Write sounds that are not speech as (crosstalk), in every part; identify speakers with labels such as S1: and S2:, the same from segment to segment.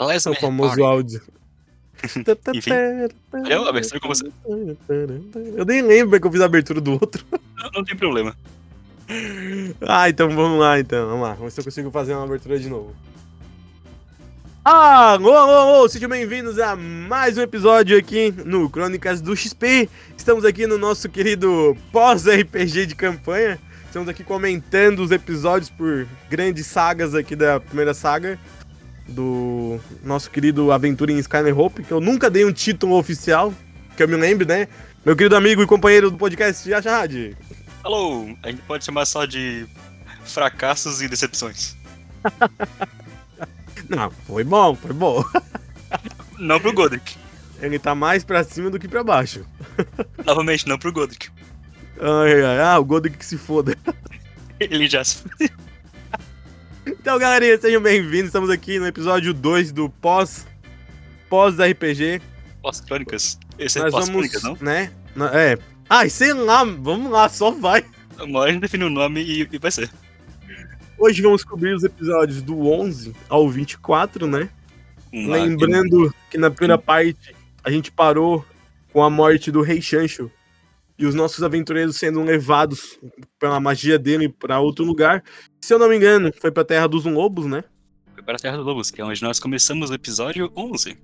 S1: Lesmer
S2: é o famoso
S1: Party.
S2: áudio.
S1: (laughs) Enfim. Eu, Abertura, como você-
S2: Eu nem lembro que eu fiz a abertura do outro.
S1: Não, não tem problema.
S2: Ah, então vamos lá, então. Vamos lá. Vamos ver se eu consigo fazer uma abertura de novo. Ah, alô, alô, alô, sejam bem-vindos a mais um episódio aqui no Crônicas do XP. Estamos aqui no nosso querido pós-RPG de campanha. Estamos aqui comentando os episódios por grandes sagas aqui da primeira saga do nosso querido Aventura em Skyrim Hope, que eu nunca dei um título oficial, que eu me lembro, né? Meu querido amigo e companheiro do podcast, Yashad.
S1: Alô, a gente pode chamar só de fracassos e decepções.
S2: Não, foi bom, foi bom.
S1: Não pro (laughs) Godric.
S2: Ele tá mais pra cima do que pra baixo.
S1: Novamente, não pro Godric.
S2: Ai, ai, ah, o Godric que se foda. (laughs)
S1: Ele já (laughs) se...
S2: Então, galerinha, sejam bem-vindos. Estamos aqui no episódio 2 do pós pós RPG.
S1: (laughs) Pós-crônicas. Esse é
S2: Nós vamos,
S1: pós-crônicas, não?
S2: né? na- É. Ai, sei lá, vamos lá, só vai.
S1: Uma hora a gente define o nome e, e vai ser.
S2: Hoje vamos cobrir os episódios do 11 ao 24, né?
S1: Uma-
S2: Lembrando que na primeira parte a gente parou com a morte do Rei Chancho e os nossos aventureiros sendo levados pela magia dele pra outro lugar. Se eu não me engano, foi pra Terra dos Lobos, né?
S1: Foi para a Terra dos Lobos, que é onde nós começamos o episódio 11.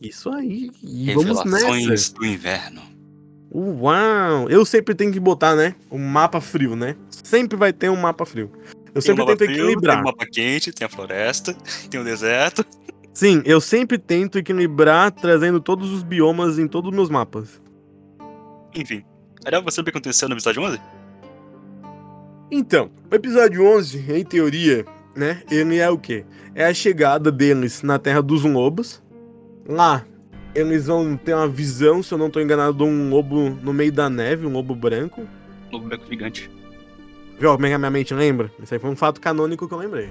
S2: Isso aí. E vamos
S1: Revelações
S2: nessa.
S1: do Inverno.
S2: Uau! Eu sempre tenho que botar, né? Um mapa frio, né? Sempre vai ter um mapa frio. Eu
S1: tem
S2: sempre
S1: o mapa
S2: tento
S1: frio,
S2: equilibrar.
S1: Tem o mapa quente, tem a floresta, (laughs) tem o deserto.
S2: Sim, eu sempre tento equilibrar trazendo todos os biomas em todos os meus mapas.
S1: Enfim. Era você saber o que aconteceu no episódio 11?
S2: Então, o episódio 11, em teoria, né? Ele é o quê? É a chegada deles na Terra dos Lobos. Lá, eles vão ter uma visão, se eu não tô enganado, de um lobo no meio da neve, um lobo branco.
S1: No boneco gigante.
S2: Viu como é que a minha mente lembra? Isso aí foi um fato canônico que eu lembrei.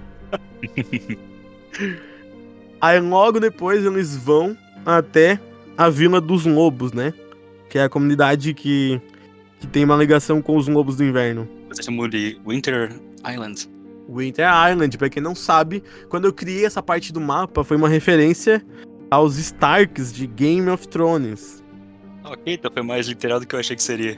S2: aí logo depois eles vão até a Vila dos Lobos, né? Que é a comunidade que, que tem uma ligação com os Lobos do Inverno.
S1: Você chamou de Winter Island.
S2: Winter Island, pra quem não sabe, quando eu criei essa parte do mapa, foi uma referência aos Starks de Game of Thrones. (laughs)
S1: Ok, então foi mais literal do que eu achei que seria.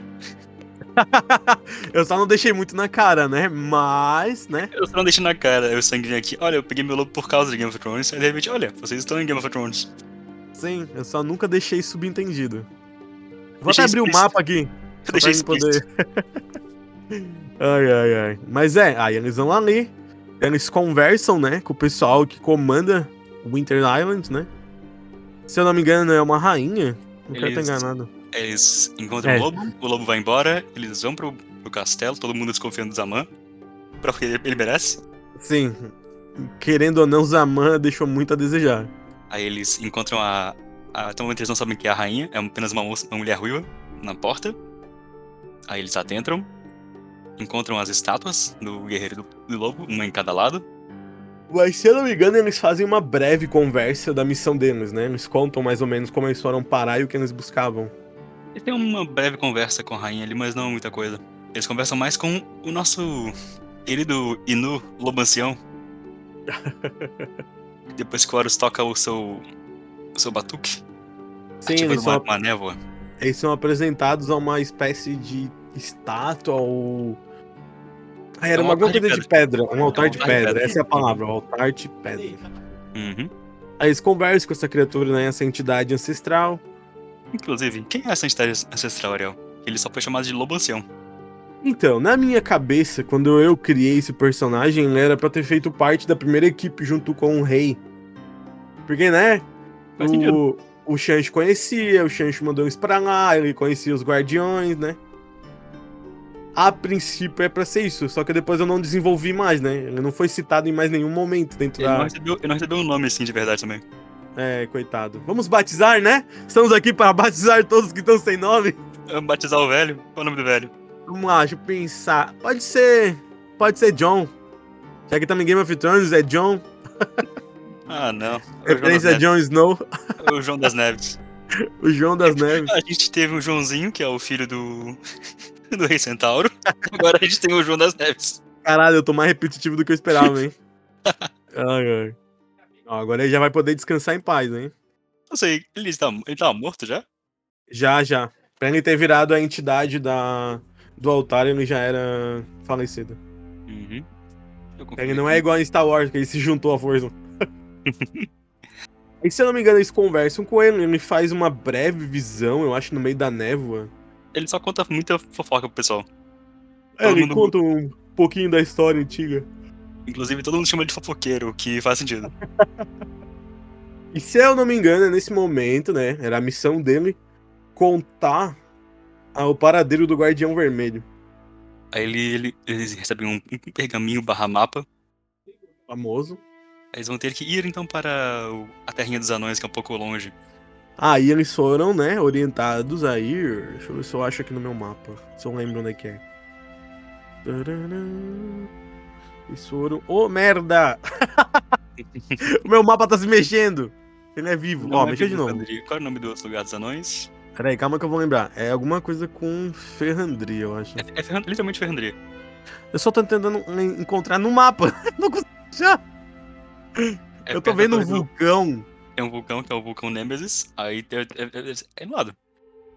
S2: eu só não deixei muito na cara, né? Mas, né?
S1: Eu só não deixei na cara, eu sangue aqui. Olha, eu peguei meu lobo por causa de Game of Thrones. Aí de repente, olha, vocês estão em Game of Thrones.
S2: Sim, eu só nunca deixei subentendido. Vou
S1: Deixei
S2: até abrir o
S1: explícito.
S2: mapa aqui.
S1: Eu deixei
S2: pra mim
S1: explícito.
S2: (laughs) ai, ai, ai. Mas é, aí eles vão ali, eles conversam, né, com o pessoal que comanda Winter Island, né? Se eu não me engano, é uma rainha. Não quero estar
S1: Eles-
S2: enganado.
S1: Eles encontram
S2: É.
S1: o lobo, o lobo vai embora, eles vão pro, pro castelo, todo mundo desconfiando do Zaman. Porque ele, ele merece.
S2: Sim. Querendo ou não, Zaman deixou muito a desejar.
S1: Aí eles encontram a. a até o momento eles não sabem que é a rainha, é apenas uma, moça, uma mulher ruiva na porta. Aí eles adentram, encontram as estátuas do guerreiro e do, do lobo, uma em cada lado.
S2: Mas se eu não me engano, eles fazem uma breve conversa da missão deles, né? Eles contam mais ou menos como eles foram parar e o que eles buscavam.
S1: Eles têm uma breve conversa com a rainha ali, mas não muita coisa. Eles conversam mais com o nosso querido Inu Lobo Ancião.
S2: (laughs)
S1: Depois que o Horus toca o seu. o seu batuque,
S2: Sim,
S1: ativa
S2: eles
S1: uma,
S2: são
S1: uma névoa.
S2: Eles são apresentados a uma espécie de estátua ou. Ah, era
S1: É um
S2: uma alguma
S1: altar de
S2: coisa de pedra. Um altar de
S1: altar de
S2: pedra,
S1: pedra.
S2: essa é a palavra, um altar de pedra.
S1: Uhum.
S2: Aí eles conversam com essa criatura, né? Essa entidade ancestral.
S1: Inclusive, quem é essa entidade ancestral, Ariel? Ele só foi chamado de Lobo Ancião.
S2: Então, na minha cabeça, quando eu criei esse personagem, ele era pra ter feito parte da primeira equipe junto com o rei. Porque, né?
S1: Faz sentido.
S2: O, o Shansh conhecia, o Shansh mandou eles pra lá, ele conhecia os guardiões, né? A princípio é pra ser isso, só que depois eu não desenvolvi mais, né? Ele não foi citado em mais nenhum momento dentro
S1: Ele não,
S2: da.
S1: recebeu, ele não recebeu um nome assim de verdade também.
S2: É, coitado. Vamos batizar, né? Estamos aqui para batizar todos que estão sem nome.
S1: Vamos Ah, Batizar o velho? Qual é o nome do velho?
S2: Vamos lá, deixa eu pensar. Pode ser. Pode ser John. Já que também Game of Thrones é John.
S1: Ah, não. É o João das
S2: Referência a
S1: Neves.
S2: John Snow,
S1: É o João das Neves.
S2: o João
S1: (laughs)
S2: das Neves.
S1: A gente teve o Joãozinho, que é o filho do. (laughs) do Rei Centauro. Agora a gente tem o João das Neves. (laughs)
S2: Caralho, eu tô mais repetitivo do que eu esperava, hein? ai, ai. Ó, agora ele já vai poder descansar em paz, hein?
S1: Não sei, ele tá, ele tá morto já?
S2: Já, já. Pra ele ter virado a entidade da, do altar, ele já era falecido.
S1: Uhum. Eu
S2: Ele
S1: confirmei.
S2: não é igual em Star Wars, que ele se juntou à
S1: (laughs)
S2: força. e se eu não me engano, eles conversam com ele, ele faz uma breve visão, eu acho, no meio da névoa.
S1: Ele só conta muita fofoca pro pessoal. Todo
S2: Ele
S1: mundo-
S2: conta um pouquinho da história antiga.
S1: Inclusive, todo mundo chama ele de fofoqueiro, o que faz sentido.
S2: E se eu não me engano, é nesse momento, né? Era a missão dele contar a- o paradeiro do Guardião Vermelho.
S1: Aí ele, ele, eles recebem um, um pergaminho barra mapa.
S2: Famoso.
S1: Aí Eles vão ter que ir então para o- a terrinha dos anões, que é um pouco longe.
S2: Aí eles foram, né, orientados a ir. Deixa eu ver se eu acho aqui no meu mapa. Se eu lembro onde é que é. Tararam. Eles foram. Ô, merda! (laughs) o meu mapa tá se mexendo! Ele é vivo. Ó,
S1: Não é
S2: mexeu de
S1: Pedro
S2: novo.
S1: Fandri. Qual é o nome do outro lugar dos anões?
S2: Peraí, calma que eu vou lembrar. É alguma coisa com Ferrandria, eu acho.
S1: É Ferran- literalmente Ferrandria.
S2: Eu só tô tentando en- encontrar no mapa. (laughs) Não consigo achar.
S1: É
S2: eu tô
S1: perto
S2: vendo um
S1: da torre do-
S2: vulcão.
S1: Tem um vulcão, que é o vulcão Nemesis. Aí tem- é, é, é, é do lado.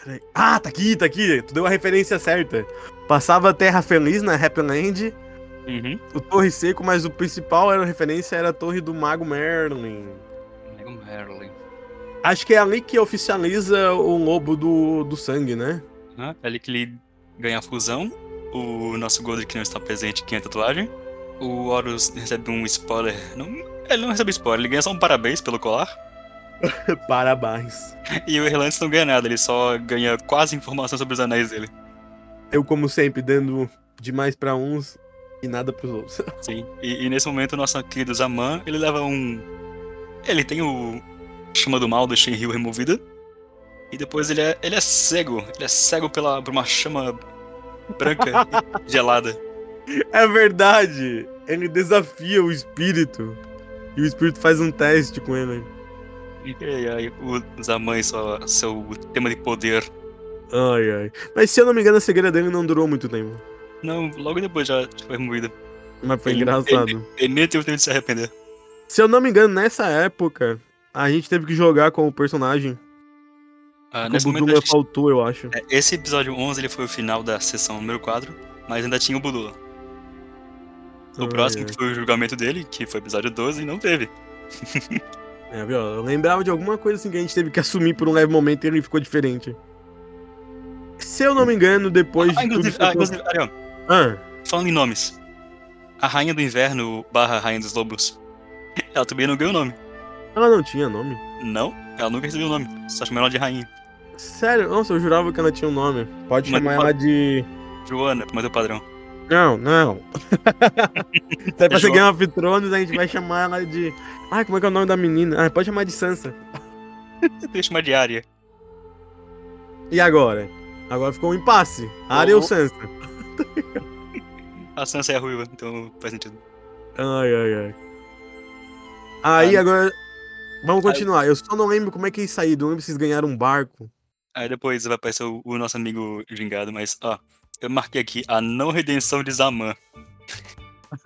S2: Peraí. Ah, tá aqui, tá aqui. Tu deu a referência certa. Passava Terra Feliz na Happy Land.
S1: Uhum.
S2: O Torre Seco, mas o principal era a referência era a Torre do Mago Merlin.
S1: É o Merlin.
S2: Acho que é ali que oficializa o lobo do, do sangue, né?
S1: Ah, é ali que ele ganha a fusão. O nosso Godric que não está presente, que é a tatuagem. O Horus recebe um spoiler. Não, ele não recebe spoiler, ele ganha só um parabéns pelo colar. (laughs)
S2: Parabéns.
S1: E o Erlance não ganha nada, ele só ganha quase informação sobre os anéis dele.
S2: Eu, como sempre, dando demais pra uns e nada pros outros. (laughs)
S1: Sim. E, e nesse momento, o nosso querido Zaman, ele leva um. Ele tem o. Chama do mal do Shenryu removida. E depois ele é, ele é cego. Ele é cego pela, por uma chama branca e (laughs) gelada.
S2: É verdade! Ele desafia o espírito. E o espírito faz um teste com ele.
S1: E aí, o Zaman e sua, seu tema de poder.
S2: Ai, ai. Mas se eu não me engano, a cegueira dele não durou muito tempo.
S1: Não, logo depois já foi removida.
S2: Mas foi
S1: Ele-
S2: engraçado.
S1: Ele nem teve tempo de se arrepender.
S2: Se eu não me engano, nessa época, a gente teve que jogar com o personagem.
S1: Ah,
S2: que
S1: nesse
S2: o
S1: momento,
S2: Budum
S1: a gente-
S2: faltou, eu acho.
S1: é, esse episódio 11 ele foi o final da sessão número 4, mas ainda tinha o Budula. O
S2: Ai,
S1: próximo,
S2: ai.
S1: que foi o julgamento dele, que foi o episódio 12, não teve.
S2: É, viu? Eu lembrava de alguma coisa assim que a gente teve que assumir por um leve momento e ele ficou diferente. Se eu não me engano, depois
S1: Ah,
S2: de tudo
S1: inclusive,
S2: isso.
S1: ah,
S2: que
S1: inclusive, Ariel,
S2: eu- Ah,
S1: falando em nomes. A Rainha do Inverno barra Rainha dos Lobos. (laughs) Ela também não ganhou nome.
S2: ela não tinha nome.
S1: Não, ela nunca recebeu o nome. Só chamou ela de Rainha.
S2: Sério? Nossa, eu jurava que ela tinha um nome. Pode
S1: Mas-
S2: chamar ela de.
S1: Joana, mas é o padrão. (laughs)
S2: Não, não. Até pra
S1: João.
S2: ser Game of Thrones, a gente vai chamar ela de. Ah, como é que é o nome da menina? Ah, pode chamar de Sansa.
S1: Eu tenho que É chamar de Arya.
S2: E agora? Agora ficou um impasse. Arya ou
S1: Ou-
S2: Sansa?
S1: A Sansa é a ruiva, então faz sentido.
S2: Ai, ai, ai. Aí
S1: Ah,
S2: agora. Vamos continuar. Eu só não lembro como é que eles saíram. Eu lembro se eles ganharam um barco.
S1: Aí depois vai aparecer o, o nosso amigo gingado, mas ó, eu marquei aqui a não redenção de Zaman. (laughs)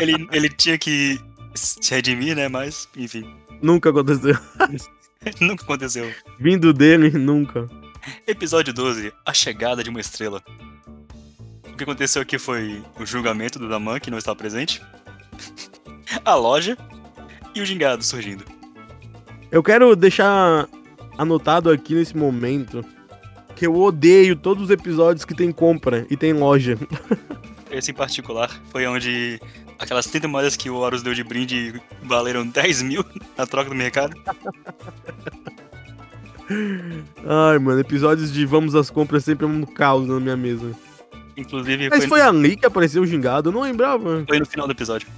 S1: ele, ele tinha que se redimir, né? Mas, enfim, (laughs)
S2: Nunca aconteceu. (laughs)
S1: nunca aconteceu.
S2: Vindo dele, nunca.
S1: Episódio 12, A Chegada de uma Estrela. O que aconteceu aqui foi o julgamento do Daman, que não estava presente, (laughs) a loja e o gingado surgindo.
S2: Eu quero deixar anotado aqui nesse momento que eu odeio todos os episódios que tem compra e tem loja.
S1: Esse em particular foi onde aquelas 30 moedas que o Horus deu de brinde valeram 10 mil (laughs) na troca do mercado.
S2: Ai, mano, episódios de vamos às compras sempre é um caos na minha mesa.
S1: Inclusive,
S2: Mas
S1: foi,
S2: foi ali que apareceu o gingado, eu não lembrava.
S1: foi no final do episódio.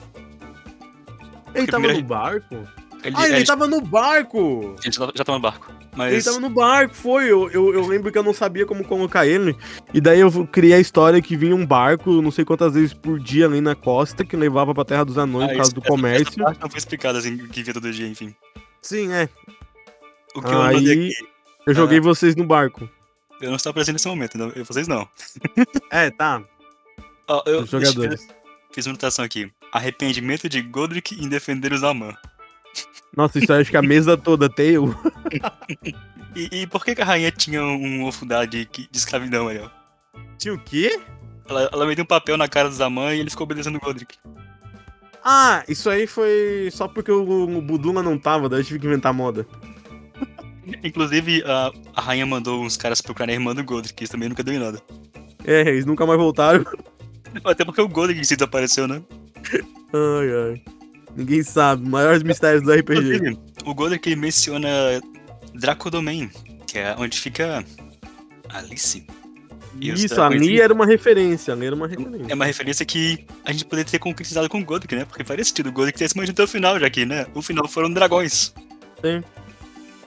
S2: Ele tava
S1: primeiro-
S2: no barco?
S1: Ele,
S2: Ah,
S1: é,
S2: ele tava no barco!
S1: ele já, já tá no barco. Mas
S2: Ele tava no barco, foi. Eu, eu, eu lembro que eu não sabia como colocar ele. E daí eu vou- criei a história que vinha um barco, não sei quantas vezes por dia ali na costa, que levava pra Terra dos Anões
S1: ah,
S2: por causa
S1: isso-
S2: do
S1: essa- essa
S2: comércio.
S1: parte não foi explicado assim, o que via todo dia, enfim.
S2: Sim, é.
S1: O que eu mandei
S2: Aí-
S1: aqui,
S2: Eu
S1: Ah.
S2: joguei vocês no barco.
S1: eu não estava presente nesse momento, não, vocês não.
S2: É, tá.
S1: Ó, eu,
S2: Os jogadores.
S1: Fiz uma anotação aqui. Arrependimento de Godric em defender os Zaman.
S2: Nossa, isso eu acho que a mesa toda tem o.
S1: E, e por que, que a rainha tinha um ofundar de, que- de escravidão, Ariel?
S2: Tinha o quê?
S1: Ela, ela meteu um papel na cara do Zaman e ele ficou obedecendo o Godric.
S2: Ah, isso aí foi só porque o, o Budula não tava, daí eu tive que inventar moda.
S1: Inclusive, a, a rainha mandou uns caras procurarem a irmã do Godric, isso também nunca deu em nada.
S2: É, eles nunca mais voltaram. (laughs)
S1: Até porque o Godric em si desapareceu, né?
S2: Ai, ai. Ninguém sabe, maiores mistérios do RPG.
S1: Inclusive, o Godric ele menciona Dracodomain, que é onde fica Alice. E os
S2: Isso, a
S1: dragões-
S2: Nia era uma referência, a Nia era uma
S1: É
S2: referência.
S1: uma referência que a gente poderia ter concretizado com o Godric, né? Porque faria sentido o Godric ter se mantido até o final, já que, né? O final foram dragões.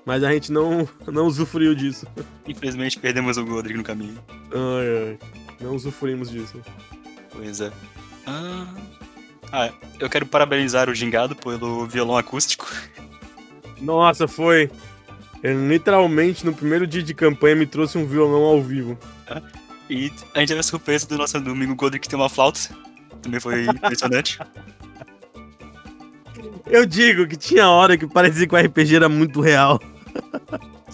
S2: Mas a gente não, não usufruiu disso.
S1: Infelizmente, perdemos o Godric no caminho.
S2: Ai, ai. Não usufruímos disso.
S1: Pois é. Ah, ah, eu quero parabenizar o Gingado pelo violão acústico.
S2: Nossa, foi. Ele literalmente no primeiro dia de campanha me trouxe um violão ao vivo.
S1: E a gente teve a surpresa do nosso domingo Godric ter uma flauta. Também foi
S2: (laughs)
S1: impressionante.
S2: Eu digo que tinha hora que parecia que o RPG era muito real.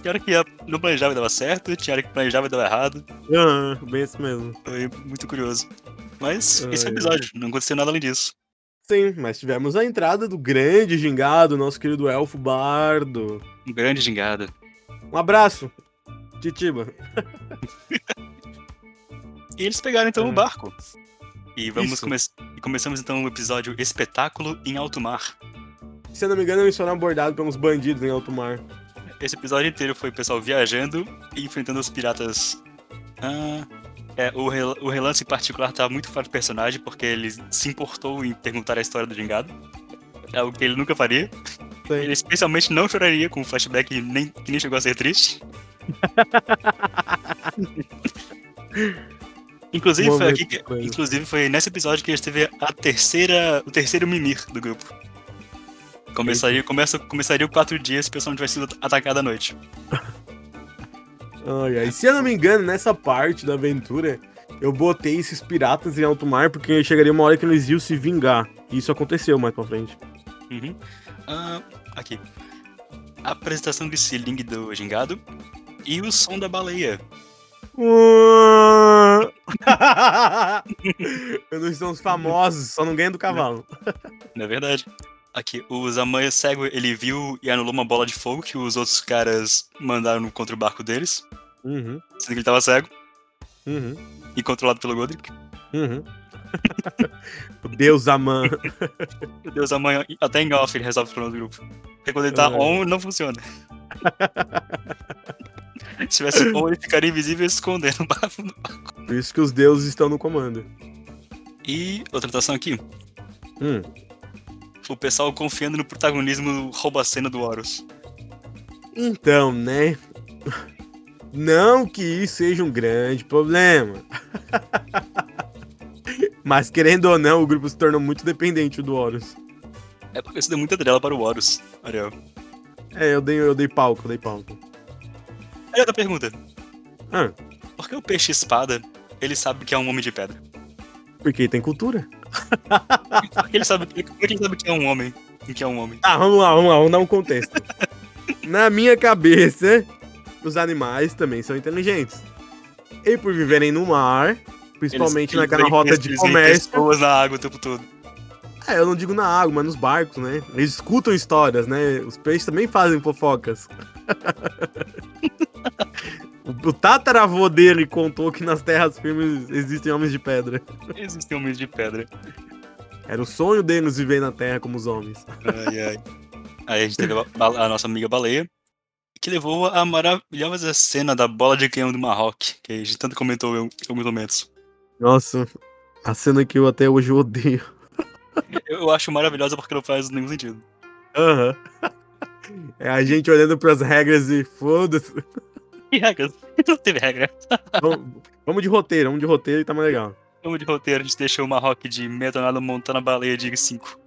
S1: Tinha hora que ia- não planejava e dava certo, tinha hora que planejava e dava errado.
S2: Ah, bem isso mesmo.
S1: Foi muito curioso. Mas esse é
S2: Ai,
S1: o episódio, não aconteceu nada além disso.
S2: Sim, mas tivemos a entrada do grande gingado, nosso querido elfo bardo.
S1: Um grande gingado.
S2: Um abraço, Titiba.
S1: E eles pegaram então
S2: É.
S1: o barco. E vamos
S2: Isso.
S1: come e começamos então o episódio Espetáculo em Alto Mar.
S2: Se eu não me engano, eles foram abordados pelos bandidos em alto mar.
S1: Esse episódio inteiro foi o pessoal viajando e enfrentando os piratas. Ah, é, o, rel- o relance em particular tá muito fora do personagem, porque ele se importou em perguntar a história do gingado. É algo que ele nunca faria.
S2: Sim.
S1: Ele especialmente não choraria com um flashback nem, que nem chegou a ser triste.
S2: (laughs)
S1: inclusive, foi
S2: Momento
S1: aqui que-
S2: de coisa.
S1: inclusive, foi nesse episódio que a gente teve a terceira, o terceiro mimir do grupo. Começaria, começa, começaria o quatro dias se o pessoal não tivesse sido atacado à noite.
S2: Ai, ai. Se eu não me engano, nessa parte da aventura, eu botei esses piratas em alto mar porque chegaria uma hora que eles iam se vingar. E isso aconteceu mais pra frente.
S1: Uhum. Ah, aqui. A apresentação de Siling do gingado e o som da baleia.
S2: Eles são os famosos, só não ganha do cavalo.
S1: Na é verdade. Aqui, o Zamaya é cego, ele viu e anulou uma bola de fogo que os outros caras mandaram contra o barco deles,
S2: Uhum,
S1: sendo que ele tava cego
S2: uhum,
S1: e controlado pelo Godric.
S2: uhum. (laughs) Deus Aman.
S1: Meu Deus, amanhã, até em off, ele resolve o problema do grupo. Porque quando ele tá
S2: É.
S1: on, não funciona.
S2: (laughs)
S1: Se tivesse on, ele ficaria invisível e escondendo o barco.
S2: Por isso que os deuses estão no comando.
S1: E outra anotação aqui.
S2: Hum.
S1: O pessoal confiando no protagonismo rouba a cena do Horus.
S2: Então, né? Não que isso seja um grande problema. Mas querendo ou não, o grupo se tornou muito dependente do Horus.
S1: É porque isso deu muita trela para o Horus, Ariel.
S2: É, eu dei, eu dei palco, eu dei palco.
S1: Aí outra pergunta.
S2: Ah.
S1: Por que o peixe-espada, ele sabe que é um homem de pedra?
S2: Porque tem cultura.
S1: Por que ele sabe, como é que ele sabe que é um homem? E que é um homem?
S2: Tá, vamos lá, vamos lá, vamos dar um contexto. Na minha cabeça, os animais também são inteligentes. E por viverem no mar, principalmente
S1: Eles-
S2: naquela
S1: eles
S2: rota
S1: veem-
S2: de
S1: eles veem
S2: comércio,
S1: pessoas na água o tempo todo.
S2: É, eu não digo na água, mas nos barcos, né? Eles escutam histórias, né? Os peixes também fazem fofocas. (laughs) o, o tataravô dele contou que nas terras firmes existem homens de pedra.
S1: Existem homens de pedra.
S2: Era o sonho deles viver na terra como os homens.
S1: Ai, ai. Aí a gente teve a, ba- a nossa amiga baleia, que levou a maravilhosa cena da bola de canhão do Marrocos, que a gente tanto comentou em alguns momentos.
S2: Nossa, a cena que eu até hoje odeio.
S1: Eu acho maravilhosa porque não faz nenhum sentido.
S2: Aham. (laughs) É a gente olhando pras regras e foda-se. (laughs)
S1: E regra? Não teve regra.
S2: Vamos, vamos de roteiro, vamos de roteiro e tá mais legal.
S1: Como de roteiro, a gente deixou o Marrocos de metonado montando a baleia de 5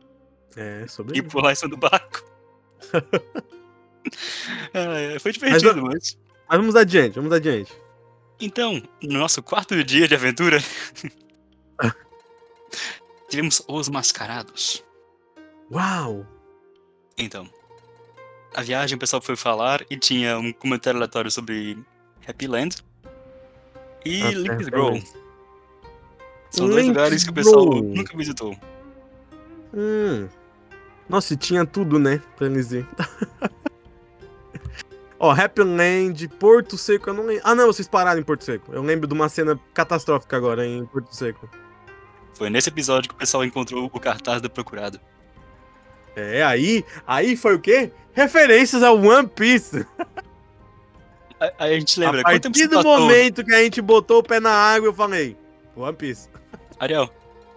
S2: É, sobre
S1: e
S2: isso.
S1: pular em cima do (laughs) barco. Ai, ai, foi divertido, mas...
S2: Mas vamos adiante, vamos adiante.
S1: Então, no nosso quarto dia de (laughs) aventura, tivemos os mascarados.
S2: Uau!
S1: Então, a viagem, o pessoal foi falar e tinha um comentário aleatório sobre Happy Land e
S2: Ah,
S1: Link's
S2: tá,
S1: Grow.
S2: também.
S1: São dois
S2: Link's
S1: lugares que o pessoal
S2: Grow.
S1: nunca visitou.
S2: Hum. Nossa, e tinha tudo, né? Pra eles ir. (laughs) Ó, Happy Land, Porto Seco, eu não lembro. Ah, não, vocês pararam em Porto Seco. Eu lembro de uma cena catastrófica agora em Porto Seco.
S1: Foi nesse episódio que o pessoal encontrou o cartaz do Procurado.
S2: É, aí, aí foi o quê? Referências ao One Piece.
S1: A- Aí a gente lembra,
S2: a
S1: quanto tempo
S2: partir
S1: se
S2: do
S1: passou,
S2: momento que a gente botou o pé na água, eu falei, One Piece.
S1: Ariel,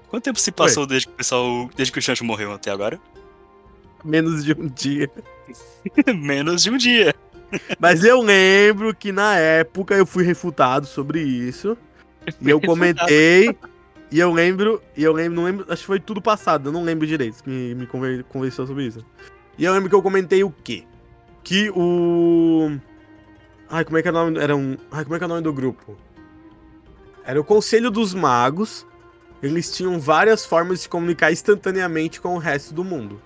S1: quanto tempo se passou desde que o pessoal, desde que o Chancho morreu até
S2: (laughs)
S1: agora?
S2: Menos de um dia.
S1: Menos de um dia.
S2: Mas eu lembro que na época eu fui refutado sobre isso. E eu comentei. E eu lembro, e eu lembro, não lembro, acho que foi tudo passado, eu não lembro direito, que me, me conver- conversou sobre isso. E eu lembro que eu comentei o quê? Que o. Ai, como é que é o nome? Era um. Ai, como é que é o nome do grupo? Era o Conselho dos Magos. Eles tinham várias formas de se comunicar instantaneamente com o resto do mundo.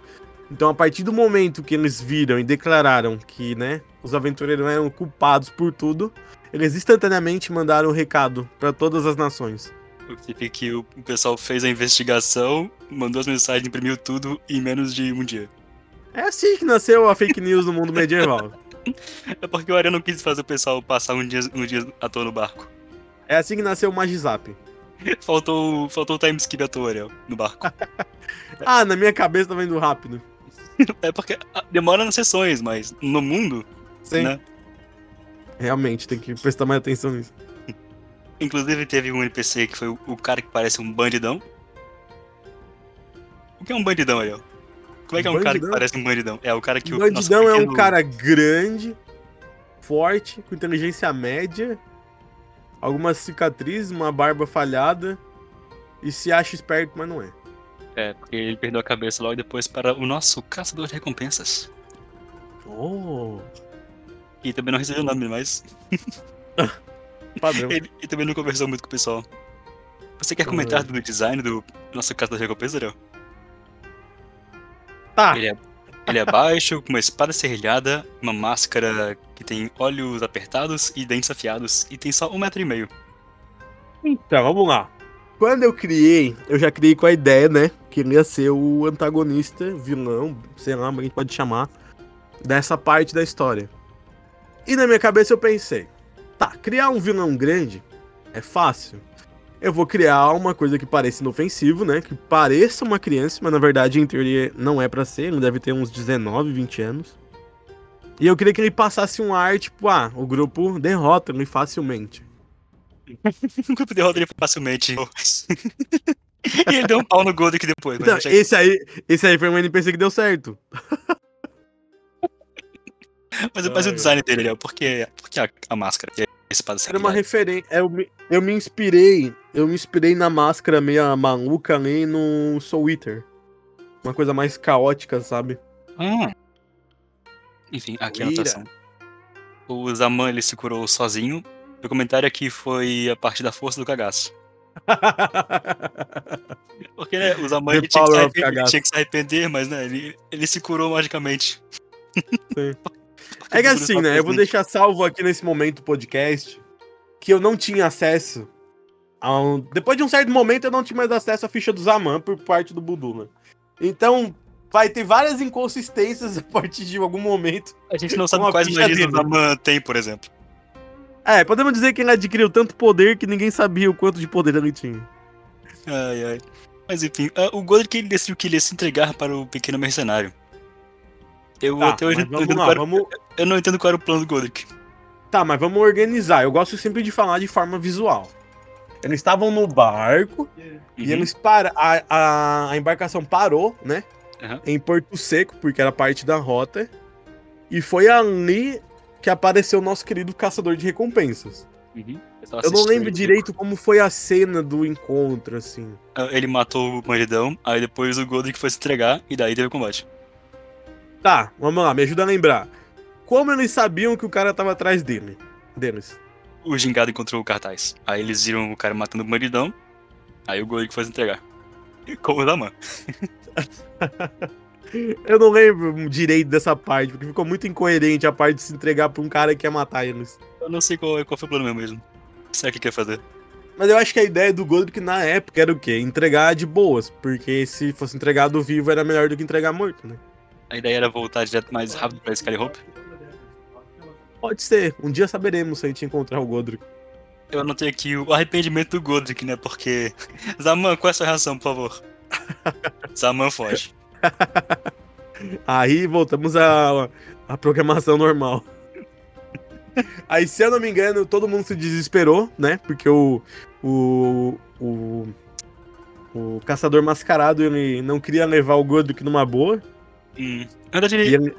S2: Então, a partir do momento que eles viram e declararam que, né, os aventureiros eram culpados por tudo, eles instantaneamente mandaram o recado pra todas as nações.
S1: O que fica que o o pessoal fez a investigação, mandou as mensagens, imprimiu tudo em menos de um dia.
S2: É assim que nasceu a fake news no mundo medieval.
S1: É porque o Ariel não quis fazer o pessoal passar um dia, um dia à toa no barco. (laughs)
S2: É assim que nasceu o Magizap.
S1: Faltou, faltou o time skip à toa, Ariel, no barco. (laughs)
S2: Ah, na minha cabeça tá vendo rápido.
S1: É porque ah, demora nas sessões, mas no mundo,
S2: Sim.
S1: né?
S2: Realmente, tem que prestar mais atenção nisso.
S1: Inclusive teve um NPC que foi o, o cara que parece um bandidão. O que é um bandidão, Ariel? Como é que é um cara que
S2: Bandidão?
S1: parece um bandidão? É o cara que
S2: O
S1: nosso
S2: bandidão é um
S1: pequeno-
S2: cara grande, forte, com inteligência média, algumas cicatrizes, uma barba falhada e se acha esperto, mas não é.
S1: É, porque ele perdeu a cabeça logo depois para o nosso caçador de recompensas.
S2: Oh,
S1: E também não recebeu nome, mas.
S2: padrão.
S1: Ele, ele também não conversou muito com o pessoal. Você quer comentar do design do nosso caçador de recompensas, Ariel?
S2: Tá.
S1: Ele é, ele é baixo, com uma espada serrilhada, uma máscara que tem olhos apertados e dentes afiados, e tem só um metro e meio. (laughs)
S2: Então, vamos lá. Quando eu criei, eu já criei com a ideia, né? Que ele ia ser o antagonista, vilão, sei lá, como a gente pode chamar, dessa parte da história. E na minha cabeça eu pensei, tá, criar um vilão grande é fácil. Eu vou criar uma coisa que pareça inofensivo, né? Que pareça uma criança, mas na verdade, em teoria, não é pra ser. Ele deve ter uns 19, 20 anos. E eu queria que ele passasse um ar, tipo, ah, o grupo derrota ele facilmente.
S1: O grupo derrota ele facilmente. (laughs) e ele deu um pau no Golden aqui depois, mas
S2: Então,
S1: deixa-
S2: esse aí, esse aí foi um NPC que deu certo.
S1: mas, mas o
S2: Ai,
S1: design dele, Ariel, por que, por que a, a máscara? E a espada
S2: Era
S1: serrilhada?
S2: uma referência. Eu me, eu me inspirei. Eu me inspirei na máscara meio maluca ali no Soul Eater. Uma coisa mais caótica, (laughs) sabe?
S1: Hum. Enfim, aqui a
S2: Ira.
S1: anotação. O Zaman ele se curou sozinho. Meu comentário aqui foi a parte da força do cagaço. Porque né, o Zaman
S2: The
S1: ele tinha, que se
S2: power of
S1: arrepender-
S2: cagaço.
S1: tinha que se arrepender, mas né, ele, ele se curou magicamente.
S2: Sim.
S1: (laughs) Porque
S2: é que
S1: o Bruno
S2: assim,
S1: tá
S2: né? Eu vou
S1: preso
S2: deixar salvo aqui nesse momento do podcast que eu não tinha acesso. a um- Depois de um certo momento, eu não tinha mais acesso à ficha do Zaman por parte do Budula. Então, vai ter várias inconsistências (laughs) a partir de algum momento.
S1: A gente não sabe
S2: uma
S1: quais
S2: ficha
S1: magias o
S2: dele.
S1: Zaman tem, por exemplo.
S2: É, podemos dizer que ele adquiriu tanto poder que ninguém sabia o quanto de poder ele tinha.
S1: Ai, ai. Mas enfim, ah, o Godric ele decidiu que ele ia se entregar para o pequeno mercenário. Eu até hoje
S2: Tá, mas
S1: não
S2: vamos
S1: entendo,
S2: lá,
S1: qual era,
S2: vamos...
S1: eu não entendo qual era o plano do Godric.
S2: Tá, mas vamos organizar. Eu gosto sempre de falar de forma visual. Eles estavam no barco
S1: Uhum.
S2: e eles para a, a, a embarcação parou, né?
S1: Aham.
S2: Em Porto Seco, porque era parte da rota. E foi ali que apareceu o nosso querido caçador de recompensas. Eu não lembro direito como foi a cena do encontro, assim.
S1: Ah, Ele matou o bandidão, aí depois o Godric foi se entregar, e daí teve o combate.
S2: Tá, vamos lá, me ajuda a lembrar. Como eles sabiam que o cara tava atrás dele? Deles.
S1: O gingado encontrou o cartaz. Aí eles viram o cara matando o bandidão, aí o Godric foi se entregar. E Como o Zaman.
S2: Eu não lembro direito dessa parte, porque ficou muito incoerente a parte de se entregar pra um cara que ia matar eles.
S1: Eu não sei qual, qual foi o problema mesmo. Será que ele quer fazer?
S2: Mas eu acho que a ideia do Godric na época era o quê? Entregar de boas, porque se fosse entregado vivo era melhor do que entregar morto, né?
S1: A ideia era voltar direto mais rápido pra Skyhope.
S2: Pode ser, um dia saberemos se a gente encontrar o Godric.
S1: Eu anotei aqui o arrependimento do Godric, né? Porque. (laughs) Zaman, qual é a sua reação, por favor? (laughs) Zaman foge.
S2: Aí voltamos à, à programação normal. Aí, se eu não me engano, todo mundo se desesperou, né? Porque o. O. O, o caçador mascarado ele não queria levar o Godric numa boa.
S1: Hum. Na verdade,
S2: E
S1: ele,
S2: ele...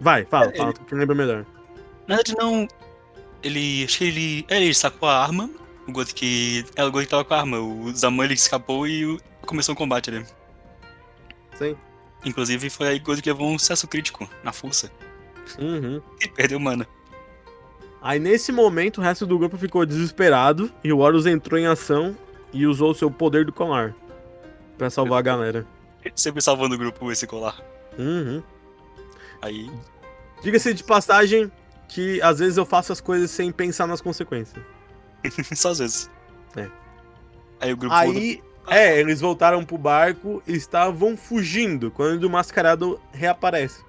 S2: Vai, fala,
S1: É,
S2: fala, que eu lembro melhor.
S1: na verdade não. Ele. Acho que ele. É, ele sacou a arma. O Godric. É, o Godric tava com a arma. O Zaman ele escapou e o- começou o combate né? ali.
S2: Sim.
S1: Inclusive, foi aí que o Godric levou um sucesso crítico na força.
S2: Uhum.
S1: E perdeu mana.
S2: Aí, nesse momento, o resto do grupo ficou desesperado e o Horus entrou em ação e usou o seu poder do colar pra salvar a galera.
S1: Sempre salvando o grupo esse colar.
S2: Uhum.
S1: Aí. (laughs)
S2: Diga-se de passagem que às vezes eu faço as coisas sem pensar nas consequências.
S1: Só às vezes.
S2: É.
S1: Aí o grupo voltou-
S2: Aí, é, eles voltaram pro barco e estavam fugindo quando o mascarado reaparece.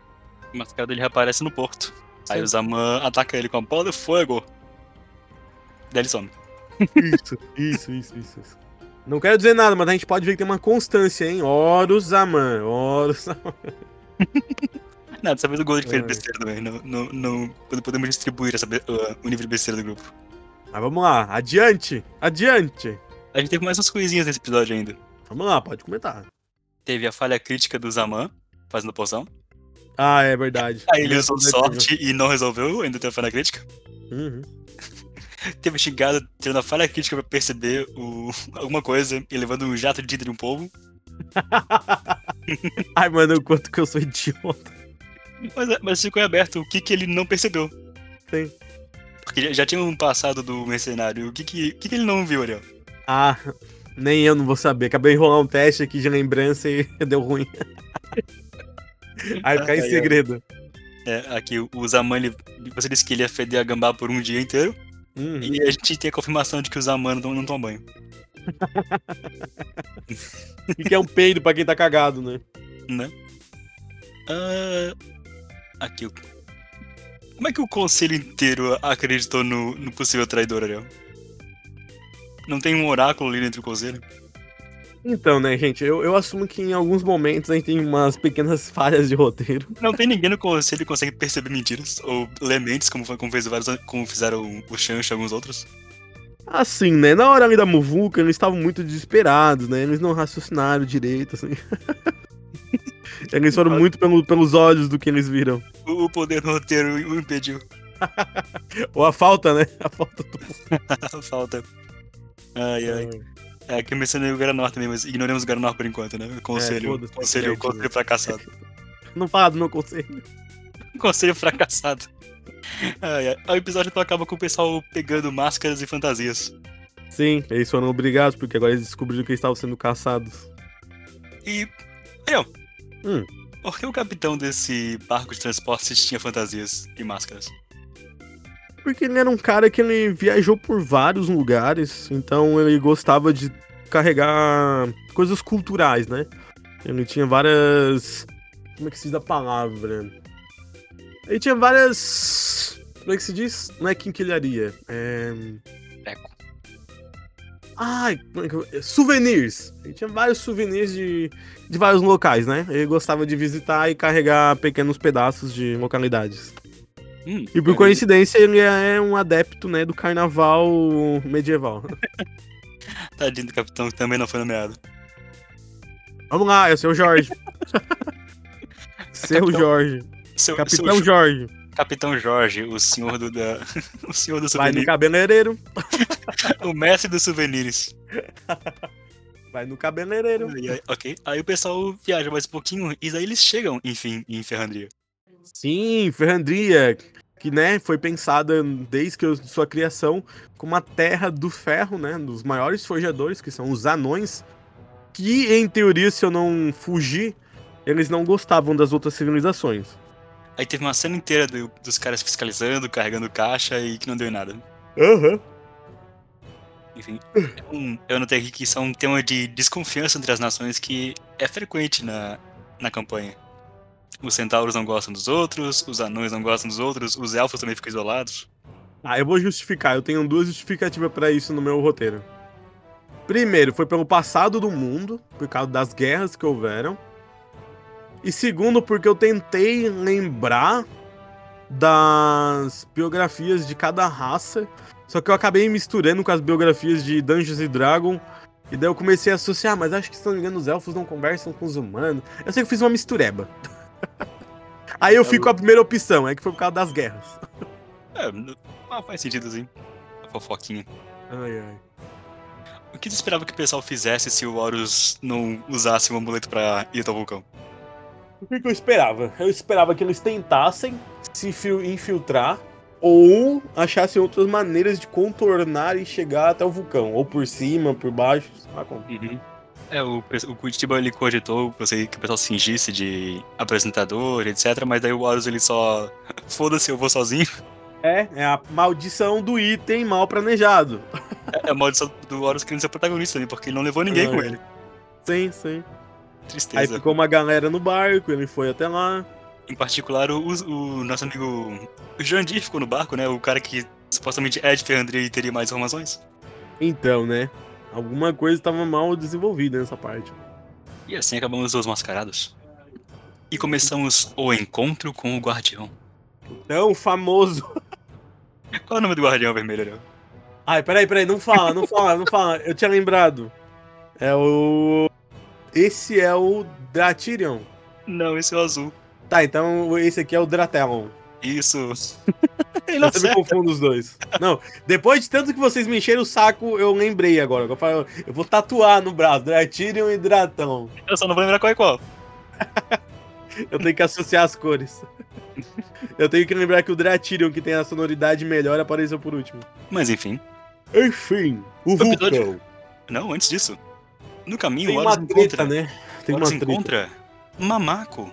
S1: o mascarado ele reaparece no porto. Aí
S2: Sim.
S1: o Zaman ataca ele com a bola de fogo. Daí ele some.
S2: Isso, isso, isso, isso, isso. Não quero dizer nada, mas a gente pode ver que tem uma constância, hein? Horus Aman, Horus Aman.
S1: Não, dessa vez o Gold fez
S2: É.
S1: besteira também. Não, não, não podemos distribuir essa, be- uh, o nível de besteira do grupo.
S2: Mas vamos lá, adiante, adiante.
S1: A gente teve mais umas coisinhas nesse episódio ainda.
S2: Vamos lá, pode comentar.
S1: Teve a falha crítica do Zaman fazendo poção.
S2: Ah, é verdade. é
S1: Aí ele usou sorte e não resolveu, ainda teve a falha crítica.
S2: Uhum.
S1: Teve xingado tendo a falha crítica pra perceber o, (laughs) alguma coisa e levando um jato de tinta de um povo.
S2: Ai, mano, o quanto que eu sou idiota.
S1: Mas, é, mas ficou em aberto o que, que ele não percebeu.
S2: Sim.
S1: Porque já- já tinha um passado do mercenário. O que, que, o que, que ele não viu, Ariel?
S2: Ah, nem eu não vou saber. Acabei de rolar um teste aqui de lembrança e (laughs) deu ruim. Aí ficar
S1: Ai,
S2: em
S1: ai.
S2: segredo.
S1: É, aqui o o Zaman, ele, você disse que ele ia feder a gambá por um dia inteiro.
S2: Uhum.
S1: E a gente tem a confirmação de que o Zaman não, não toma banho.
S2: E que é um peido pra quem tá cagado, né?
S1: Ah, aqui o. Como é que o conselho inteiro acreditou no, no possível traidor, Ariel? Não tem um oráculo ali dentro do conselho?
S2: Então, né, gente, eu, eu assumo que em alguns momentos a gente tem umas pequenas (laughs) falhas de roteiro.
S1: Não tem ninguém no conselho que consegue perceber mentiras ou ler mentes, como, foi- como, fez vários, como fizeram o Shansh e alguns outros.
S2: Assim, né, na hora ali da muvuca, eles estavam muito desesperados, né, eles não raciocinaram direito, assim. (laughs) eles foram muito pelo- pelos olhos do que eles viram.
S1: O o poder do roteiro o impediu.
S2: Ou a falta, né, a falta do...
S1: (laughs) Falta. Ai, ai. É, que eu mencionei o Garanor também, mas ignoremos o Garanor por enquanto, né? Conselho,
S2: É, foda-se,
S1: conselho,
S2: gente,
S1: conselho
S2: né?
S1: fracassado. (laughs)
S2: Não fala do meu conselho.
S1: Conselho fracassado. Ai, ai. O episódio então acaba com o pessoal pegando máscaras e fantasias.
S2: Sim, eles foram obrigados, porque agora eles descobriram que eles estavam sendo caçados.
S1: E. Ariel.
S2: Hum.
S1: Por que o capitão desse barco de transportes tinha fantasias e máscaras?
S2: Porque ele era um cara que ele viajou por vários lugares, então ele gostava de carregar coisas culturais, né? Ele tinha várias. Como é que se diz a palavra? Ele tinha várias. Como é que se diz? Não é quinquilharia. É.
S1: Eco.
S2: Ai, como é que eu- é, souvenirs. Ele tinha vários souvenirs de, de vários locais, né? Ele gostava de visitar e carregar pequenos pedaços de localidades.
S1: Hum,
S2: E por coincidência, ele é um adepto, né, do carnaval medieval.
S1: Tadinho do capitão que também não foi nomeado.
S2: Vamos lá, é o seu (laughs) Jorge. seu
S1: Capitão-
S2: Jorge.
S1: Seu,
S2: Capitão
S1: seu-
S2: Jorge.
S1: capitão Jorge, o senhor do. Da, (laughs) o senhor do
S2: Vai no
S1: souvenir.
S2: cabeleireiro.
S1: O mestre dos souvenirs.
S2: Vai no cabeleireiro.
S1: Ai, ai, ok. Aí o pessoal viaja mais um pouquinho e daí eles chegam, enfim, em Ferrandria.
S2: Sim, Ferrandria, que né, foi pensada desde que eu- sua criação como a terra do ferro, né, dos maiores forjadores, que são os anões, que em teoria, se eu não fugir eles não gostavam das outras civilizações.
S1: Aí teve uma cena inteira do- dos caras fiscalizando, carregando caixa e que não deu em nada.
S2: Aham.
S1: Enfim, é um- eu notei aqui que isso é um tema de desconfiança entre as nações que é frequente na, na campanha. Os centauros não gostam dos outros, os anões não gostam dos outros, os elfos também ficam isolados.
S2: Ah, eu vou justificar. Eu tenho duas justificativas pra isso no meu roteiro. Primeiro, foi pelo passado do mundo, por causa das guerras que houveram. E segundo, porque eu tentei lembrar das biografias de cada raça, só que eu acabei misturando com as biografias de Dungeons and Dragon. E daí eu comecei a associar, mas acho que se não me engano, os elfos não conversam com os humanos. Eu sei que eu fiz uma mistureba. (laughs) Aí eu fico com a primeira opção, é que foi por causa das guerras.
S1: É, n- ah, faz sentido assim. A fofoquinha.
S2: Ai, ai.
S1: O que você esperava que o pessoal fizesse se o Horus não usasse o amuleto pra ir até o vulcão?
S2: O que, que eu esperava? Eu esperava que eles tentassem se infil- infiltrar ou achassem outras maneiras de contornar e chegar até o vulcão. Ou por cima, por baixo. sei lá como.
S1: É, o, pe- o Curitiba ele cogitou você, que o pessoal se fingisse de apresentador, etc. Mas daí o Horus ele só. (laughs) Foda-se, eu vou sozinho.
S2: É, é a maldição do item mal planejado.
S1: (laughs)
S2: (laughs)
S1: É a maldição do Horus querendo ser protagonista ali, porque ele não levou ninguém
S2: É.
S1: com ele.
S2: Sim, sim. Aí
S1: Tristeza.
S2: ficou uma galera no barco, ele foi até lá.
S1: Em particular, o, o nosso amigo Jandir ficou no barco, né? O cara que supostamente é de Ferrandria e teria mais informações.
S2: Então, né? Alguma coisa estava mal desenvolvida nessa parte.
S1: E assim acabamos os mascarados. E começamos o encontro com o Guardião.
S2: Então, famoso. (laughs)
S1: Qual é o nome do Guardião Vermelho, Ariel?
S2: Ai, peraí, peraí, não fala, não fala, não fala. Eu tinha lembrado. É o. Esse é o Dratirion.
S1: Não, esse é o azul.
S2: Tá, então esse aqui é o Dratelon.
S1: Isso. (laughs) Ele
S2: Eu sempre confundo os dois. Não, depois de tanto que vocês me encheram o saco, eu lembrei agora. Eu, falo, eu vou tatuar no braço, Dratirion e Dratão.
S1: Eu só não vou lembrar qual é qual.
S2: Eu tenho que associar as cores. Eu tenho que lembrar que o Dratirion, que tem a sonoridade melhor, apareceu por último.
S1: Mas enfim.
S2: Enfim, o
S1: Foi um
S2: Vulcão.
S1: episódio- Não, antes disso. No caminho,
S2: Tem
S1: o Horus
S2: uma
S1: encontra.
S2: treta, né? Tem
S1: Horus
S2: uma treta.
S1: encontra Mamaco.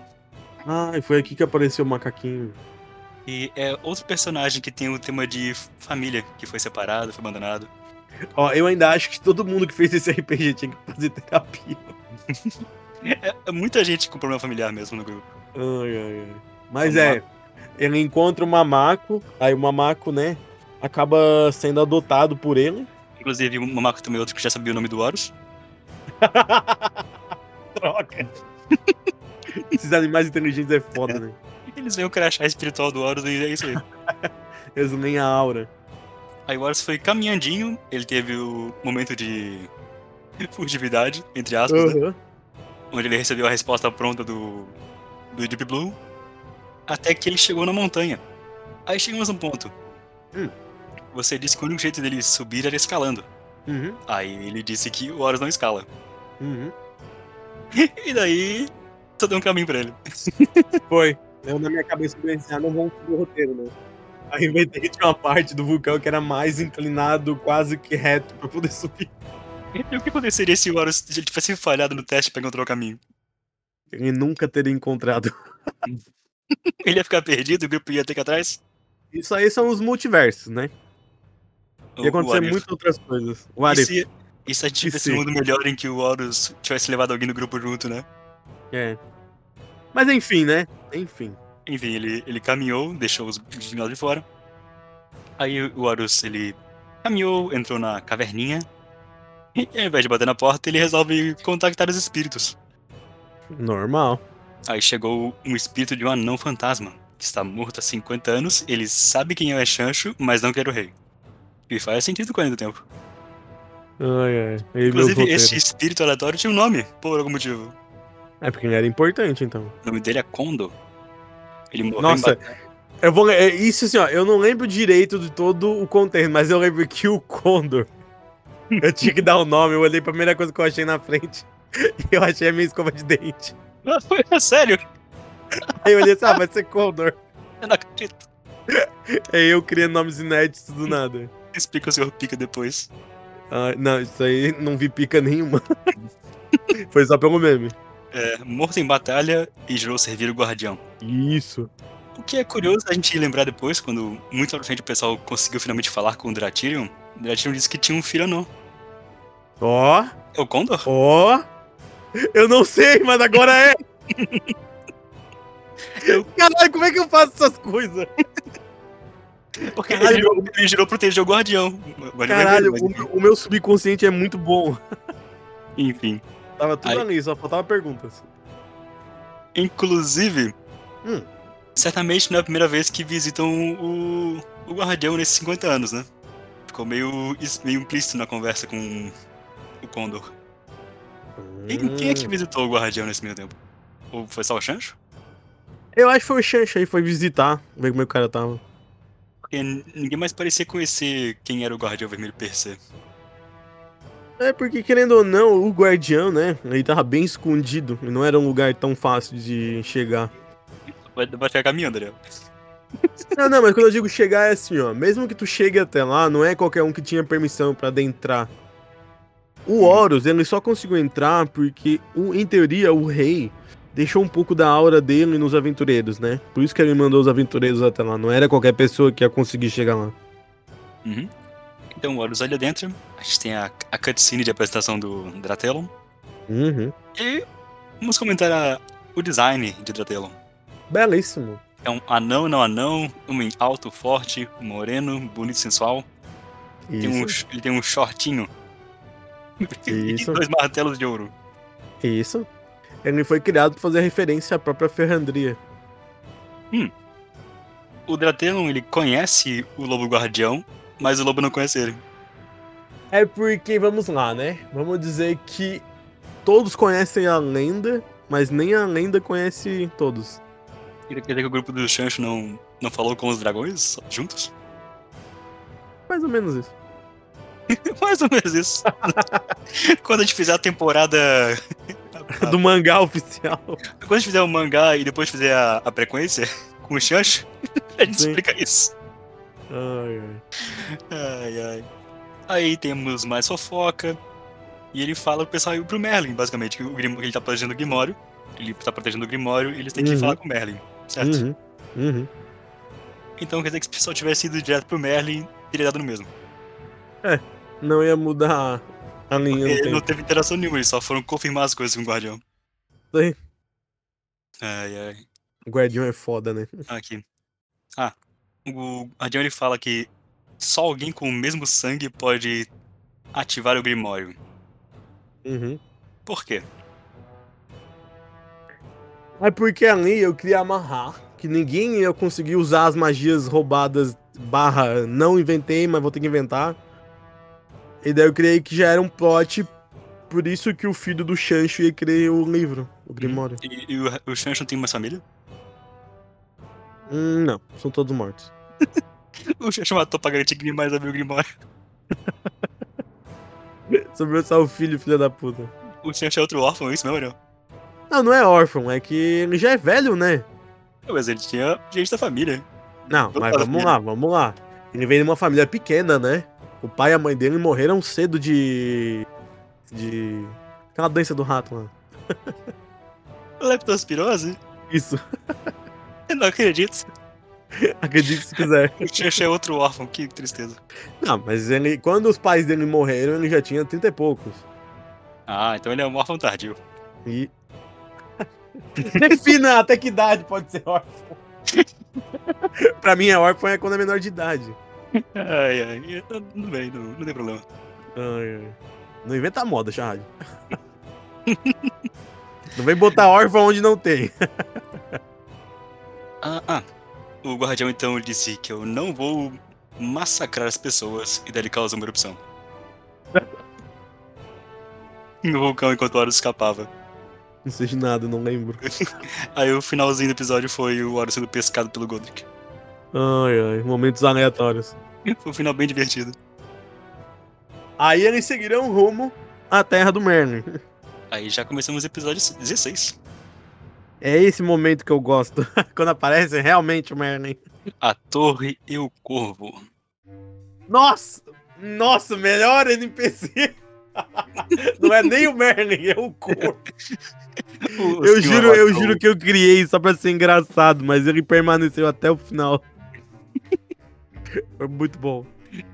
S2: Ai, foi aqui que apareceu o macaquinho.
S1: E é outro personagem que tem o tema de família, que foi separado, foi abandonado.
S2: Ó, eu ainda acho que todo mundo que fez esse RPG tinha que fazer terapia.
S1: É muita gente com problema familiar mesmo no grupo.
S2: Ai, ai, ai. Mas
S1: Vamos
S2: é, ele encontra o Mamaco, aí o Mamaco, né, acaba sendo adotado por ele.
S1: Inclusive, o Mamaco também é outro que já sabia o nome do Horus.
S2: Troca! (laughs) Esses animais inteligentes é foda, né?
S1: Eles veem o crachá espiritual do Horus e é isso aí.
S2: Eles nem a aura.
S1: aí o Horus foi caminhandinho, ele teve o momento de (laughs) furtividade, entre aspas, né?
S2: Uhum.
S1: onde ele recebeu a resposta pronta do, do Deep Blue, até que ele chegou na montanha. Aí chegamos num ponto.
S2: Hum.
S1: Você disse que o único jeito dele subir era escalando.
S2: Uhum.
S1: Aí ele disse que o Horus não escala.
S2: Uhum.
S1: E daí, só deu um caminho pra ele.
S2: Foi. Eu, na minha cabeça, pensei, ah, não vamos seguir o roteiro, né? Aí inventei que tinha uma parte do vulcão que era mais inclinado, quase que reto, pra poder subir.
S1: E o que aconteceria se o Horus se ele tivesse falhado no teste pra encontrar o caminho?
S2: Ele nunca teria encontrado.
S1: Ele ia ficar perdido, o grupo ia ter que ir atrás?
S2: Isso aí são os multiversos,
S1: O-
S2: né? Ia
S1: Então, o
S2: acontecer
S1: Arif.
S2: muitas outras coisas. O
S1: E
S2: Arif.
S1: se, e se a gente
S2: E
S1: tivesse
S2: se?
S1: um mundo melhor em que o Horus tivesse levado alguém do grupo junto, né?
S2: É. Mas enfim, né? Enfim.
S1: Enfim, ele, ele caminhou, deixou os gnomes de fora. Aí o Horus, ele caminhou, entrou na caverninha. E ao invés de bater na porta, ele resolve contactar os espíritos.
S2: Normal.
S1: Aí chegou um espírito de um anão fantasma, que está morto há 50 anos. Ele sabe quem é Xancho, mas não quer o rei. E faz sentido com ele do tempo.
S2: Ai, ai. Ele
S1: Inclusive, esse espírito aleatório tinha um nome, por algum motivo.
S2: É porque ele era importante, então.
S1: O nome dele é Kondo. Ele morreu
S2: Nossa.
S1: em
S2: Eu vou. le- é Isso assim, ó. Eu não lembro direito de todo o contexto, mas eu lembro que o Condor. (laughs) Eu tinha que dar o nome, eu olhei pra primeira coisa que eu achei na frente. (laughs) E eu achei a minha escova de dente.
S1: ba- Foi é (laughs) sério?
S2: Aí eu olhei assim, ah, vai ser Condor.
S1: Eu não acredito.
S2: Aí eu criei nomes inéditos do nada.
S1: Explica o senhor Pica depois.
S2: (laughs) Ah, não, isso aí não vi pica nenhuma. Foi só pelo meme.
S1: é, morto em batalha e jurou servir o guardião.
S2: Isso.
S1: O que é curioso a gente lembrar depois, quando muito lá pra frente o pessoal conseguiu finalmente falar com o Dratirion, o Dratirion disse que tinha um filho não.
S2: Ó,
S1: É o Condor?
S2: ó. Eu não sei, mas agora é. (laughs) Caralho, como é que eu faço essas coisas?
S1: Porque
S2: Caralho.
S1: ele, jurou, ele jurou proteger o guardião. O guardião
S2: Caralho,
S1: vermelho,
S2: o meu, o meu subconsciente é muito bom.
S1: mas, enfim.
S2: Tava tudo
S1: Aí.
S2: ali, só faltava perguntas.
S1: Inclusive,
S2: Hum.
S1: certamente não é a primeira vez que visitam o, o Guardião nesses 50 anos, né? Ficou meio, is- meio implícito na conversa com o Condor. Quem, quem é
S2: Hum.
S1: que visitou o Guardião nesse meio tempo? Ou foi só o Chancho?
S2: Eu acho que foi o Xancha aí, foi visitar, ver como é que o cara tava.
S1: Porque n- ninguém mais parecia conhecer quem era o Guardião Vermelho per se.
S2: É, porque querendo ou não, o guardião, né? Ele tava bem escondido. Não era um lugar tão fácil de chegar.
S1: Vai, vai chegar caminhando, né?
S2: Não, não, mas quando eu digo chegar é assim, ó. Mesmo que tu chegue até lá, não é qualquer um que tinha permissão pra adentrar. O
S1: Uhum.
S2: Horus, ele só conseguiu entrar porque, o, em teoria, o rei deixou um pouco da aura dele nos aventureiros, né? Por isso que ele mandou os aventureiros até lá. Não era qualquer pessoa que ia conseguir chegar lá.
S1: Uhum. Então, o Horus olha dentro. A gente tem a, a cutscene de apresentação do Dratelon.
S2: Uhum.
S1: E vamos comentar a- o design de Dratelon.
S2: Belíssimo.
S1: É um anão, não anão, um em alto, forte, moreno, bonito, sensual. Tem um,
S2: Isso.
S1: sh- ele tem um shortinho.
S2: Isso.
S1: (laughs) e dois martelos de ouro.
S2: Isso. Ele foi criado pra fazer referência à própria ferrandria.
S1: O Dratelon, ele conhece o lobo guardião, mas o lobo não conhece ele.
S2: É porque, vamos lá, né? Vamos dizer que todos conhecem a lenda, mas nem a lenda conhece todos.
S1: Quer dizer que o grupo do Chancho não, não falou com os dragões juntos? (laughs)
S2: Mais ou menos isso.
S1: Mais ou menos isso. (laughs) Quando a gente fizer a temporada. a-
S2: Do mangá oficial.
S1: a- quando a gente fizer o mangá e depois fizer a, a frequência com o Chancho, (laughs) a gente
S2: Sim.
S1: explica isso.
S2: (laughs) Ai, ai.
S1: Ai, ai. Aí temos mais fofoca. E ele fala pro pessoal ir pro Merlin, basicamente. Que o Grim- ele tá protegendo o Grimório. Ele tá protegendo o Grimório e eles têm que
S2: Uhum.
S1: falar com o Merlin, certo?
S2: Uhum, uhum.
S1: Então quer dizer que se o pessoal tivesse ido direto pro Merlin, teria dado no mesmo.
S2: Não ia mudar a linha do
S1: Ele não
S2: tempo.
S1: teve interação nenhuma, eles só foram confirmar as coisas com o Guardião.
S2: Sim.
S1: Ai, ai.
S2: O Guardião é foda, né?
S1: Aqui. Ah, o Guardião ele fala que só alguém com o mesmo sangue pode ativar o Grimório.
S2: Uhum.
S1: Por quê?
S2: É porque ali eu queria amarrar que ninguém ia conseguir usar as magias roubadas barra não inventei, mas vou ter que inventar. E daí eu criei que já era um plot, por isso que o filho do Xancho ia querer o livro, o Grimório.
S1: E, e o, o Shansh não tem mais família? (laughs)
S2: Hum, não, são todos mortos. (laughs)
S1: O chefe matou pra garantir que mais abriu o Grimório.
S2: Sobrou só o filho, filha da puta.
S1: O chefe é outro órfão, é isso mesmo, não?
S2: Não, não é órfão, é que ele já é velho, né?
S1: Mas ele tinha gente da família.
S2: Não, assim.
S1: Toda
S2: mas
S1: hora
S2: vamos
S1: filha.
S2: lá, vamos lá. Ele veio de uma família pequena, né? O pai e a mãe dele morreram cedo de. de. aquela doença do rato, mano.
S1: Leptospirose?
S2: Isso, (laughs)
S1: Eu não acredito.
S2: acredite se quiser.
S1: O chefe é outro órfão, que tristeza.
S2: Não, mas ele. Quando os pais dele morreram, ele já tinha 30 e poucos.
S1: Ah, então ele é um órfão tardio.
S2: E. Defina até que idade pode ser órfão. pra mim, é órfão é quando é menor de idade.
S1: Ai, ai, eu- tudo bem, não, não tem problema.
S2: Ai, ai. Não inventa moda, Charade. não vem botar órfão onde não tem. (laughs)
S1: Ah, ah. O guardião então disse que eu não vou massacrar as pessoas e daí ele causou uma erupção. (laughs) No vulcão enquanto o Horus escapava.
S2: Não sei de nada, não lembro.
S1: Aí o finalzinho do episódio foi o Horus sendo pescado pelo Godric. (laughs)
S2: Ai, ai, momentos aleatórios.
S1: Foi um final bem divertido.
S2: Aí eles seguirão rumo à terra do Merlin.
S1: Aí já começamos o episódio 16.
S2: É esse momento que eu gosto, (laughs) quando aparece realmente o Merlin.
S1: A Torre e
S2: (laughs)
S1: o Corvo.
S2: Nossa! Nossa, melhor NPC! (laughs) Não é nem o Merlin, é o corpo.
S1: O senhor
S2: Eu juro, eu
S1: Arthur.
S2: juro que eu criei só pra ser engraçado, mas ele permaneceu até o final. Foi muito bom.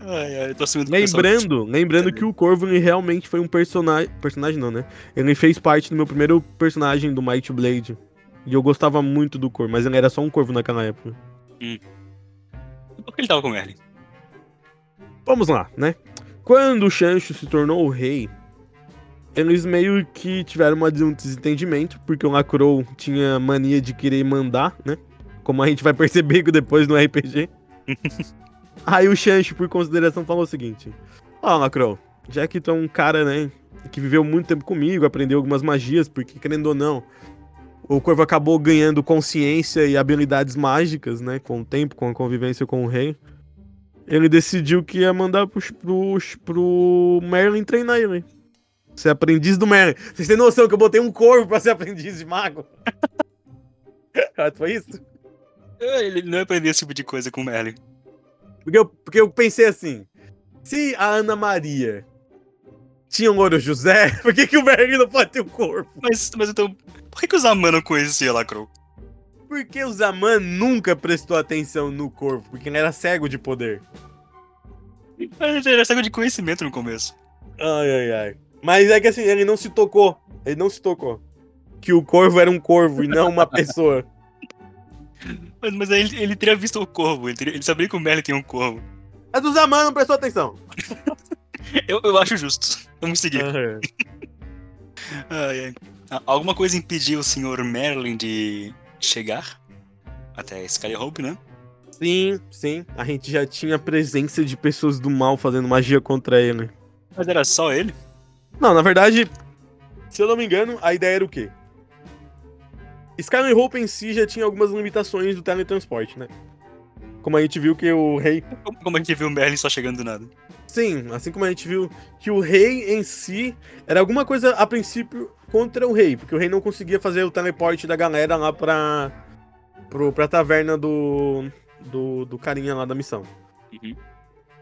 S1: Ai, ai, eu tô assumindo que o pessoal-
S2: Lembrando, lembrando que o Corvo ele realmente foi um personagem. Personagem não, né? Ele fez parte do meu primeiro personagem do Might Blade. E eu gostava muito do Corvo, mas ele era só um Corvo naquela época.
S1: Por que ele tava com o Merlin?
S2: Vamos lá, né? Quando o Xancho se tornou o rei, eles meio que tiveram uma- um desentendimento, porque o Lacrow tinha mania de querer mandar, né? Como a gente vai perceber que depois no RPG. Aí o Xancho, por consideração, falou o seguinte: Ó, Lacrow, já que tu é um cara, né, que viveu muito tempo comigo, aprendeu algumas magias, porque querendo ou não, o corvo acabou ganhando consciência e habilidades mágicas, né, com o tempo, com a convivência com o rei ele decidiu que ia mandar pro, pro, pro Merlin treinar ele. Ser aprendiz do Merlin. Vocês têm noção que eu botei um corvo pra ser (laughs) aprendiz de mago? Ah, Foi isso?
S1: É, Ele não ia aprender esse tipo de coisa com o Merlin.
S2: Porque eu, porque eu pensei assim: se a Ana Maria tinha um ouro José, (laughs) por que, que o Merlin não pode ter um corvo?
S1: Mas, mas então, por que, que o Zaman não conhecia Lacro?
S2: Por que o Zaman nunca prestou atenção no corvo? Porque ele era cego de poder.
S1: Ele era cego de conhecimento no começo.
S2: Ai, ai, ai. Mas é que assim, ele não se tocou. Ele não se tocou. Que o corvo era um corvo e não uma pessoa.
S1: Mas, mas aí ele, ele teria visto o corvo, ele, teria- ele sabia que o Merlin tem um corvo.
S2: Mas o É Zaman não prestou atenção.
S1: Eu, eu acho justo. (laughs) Vamos
S2: É.
S1: seguir. Ai, ai. Ah, Alguma coisa impediu o senhor Merlin de chegar até Sky Hope, né?
S2: Sim, sim. A gente já tinha a presença de pessoas do mal fazendo magia contra ele.
S1: Mas era só ele?
S2: Não, na verdade, se eu não me engano, a ideia era o quê? Skyrim Hope em si já tinha algumas limitações do teletransporte, né? Como a gente viu que o rei
S1: Como, como a gente viu o Merlin só chegando do nada?
S2: Sim, assim como a gente viu que o rei em si era alguma coisa a princípio contra o rei, porque o rei não conseguia fazer o teleporte da galera lá pra, pro, pra taverna do, do, do carinha lá da missão.
S1: Uhum.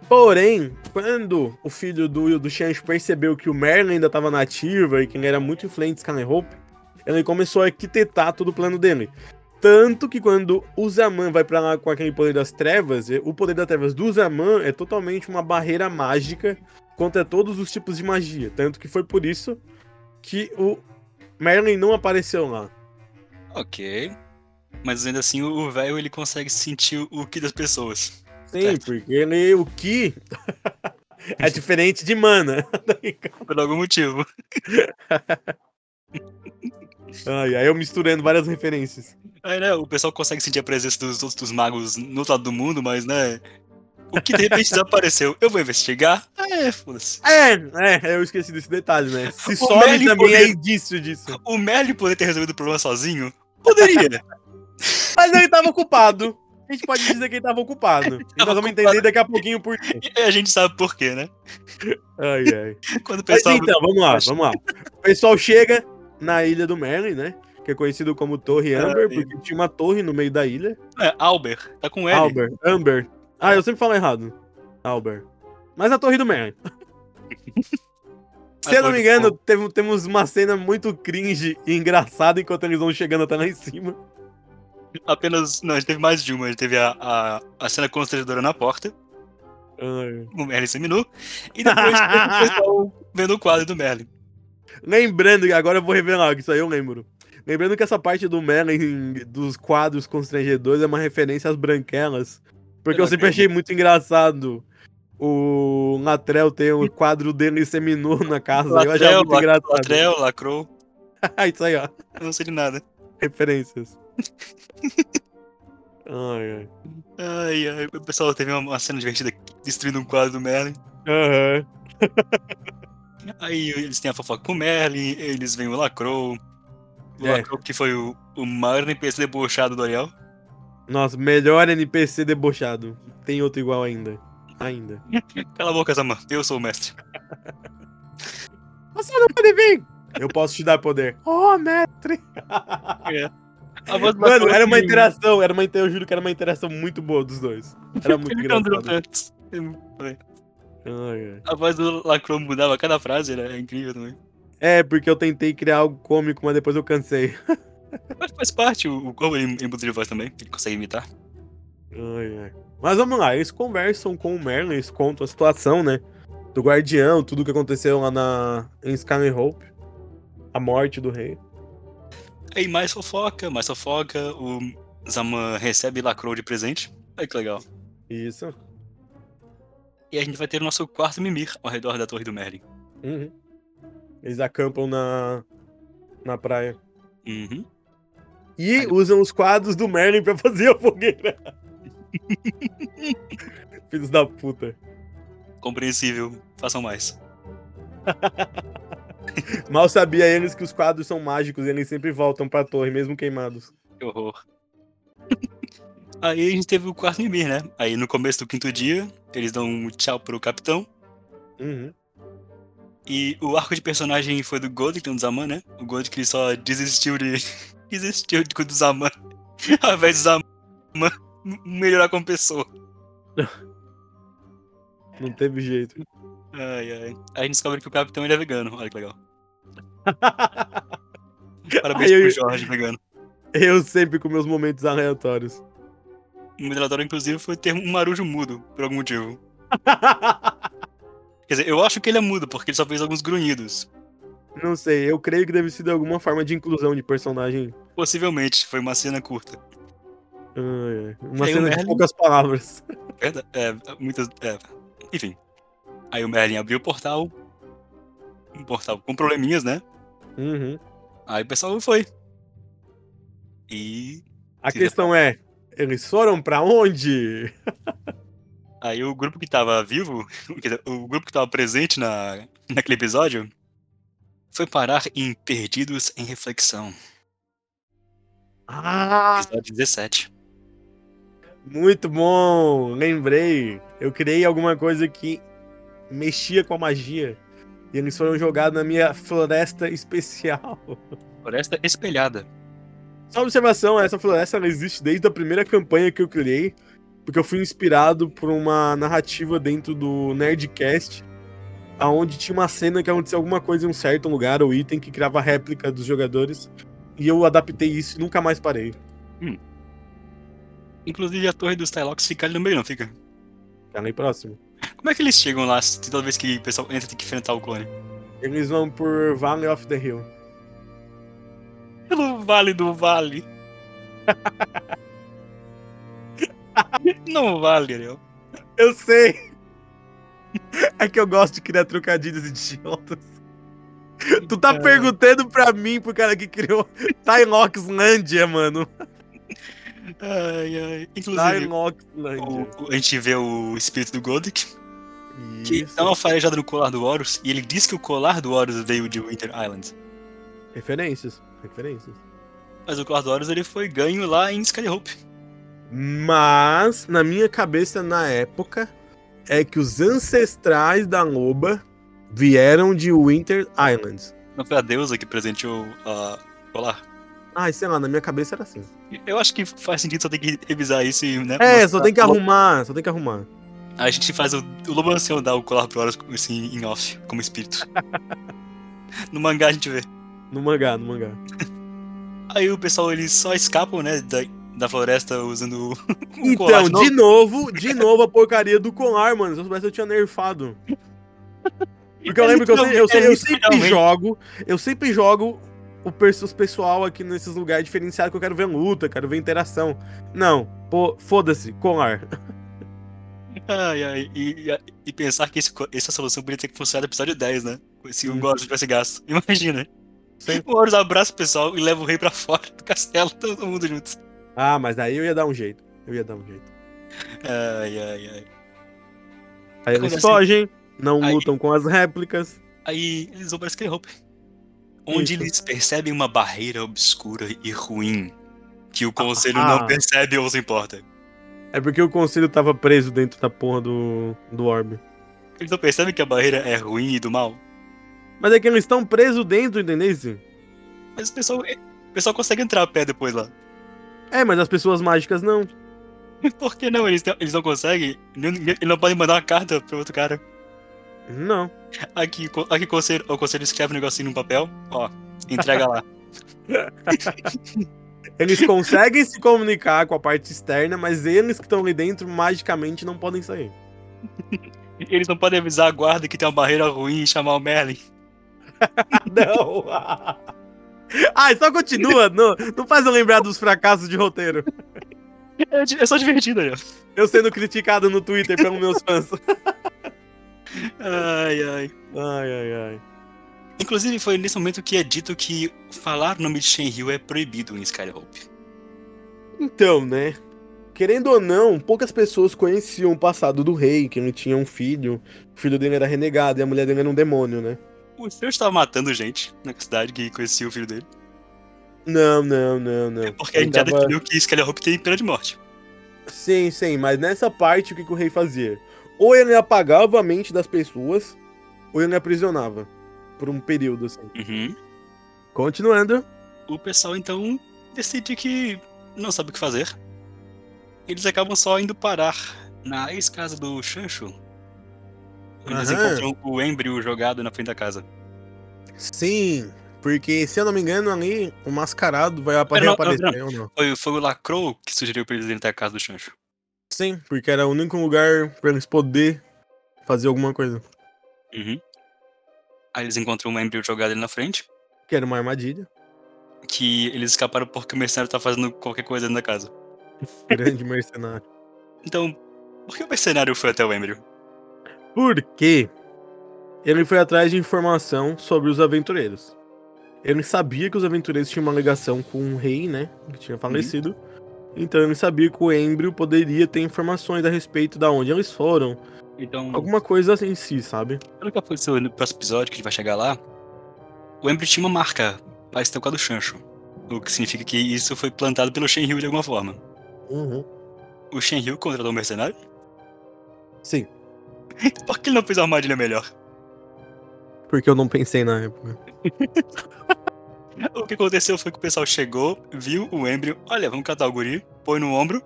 S2: Porém, quando o filho do, do Shansh percebeu que o Merlin ainda tava na ativa e que ele era muito influente em Skyhope, ele começou a arquitetar todo o plano dele. Tanto que quando o Zaman vai pra lá com aquele poder das trevas, eh, o poder das trevas do Zaman é totalmente uma barreira mágica contra todos os tipos de magia. Tanto que foi por isso que o Merlin não apareceu lá.
S1: Ok. Mas ainda assim o velho ele consegue sentir o que das pessoas.
S2: Sim,
S1: Certo.
S2: É, porque ele, o Ki, (laughs) é diferente de mana.
S1: Por algum motivo.
S2: Ai, aí eu misturando várias referências.
S1: Aí, né, o pessoal consegue sentir a presença dos outros dos magos no outro lado do mundo, mas, né? O que de repente (laughs) desapareceu? Eu vou investigar? Ah, É, foda-se.
S2: É, é, eu esqueci desse detalhe, né? Se
S1: O
S2: some
S1: Merlin
S2: também é
S1: poder-
S2: indício disso.
S1: O Merlin poderia ter resolvido o problema sozinho?
S2: (laughs)
S1: Poderia.
S2: Mas ele tava ocupado. A gente pode dizer que ele
S1: (laughs)
S2: tava ocupado. E nós
S1: Tava
S2: vamos
S1: ocupado.
S2: entender daqui a pouquinho por quê.
S1: E a gente sabe por quê, né?
S2: Ai, ai.
S1: Quando o
S2: Mas
S1: pessoal.
S2: então, vamos lá, vamos lá. O pessoal chega na ilha do Merlin, né? Que é conhecido como Torre Amber,
S1: Ah,
S2: porque tinha uma torre no meio da ilha.
S1: É, Albert, tá com L.
S2: Albert, Amber. Ah, eu sempre falo errado. Albert. Mas a torre do Merlin. Se eu não me engano, teve- temos uma cena muito cringe e engraçada enquanto eles vão chegando até lá em cima.
S1: um, Apenas. Não, a gente teve mais de uma. A gente teve a, a, a cena constrangedora na porta,
S2: Ai.
S1: com o Merlin seminu. E depois teve o pessoal
S2: (laughs)
S1: vendo o quadro do Merlin.
S2: Tá Lembrando, e agora eu vou revelar, que isso aí eu lembro. Lembrando que essa parte do Merlin, dos quadros constrangedores, é uma referência às branquelas. Porque eu sempre achei muito engraçado o Latrell ter um quadro dele seminu na casa. eu achava muito
S1: Latrell,
S2: engraçado. (laughs) Ah,
S1: Latrell, Lacrou.
S2: isso aí, ó.
S1: Eu não sei de nada.
S2: Referências. ai, ai.
S1: Ai, ai. O pessoal teve uma, uma cena divertida destruindo um quadro do Merlin.
S2: Aham.
S1: Aí eles têm a fofoca com o Merlin, eles veem o Lacrou. O
S2: É.
S1: Lacrou que foi o, o maior NPC debochado do Ariel.
S2: Nossa, melhor NPC debochado. Tem outro igual ainda. Ainda.
S1: Cala a boca, Zaman. Eu sou o mestre.
S2: Você não pode vir! Eu posso te dar poder. Oh, mestre! (laughs)
S1: É. A voz do
S2: Mano,
S1: Lacrou
S2: era uma
S1: que-
S2: interação, era
S1: (laughs)
S2: uma, inter- eu juro que era uma interação muito boa dos dois. Era muito
S1: Ele não durou
S2: engraçado.
S1: tanto.
S2: Ai, ai.
S1: A voz do Lacroix mudava a cada frase, era incrível também.
S2: É, porque eu tentei criar algo cômico, mas depois eu cansei.
S1: Mas faz parte, o, o Corvo ele ele muda de voz também, ele consegue imitar.
S2: Ai, ai. Mas vamos lá, eles conversam com o Merlin, eles contam a situação, né? Do guardião, tudo que aconteceu lá na, em Skyhope. A morte do rei.
S1: Aí mais fofoca, mais fofoca, o Zaman recebe Lacroix de presente. Olha que legal.
S2: Isso.
S1: E a gente vai ter o nosso quarto Mimir ao redor da Torre do Merlin.
S2: Uhum. Eles acampam na, na praia.
S1: Uhum.
S2: E usam os quadros do Merlin pra fazer a fogueira. (laughs) Filhos da puta.
S1: Compreensível, façam mais.
S2: Mal sabia eles que os quadros são mágicos e eles sempre voltam pra torre, mesmo queimados.
S1: Que horror. Aí a gente teve o quarto Mimir, né? Aí no começo do quinto dia, eles dão um tchau pro capitão.
S2: Uhum.
S1: E o arco de personagem foi do Godric, não do Zaman, né? O Godric ele só desistiu de. (laughs) desistiu de do Zaman. (laughs) Ao invés do Zaman m- melhorar como pessoa.
S2: Não teve jeito.
S1: Ai, ai. Aí a gente descobre que o capitão ele é vegano. Olha que legal. Parabéns
S2: Ai, eu-
S1: pro Jorge, vegano.
S2: Eu sempre com meus momentos aleatórios. (laughs)
S1: O meu relatório, inclusive, foi ter um marujo mudo, por algum motivo. Quer dizer, eu acho que ele é mudo, porque ele só fez alguns grunhidos.
S2: Não sei, eu creio que deve ser de alguma forma de inclusão de personagem.
S1: Possivelmente, foi uma cena curta.
S2: Ai, ai. Uma
S1: Tem um o
S2: cena de
S1: Merlin.
S2: poucas palavras.
S1: Verdade? É, muitas. É. Enfim. Aí o Merlin abriu o portal. Um portal com probleminhas, né?
S2: Uhum.
S1: Aí o pessoal foi. E
S2: A
S1: Sim, tá.
S2: questão é, eles foram pra onde?
S1: aí o grupo que tava vivo, (laughs) quer dizer, o grupo que tava presente na, naquele episódio, foi parar em Perdidos em Reflexão,
S2: Ah,
S1: episódio 17.
S2: muito bom. Lembrei, eu criei alguma coisa que mexia com a magia. E eles foram jogados na minha floresta especial.
S1: Floresta Espelhada.
S2: Só uma observação, essa floresta ela existe desde a primeira campanha que eu criei, porque eu fui inspirado por uma narrativa dentro do Nerdcast, aonde tinha uma cena que acontecia alguma coisa em um certo lugar ou item que criava réplica dos jogadores, e eu adaptei isso e nunca mais parei.
S1: Inclusive a torre dos Tylox fica ali no meio, não fica?
S2: Falei próximo.
S1: Como é que eles chegam lá se toda vez que o pessoal entra tem que enfrentar o clone?
S2: Eles vão por Valley of the Hill.
S1: Pelo vale do
S2: (laughs)
S1: vale. não vale, Ariel.
S2: Eu sei! (laughs) É que eu gosto de criar trocadilhos idiotas. Tu tá
S1: Cara.
S2: perguntando pra mim, pro cara que criou (laughs) Tyloxlândia, mano.
S1: Ai, ai. Inclusive,
S2: Tyloxlândia.
S1: o- o- a gente vê o espírito do Godric, que
S2: Isso.
S1: dá uma farejada no colar do Horus, e ele diz que o colar do Horus veio de Winter Island.
S2: Referências. Referências.
S1: Mas o colar do Horus ele foi ganho lá em Skyhope.
S2: Mas, na minha cabeça, na época, é que os ancestrais da Loba vieram de Winter Islands.
S1: Não foi a deusa que presenteou ah, o colar.
S2: Ai, sei lá, na minha cabeça era assim.
S1: Eu acho que faz sentido, só tem que revisar isso e, né?
S2: É,
S1: mostrar-
S2: só tem que arrumar, só tem que arrumar.
S1: A gente faz o, o Lobo Ancião dar o colar pro Horus assim, em off, como
S2: (laughs)
S1: espírito. no mangá a gente vê.
S2: No mangá, no mangá.
S1: Aí o pessoal, eles só escapam, né, da, da floresta usando o (laughs) o colar.
S2: Então,
S1: não-
S2: de novo, de novo a porcaria do colar, mano. Se eu soubesse, eu tinha nerfado. Porque eu
S1: É
S2: lembro que eu, sei- eu sei- eu
S1: literalmente- é
S2: sempre
S1: literalmente.
S2: jogo, eu sempre jogo o pers- os pessoal aqui nesses lugares diferenciados que eu quero ver luta, quero ver interação. Não, pô, foda-se, colar.
S1: Ai, ai, então, e, e- e pensar que esse co- essa solução poderia ter funcionado no episódio 10, né? Se
S2: Hum.
S1: o Horus tivesse gasto. Imagina.
S2: Sim.
S1: O Horus abraça o pessoal e leva o rei pra fora do castelo, (laughs) todo mundo junto.
S2: (laughs) Ah, mas daí eu ia dar um jeito. Eu ia dar um jeito.
S1: Ai, ai, ai.
S2: Aí eles
S1: Acontece-
S2: fogem, não
S1: Aí-
S2: lutam com as réplicas.
S1: Aí eles vão pra Skyhope. Onde
S2: Isso.
S1: eles percebem uma barreira obscura e ruim. Que o conselho
S2: Ah.
S1: não percebe ou se importa.
S2: É porque o conselho tava preso dentro da porra do, do orbe.
S1: Eles não percebem que a barreira é ruim e do mal.
S2: Mas é que eles estão presos dentro, entendeu?
S1: Mas o pessoal, eh, o pessoal consegue entrar a pé depois lá. (laughs)
S2: É, mas as pessoas mágicas não.
S1: Por que não? Eles não, eles não conseguem. Nen- Eles não podem mandar uma carta pro outro cara.
S2: Não.
S1: Aqui, co- aqui o conselho, o conselho escreve um negocinho num papel, ó, entrega
S2: (laughs)
S1: lá.
S2: Eles conseguem se comunicar com a parte externa, mas eles que estão ali dentro magicamente não podem sair.
S1: Eles não podem avisar a guarda que tem uma barreira ruim e chamar o Merlin.
S2: Não! (laughs) ah, só continua, não, não faz eu lembrar dos fracassos de roteiro.
S1: É, di- é só divertido,
S2: (laughs)
S1: né?
S2: Eu sendo criticado no Twitter pelos meus fãs.
S1: Ai, ai.
S2: Ai, ai, ai.
S1: Inclusive, foi nesse momento que é dito que falar o nome de Shenryu é proibido em Skyhope.
S2: Então, né? Querendo ou não, poucas pessoas conheciam o passado do rei, que ele tinha um filho. O filho dele era renegado e a mulher dele era um demônio, né?
S1: O seu estava matando gente na cidade que conhecia o filho dele.
S2: Não, não, não, não.
S1: É porque a gente já definiu que Skyhope tem pena de morte.
S2: Sim, sim, mas nessa parte o que, que o rei fazia? Ou ele apagava a mente das pessoas, ou ele aprisionava. Por um período, assim.
S1: Uhum.
S2: Continuando.
S1: O pessoal então decide que não sabe o que fazer. Eles acabam só indo parar na ex-casa do Shancho. Onde eles
S2: Aham.
S1: encontram o Embryo jogado na frente da casa.
S2: Sim, porque se eu não me engano, ali o mascarado vai
S1: Era-
S2: reaparecer, ou não?
S1: Foi, foi o Lacrow que sugeriu pra eles irem até a casa do Shancho.
S2: Sim, porque era o único lugar pra eles poder fazer alguma coisa.
S1: Uhum. Aí eles encontram o Embryo jogado ali na frente.
S2: Que era uma armadilha. (laughs)
S1: que eles escaparam porque o mercenário tá fazendo qualquer coisa dentro da casa.
S2: Grande mercenário.
S1: Então, por que o mercenário foi até o Embryo?
S2: Por quê? Ele foi atrás de informação sobre os aventureiros. Ele sabia que os aventureiros tinham uma ligação com um rei, né? Que tinha falecido. Então ele sabia que o Embrio poderia ter informações a respeito da onde eles foram.
S1: Então,
S2: Alguma coisa em si, sabe?
S1: pelo que aconteceu no próximo episódio, que a gente vai chegar lá, o Embryo tinha uma marca, parece ter o do Chancho. O que significa que isso foi plantado pelo Shenryu de alguma forma. O Shenryu contratou o mercenário?
S2: Sim.
S1: (laughs) Por que ele não fez uma armadilha melhor?
S2: Porque eu não pensei na época.
S1: O que aconteceu foi que o pessoal chegou, viu o Embryo, olha, vamos catar o guri, põe no ombro.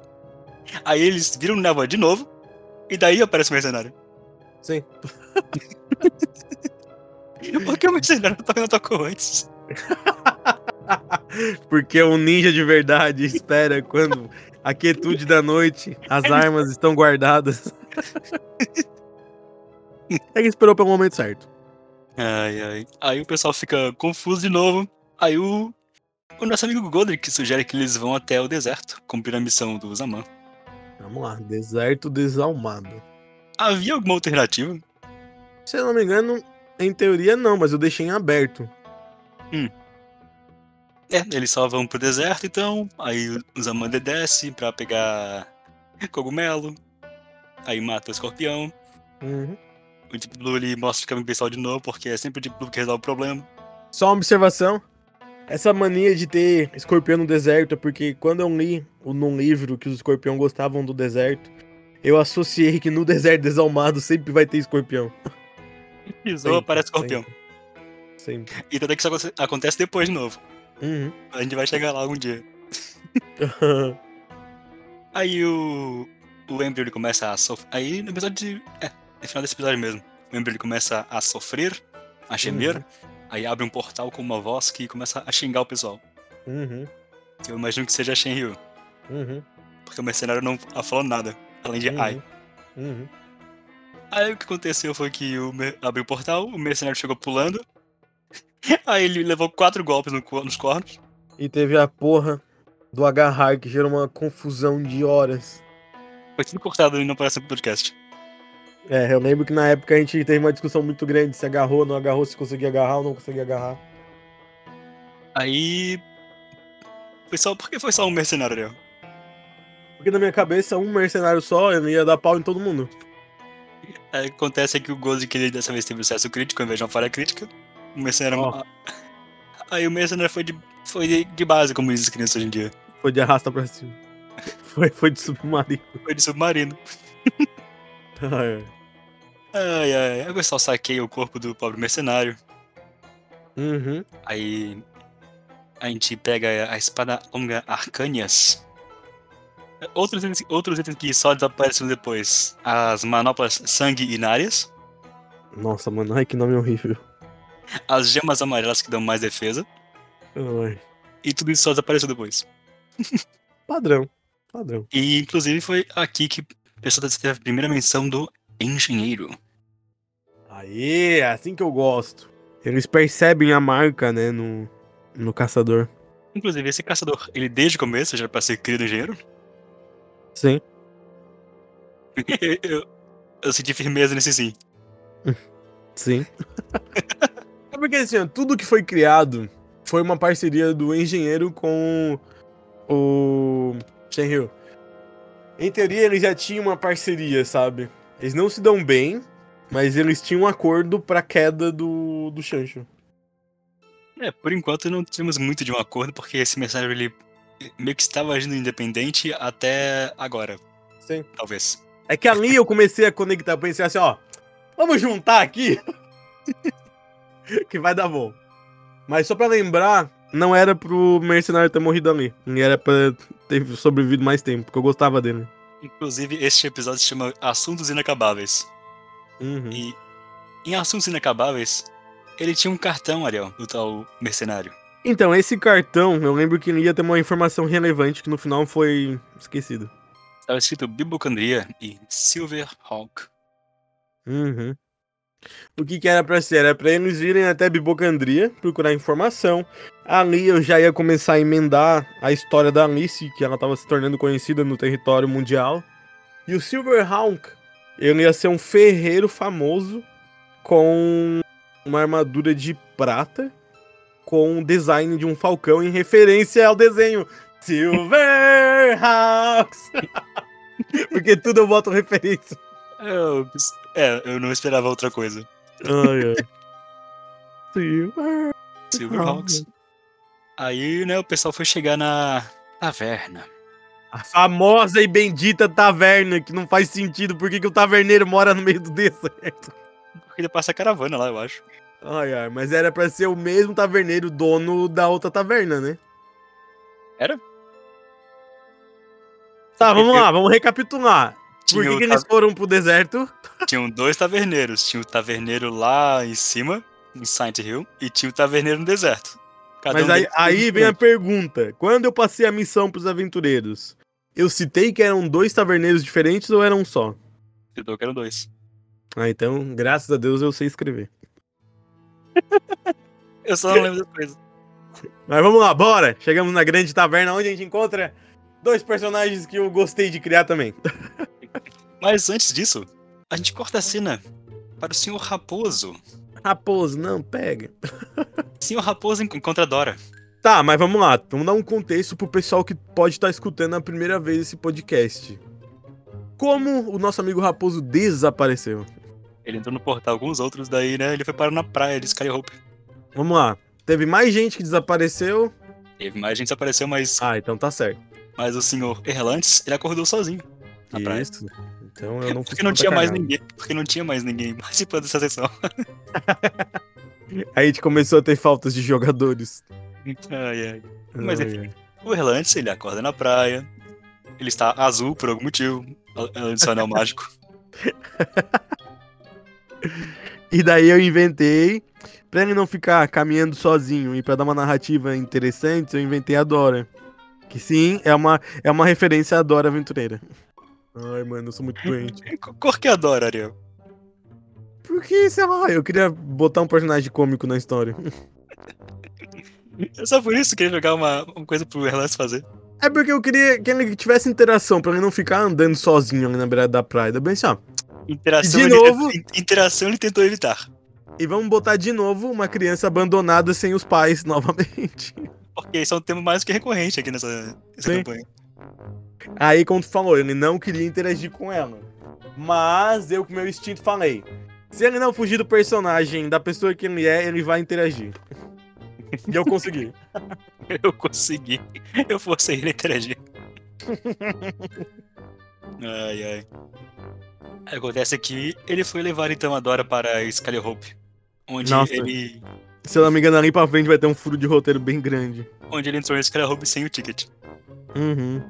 S1: Aí eles viram o Neva de novo, e daí aparece o mercenário.
S2: Sim.
S1: (laughs) Por que o mercenário não to- não tocou antes?
S2: Porque um ninja de verdade (laughs) espera quando a quietude da noite, as armas estão (laughs) guardadas. Ele É esperou pelo momento certo.
S1: Ai, ai. Aí o pessoal fica confuso de novo. Aí o, o nosso amigo Godric sugere que eles vão até o deserto, cumprir a missão do Zaman.
S2: Vamos lá, deserto desalmado.
S1: Havia alguma alternativa?
S2: Se eu não me engano, em teoria não, mas eu deixei em aberto.
S1: É, eles só vão pro deserto, então. Aí o Zaman desce pra pegar cogumelo. Aí mata o escorpião.
S2: Uhum.
S1: O Deep Blue ele mostra o caminho pessoal de novo, porque é sempre o Deep Blue que resolve o problema.
S2: Só uma observação. Essa mania de ter escorpião no deserto, é porque quando eu li o- num livro que os escorpião gostavam do deserto, eu associei que no (laughs) deserto desalmado sempre vai ter escorpião.
S1: Pisou, aparece o escorpião.
S2: Sempre. sempre.
S1: E tanto é que isso aconte- acontece depois de novo.
S2: Uhum.
S1: A gente vai chegar lá algum dia. Aí o, o Embryo ele começa a sofrer. Aí no episódio de. É, no final desse episódio mesmo. O Embryo ele começa a sofrer, a gemer. Aí abre um portal com uma voz que começa a xingar o pessoal.
S2: (laughs) Uhum.
S1: Eu imagino que seja a Shenryu,
S2: Uhum.
S1: porque o mercenário não tá falando nada, além de
S2: uhum,
S1: ai.
S2: Uhum.
S1: Aí o que aconteceu foi que o mer- abriu o portal, o mercenário chegou pulando. (laughs) Aí ele levou quatro golpes no co- nos cornos.
S2: E teve a porra do agarrar que gerou uma confusão de horas.
S1: Foi tudo cortado e não aparece no podcast.
S2: É, eu lembro que na época a gente teve uma discussão muito grande se agarrou, não agarrou, se conseguia agarrar ou não conseguia agarrar.
S1: Aí. Foi só. Por que foi só um mercenário, Ariel?
S2: Porque na minha cabeça, um mercenário só, ele ia dar pau em todo mundo.
S1: Aí Acontece é que o Gozo que ele dessa vez teve sucesso crítico ao invés de uma falha crítica. O mercenário.
S2: Ó.
S1: Aí o mercenário foi de, foi de, de base, como diz as crianças hoje em dia.
S2: Foi de arrasta pra cima. (laughs) Foi, foi de submarino.
S1: Foi de submarino.
S2: Ai,
S1: Ai, ai. Aí o pessoal saqueia o corpo do pobre mercenário.
S2: ai. Uhum.
S1: Aí. A gente pega a espada longa Arcanias. Outros itens, outros itens que só desapareceram depois: as manoplas Sangue Inárias.
S2: Nossa, mano, ai que nome horrível.
S1: As gemas amarelas que dão mais defesa.
S2: Ai.
S1: E tudo isso só desapareceu depois.
S2: Padrão. Padrão.
S1: E inclusive foi aqui que a pessoa teve a primeira menção do engenheiro.
S2: Aí, é assim que eu gosto. Eles percebem a marca, né, no, no caçador.
S1: Inclusive, esse caçador, ele desde o começo já era pra ser querido engenheiro.
S2: Sim.
S1: eu, eu senti firmeza nesse sim.
S2: Sim. é porque assim, ó, tudo que foi criado foi uma parceria do engenheiro com o Shenryu. Em teoria, eles já tinham uma parceria, sabe? Eles não se dão bem, mas eles tinham um acordo pra queda do, do Shancho.
S1: É, por enquanto não tivemos muito de um acordo, porque esse mercenário ele meio que estava agindo independente até agora,
S2: Sim.
S1: talvez.
S2: É que ali eu comecei a conectar, pensei assim, ó, vamos juntar aqui, (laughs) que vai dar bom. Mas só pra lembrar, não era pro mercenário ter morrido ali, e era pra ter sobrevivido mais tempo, porque eu gostava dele.
S1: Inclusive, este episódio se chama Assuntos Inacabáveis.
S2: Uhum.
S1: E em Assuntos Inacabáveis, ele tinha um cartão, Ariel, do tal mercenário.
S2: Então, esse cartão, eu lembro que ia ter uma informação relevante que no final foi esquecida.
S1: Estava escrito Bibocandria e Silver Hawk.
S2: Uhum. O que que era pra ser? Era pra eles irem até Bibocandria procurar informação. Ali eu já ia começar a emendar a história da Alice, que ela tava se tornando conhecida no território mundial. E o Silverhawk, ele ia ser um ferreiro famoso com uma armadura de prata com o design de um falcão em referência ao desenho Silverhawks. (laughs) Porque tudo eu boto referência.
S1: Eu, é, eu não esperava outra coisa.
S2: Ai, ai. Sim.
S1: Silver Hawks. Aí, né, o pessoal foi chegar na taverna.
S2: A famosa e bendita taverna, que não faz sentido. Por que, que o taverneiro mora no meio do (laughs) deserto?
S1: Porque ele passa a caravana lá, eu acho.
S2: Ai, ai, mas era pra ser o mesmo taverneiro dono da outra taverna, né?
S1: Era?
S2: Tá, vamos lá, vamos recapitular. Por
S1: Tinha
S2: que,
S1: o
S2: que
S1: ta-
S2: eles foram pro deserto?
S1: (laughs) Tinham dois taverneiros. Tinha o taverneiro lá em cima, em Saint Hill, e tinha o taverneiro no deserto. Cada
S2: Mas
S1: um
S2: aí,
S1: deles-
S2: aí vem a pergunta: quando eu passei a missão pros aventureiros, eu citei que eram dois taverneiros diferentes ou eram um só?
S1: Eu tô querendo dois.
S2: Ah, então, graças a Deus eu sei escrever.
S1: Eu só não lembro das coisas.
S2: Mas vamos lá, bora! Chegamos na grande taverna onde a gente encontra dois personagens que eu gostei de criar também. (laughs)
S1: Mas antes disso, a gente corta a cena para o senhor Raposo.
S2: Raposo, não, pega.
S1: Senhor Raposo en- encontra a Dora.
S2: Tá, mas vamos lá. Vamos dar um contexto pro pessoal que pode estar escutando a primeira vez esse podcast. Como o nosso amigo Raposo desapareceu?
S1: Ele entrou no portal com os outros, daí, né, ele foi parar na praia de Skyhope.
S2: Vamos lá. Teve mais gente que desapareceu.
S1: Teve mais gente que apareceu, mas,
S2: Ah, então tá certo.
S1: mas o senhor Erlantes, ele acordou sozinho. Na praia.
S2: Isso. Então eu não fiz
S1: Tá (laughs) Porque não
S2: tanta
S1: tinha mais
S2: cagada.
S1: ninguém. Porque não tinha mais ninguém (laughs) participando dessa sessão.
S2: Aí a gente começou a ter faltas de jogadores.
S1: Ai, ai. Mas é
S2: Ai,
S1: enfim. O Erlantes, ele acorda na praia. Ele está azul por algum motivo. Além do seu
S2: (laughs)
S1: anel mágico.
S2: E daí eu inventei, pra ele não ficar caminhando sozinho e pra dar uma narrativa interessante, eu inventei a Dora. Que sim, é uma, é uma referência à Dora Aventureira. Ai, mano, eu sou muito doente. (laughs)
S1: Cor que adora, Ariel.
S2: Porque, sei lá, eu queria botar um personagem cômico na história.
S1: É só por isso que ele jogar uma, uma coisa pro Erlantes fazer.
S2: É porque eu queria que ele tivesse interação, pra ele não ficar andando sozinho ali na beirada da praia. Daí eu pensei, ó,
S1: Interação,
S2: De
S1: ele-
S2: novo?
S1: in- interação ele tentou evitar.
S2: e vamos botar de novo uma criança abandonada sem os pais (laughs) novamente.
S1: Porque isso é um tema mais que recorrente aqui nessa, nessa
S2: Sim.
S1: campanha.
S2: Aí, como tu falou, ele não queria interagir com ela. Mas eu, com meu instinto, falei: se ele não fugir do personagem, da pessoa que ele é, ele vai interagir. E eu consegui.
S1: (laughs) Eu consegui. Eu forcei ele a interagir. ai, ai. Acontece que ele foi levar então a Dora para Skyhope. Onde
S2: Nossa.
S1: ele.
S2: Se eu não me engano, ali pra frente vai ter um furo de roteiro bem grande.
S1: Onde ele entrou em Skyhope sem o ticket.
S2: Uhum.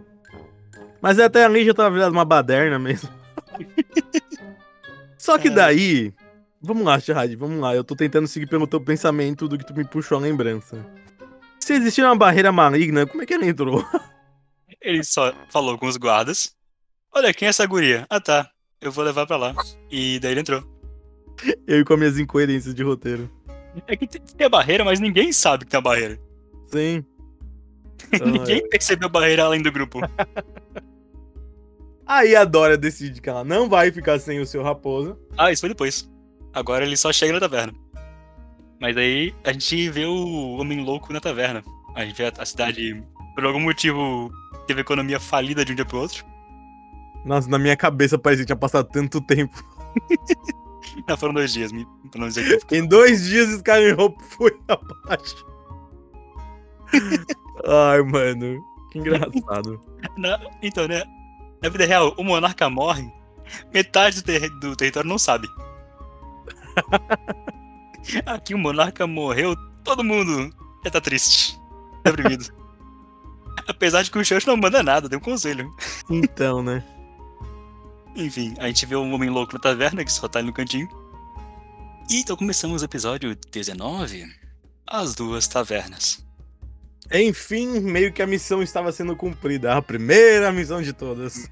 S2: Mas até ali já tava virado uma baderna mesmo. Só que
S1: É.
S2: daí, Vamos lá, Shahad, vamos lá. Eu tô tentando seguir pelo teu pensamento do que tu me puxou a lembrança. Se existir uma barreira maligna, como é que ela entrou?
S1: Ele só falou com os guardas. Olha, quem é essa guria? Ah tá, eu vou levar pra lá. E daí ele entrou.
S2: Eu e com as minhas incoerências de roteiro.
S1: É que tem- tem a barreira, mas ninguém sabe que tem a barreira.
S2: Sim. Então, (laughs)
S1: ninguém percebeu a barreira além do grupo.
S2: Aí a Dora decide que ela não vai ficar sem o seu raposa.
S1: Ah, isso foi depois. Agora ele só chega na taverna. Mas aí a gente vê o Homem Louco na taverna. A gente vê a a cidade, por algum motivo, teve economia falida de um dia pro outro. (laughs)
S2: Nossa, na minha cabeça parecia que tinha passado tanto tempo.
S1: Não, foram dois dias, me- pra não (laughs) dizer que
S2: Em dois dias esse cara (laughs) errou, foi (laughs) abaixo. Ai, mano. Que engraçado.
S1: Na- Então, né? Na vida real, o monarca morre, metade do, terri- do território não (laughs) sabe. Aqui o monarca morreu, todo mundo já tá triste, (laughs) deprimido. Apesar de que o Xuxa não manda nada, deu um conselho.
S2: Então, né?
S1: Enfim, a gente vê um homem louco na taverna que só tá ali no cantinho. E então começamos o episódio 19: As Duas Tavernas.
S2: Enfim, meio que a missão estava sendo cumprida. A primeira missão de todas.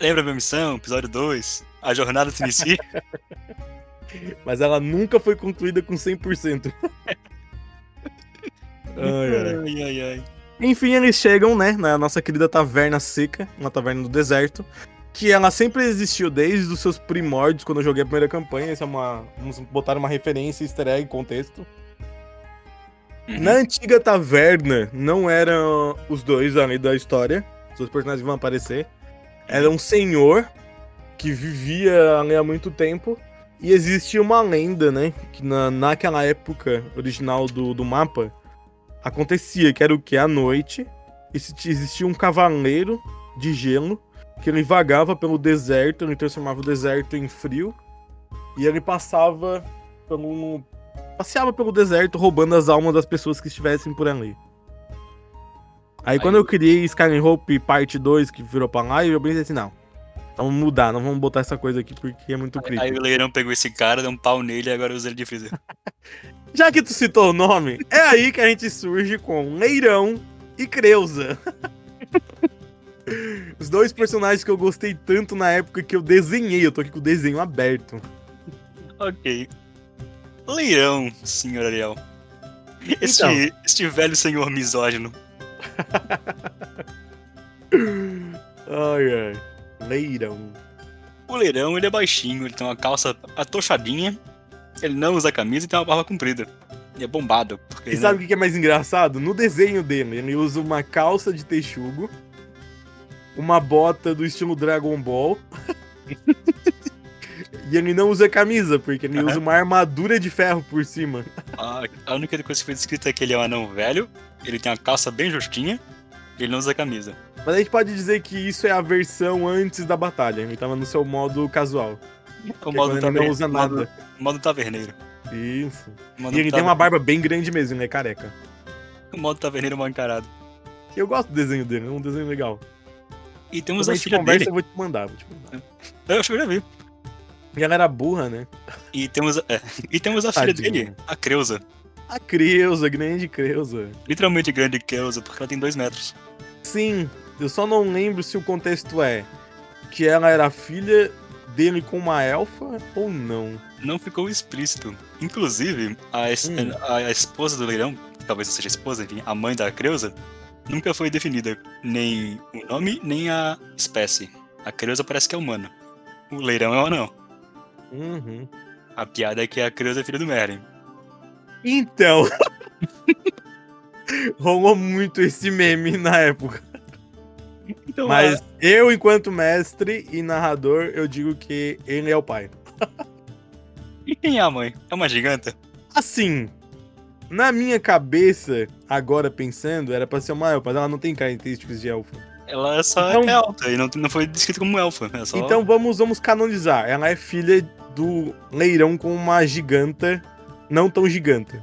S1: Lembra a minha missão? Episódio 2: A Jornada se inicia.
S2: Mas ela nunca foi concluída com (laughs) 100%. (laughs) Ai,
S1: (laughs)
S2: ai.
S1: ai, ai, ai.
S2: Enfim, eles chegam, né, na nossa querida taverna seca, uma taverna do deserto, que ela sempre existiu desde os seus primórdios, quando eu joguei a primeira campanha, isso é uma... Vamos botar uma referência, easter egg, contexto.
S1: Uhum.
S2: Na antiga taverna, não eram os dois ali da história, os dois personagens vão aparecer, era um senhor que vivia ali há muito tempo, e existia uma lenda, né, que na, naquela época original do, do mapa, acontecia, que era o que? À noite, exi- existia um cavaleiro de gelo que ele vagava pelo deserto, ele transformava o deserto em frio e ele passava pelo um, passeava pelo deserto roubando as almas das pessoas que estivessem por ali. Aí,
S1: Aí-
S2: quando eu criei Skyrim parte 2, que virou pra lá, eu pensei assim, não, então vamos mudar, não vamos botar essa coisa aqui porque é muito crítico.
S1: Uhum. Aí o leirão pegou esse cara, deu um pau nele e agora usa ele de freezer. (laughs)
S2: Já que tu citou o nome, é aí que a gente surge com Leirão e Creuza. (laughs) Os dois personagens que eu gostei tanto na época que eu desenhei, eu tô aqui com o desenho aberto.
S1: ok. Leirão, senhor Ariel. Este,
S2: Então.
S1: este velho senhor misógino.
S2: Ai, ai. Leirão.
S1: O leirão, ele é baixinho, ele tem uma calça atochadinha, ele não usa camisa e tem uma barba comprida. Ele é bombado. Porque
S2: E
S1: ele
S2: sabe o que que é mais engraçado? No desenho dele, ele usa uma calça de texugo, uma bota do estilo Dragon Ball. (laughs) e ele não usa camisa, porque ele usa uma armadura de ferro por cima.
S1: não- a, a única coisa que foi descrita é que ele é um anão velho, ele tem uma calça bem justinha, e ele não usa camisa.
S2: Mas a gente pode dizer que isso é a versão antes da batalha. Ele tava no seu modo casual.
S1: O
S2: O modo ele não usa nada.
S1: Modo, modo taverneiro.
S2: Isso.
S1: Modo
S2: E ele tem
S1: taverneiro-
S2: uma barba bem grande mesmo, ele é careca.
S1: modo taverneiro mal encarado.
S2: Eu gosto do desenho dele, é um desenho legal.
S1: E
S2: Quando
S1: temos
S2: a
S1: a
S2: gente
S1: filha
S2: conversa,
S1: dele.
S2: eu vou te mandar. Vou te mandar.
S1: Eu acho que eu já vi.
S2: E ela era burra, né?
S1: E temos a, é. (laughs) e temos a filha
S2: Tadinha.
S1: dele, a Creuza.
S2: A Creuza, grande Creuza.
S1: Literalmente grande Creuza, porque ela tem dois metros.
S2: Sim, eu só não lembro se o contexto é que ela era filha dele com uma elfa ou não.
S1: Não ficou explícito. Inclusive, a, es-
S2: Hum.
S1: a, a esposa do leirão, que talvez não seja a esposa, enfim, a mãe da Creuza, nunca foi definida nem o nome, nem a espécie. A Creuza parece que é humana. O leirão é ou não.
S2: Uhum.
S1: A piada é que a Creuza é filha do Merlin.
S2: Então. (laughs) Rolou muito esse meme na época.
S1: Então,
S2: Mas eu, enquanto mestre e narrador, eu digo que ele é o pai.
S1: E quem é a mãe? É uma giganta?
S2: Assim, na minha cabeça, agora pensando, era pra ser uma elfa, mas ela não tem características de elfa.
S1: Ela só
S2: Então-
S1: é alta e não, não foi descrita como elfa. É só
S2: Então vamos, vamos canonizar. Ela é filha do leirão com uma giganta, não tão giganta,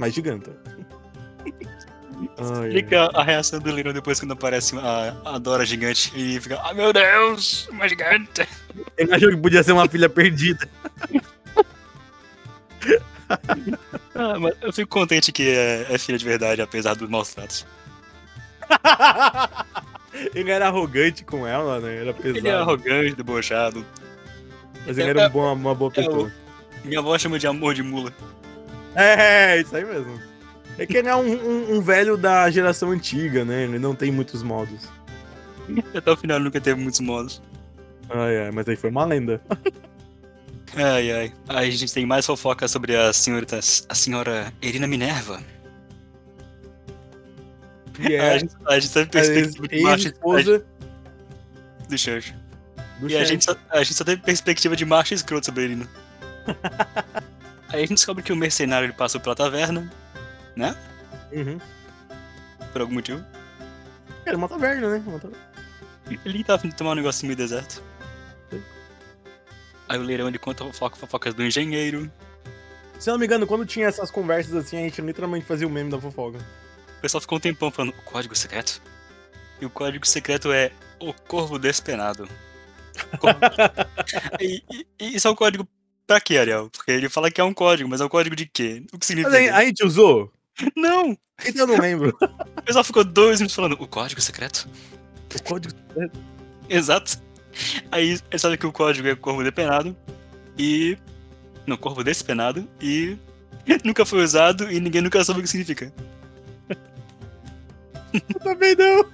S2: mas giganta. Ai, ai.
S1: Explica a reação do Leirão depois quando aparece a, a Dora gigante e fica, ah meu Deus, uma gigante.
S2: Ele achou que podia ser uma filha perdida.
S1: Ah, mas eu fico contente que é, é filha de verdade, apesar dos maus tratos.
S2: (laughs) ele era arrogante com ela, né? Era pesado.
S1: Ele é arrogante, debochado.
S2: Mas ele era um bom- uma boa
S1: É,
S2: pessoa.
S1: Minha avó chama de amor de mula. (laughs)
S2: É, é, isso aí mesmo. É que ele é um, um- um velho da geração antiga, né? Ele não tem muitos modos.
S1: Até o final nunca teve muitos modos.
S2: Ai, ai, Ah, é, mas aí foi uma lenda.
S1: Ai, ai. Aí a gente tem mais fofoca sobre a senhorita, a senhora Irina Minerva.
S2: E
S1: Aí a
S2: é
S1: gente, a gente teve
S2: (laughs) a
S1: perspectiva de macho escroto
S2: ex-esposa
S1: do Church.
S2: do
S1: E a
S2: chefe.
S1: gente, só, a gente só teve perspectiva de macho escroto sobre
S2: (laughs)
S1: a Irina. Aí a gente descobre que o mercenário ele passou pela taverna,
S2: Uhum.
S1: por algum motivo.
S2: Era uma taverna, né? Uma taverna.
S1: Ele tava afim de tomar um negócio meio deserto. Aí o leirão ele conta fofoca, fofocas do engenheiro.
S2: Se eu não me engano, quando tinha essas conversas assim, a gente literalmente fazia o meme da fofoca.
S1: O pessoal ficou um tempão falando o código secreto. E o código secreto é o corvo
S2: (laughs)
S1: despenado. Corvo- e, e- e isso é um código pra quê, Ariel? Porque ele fala que é um código, mas é um código de quê? O que significa?
S2: Mas aí, a gente usou?
S1: Não!
S2: Então eu
S1: (laughs)
S2: não lembro.
S1: O pessoal ficou dois minutos falando o código secreto?
S2: o código
S1: (laughs) Exato. Aí ele sabe que o código é corvo depenado e. Não, corvo despenado e. (laughs) Nunca foi usado e ninguém nunca soube o que significa.
S2: Eu também
S1: (laughs)
S2: tá não.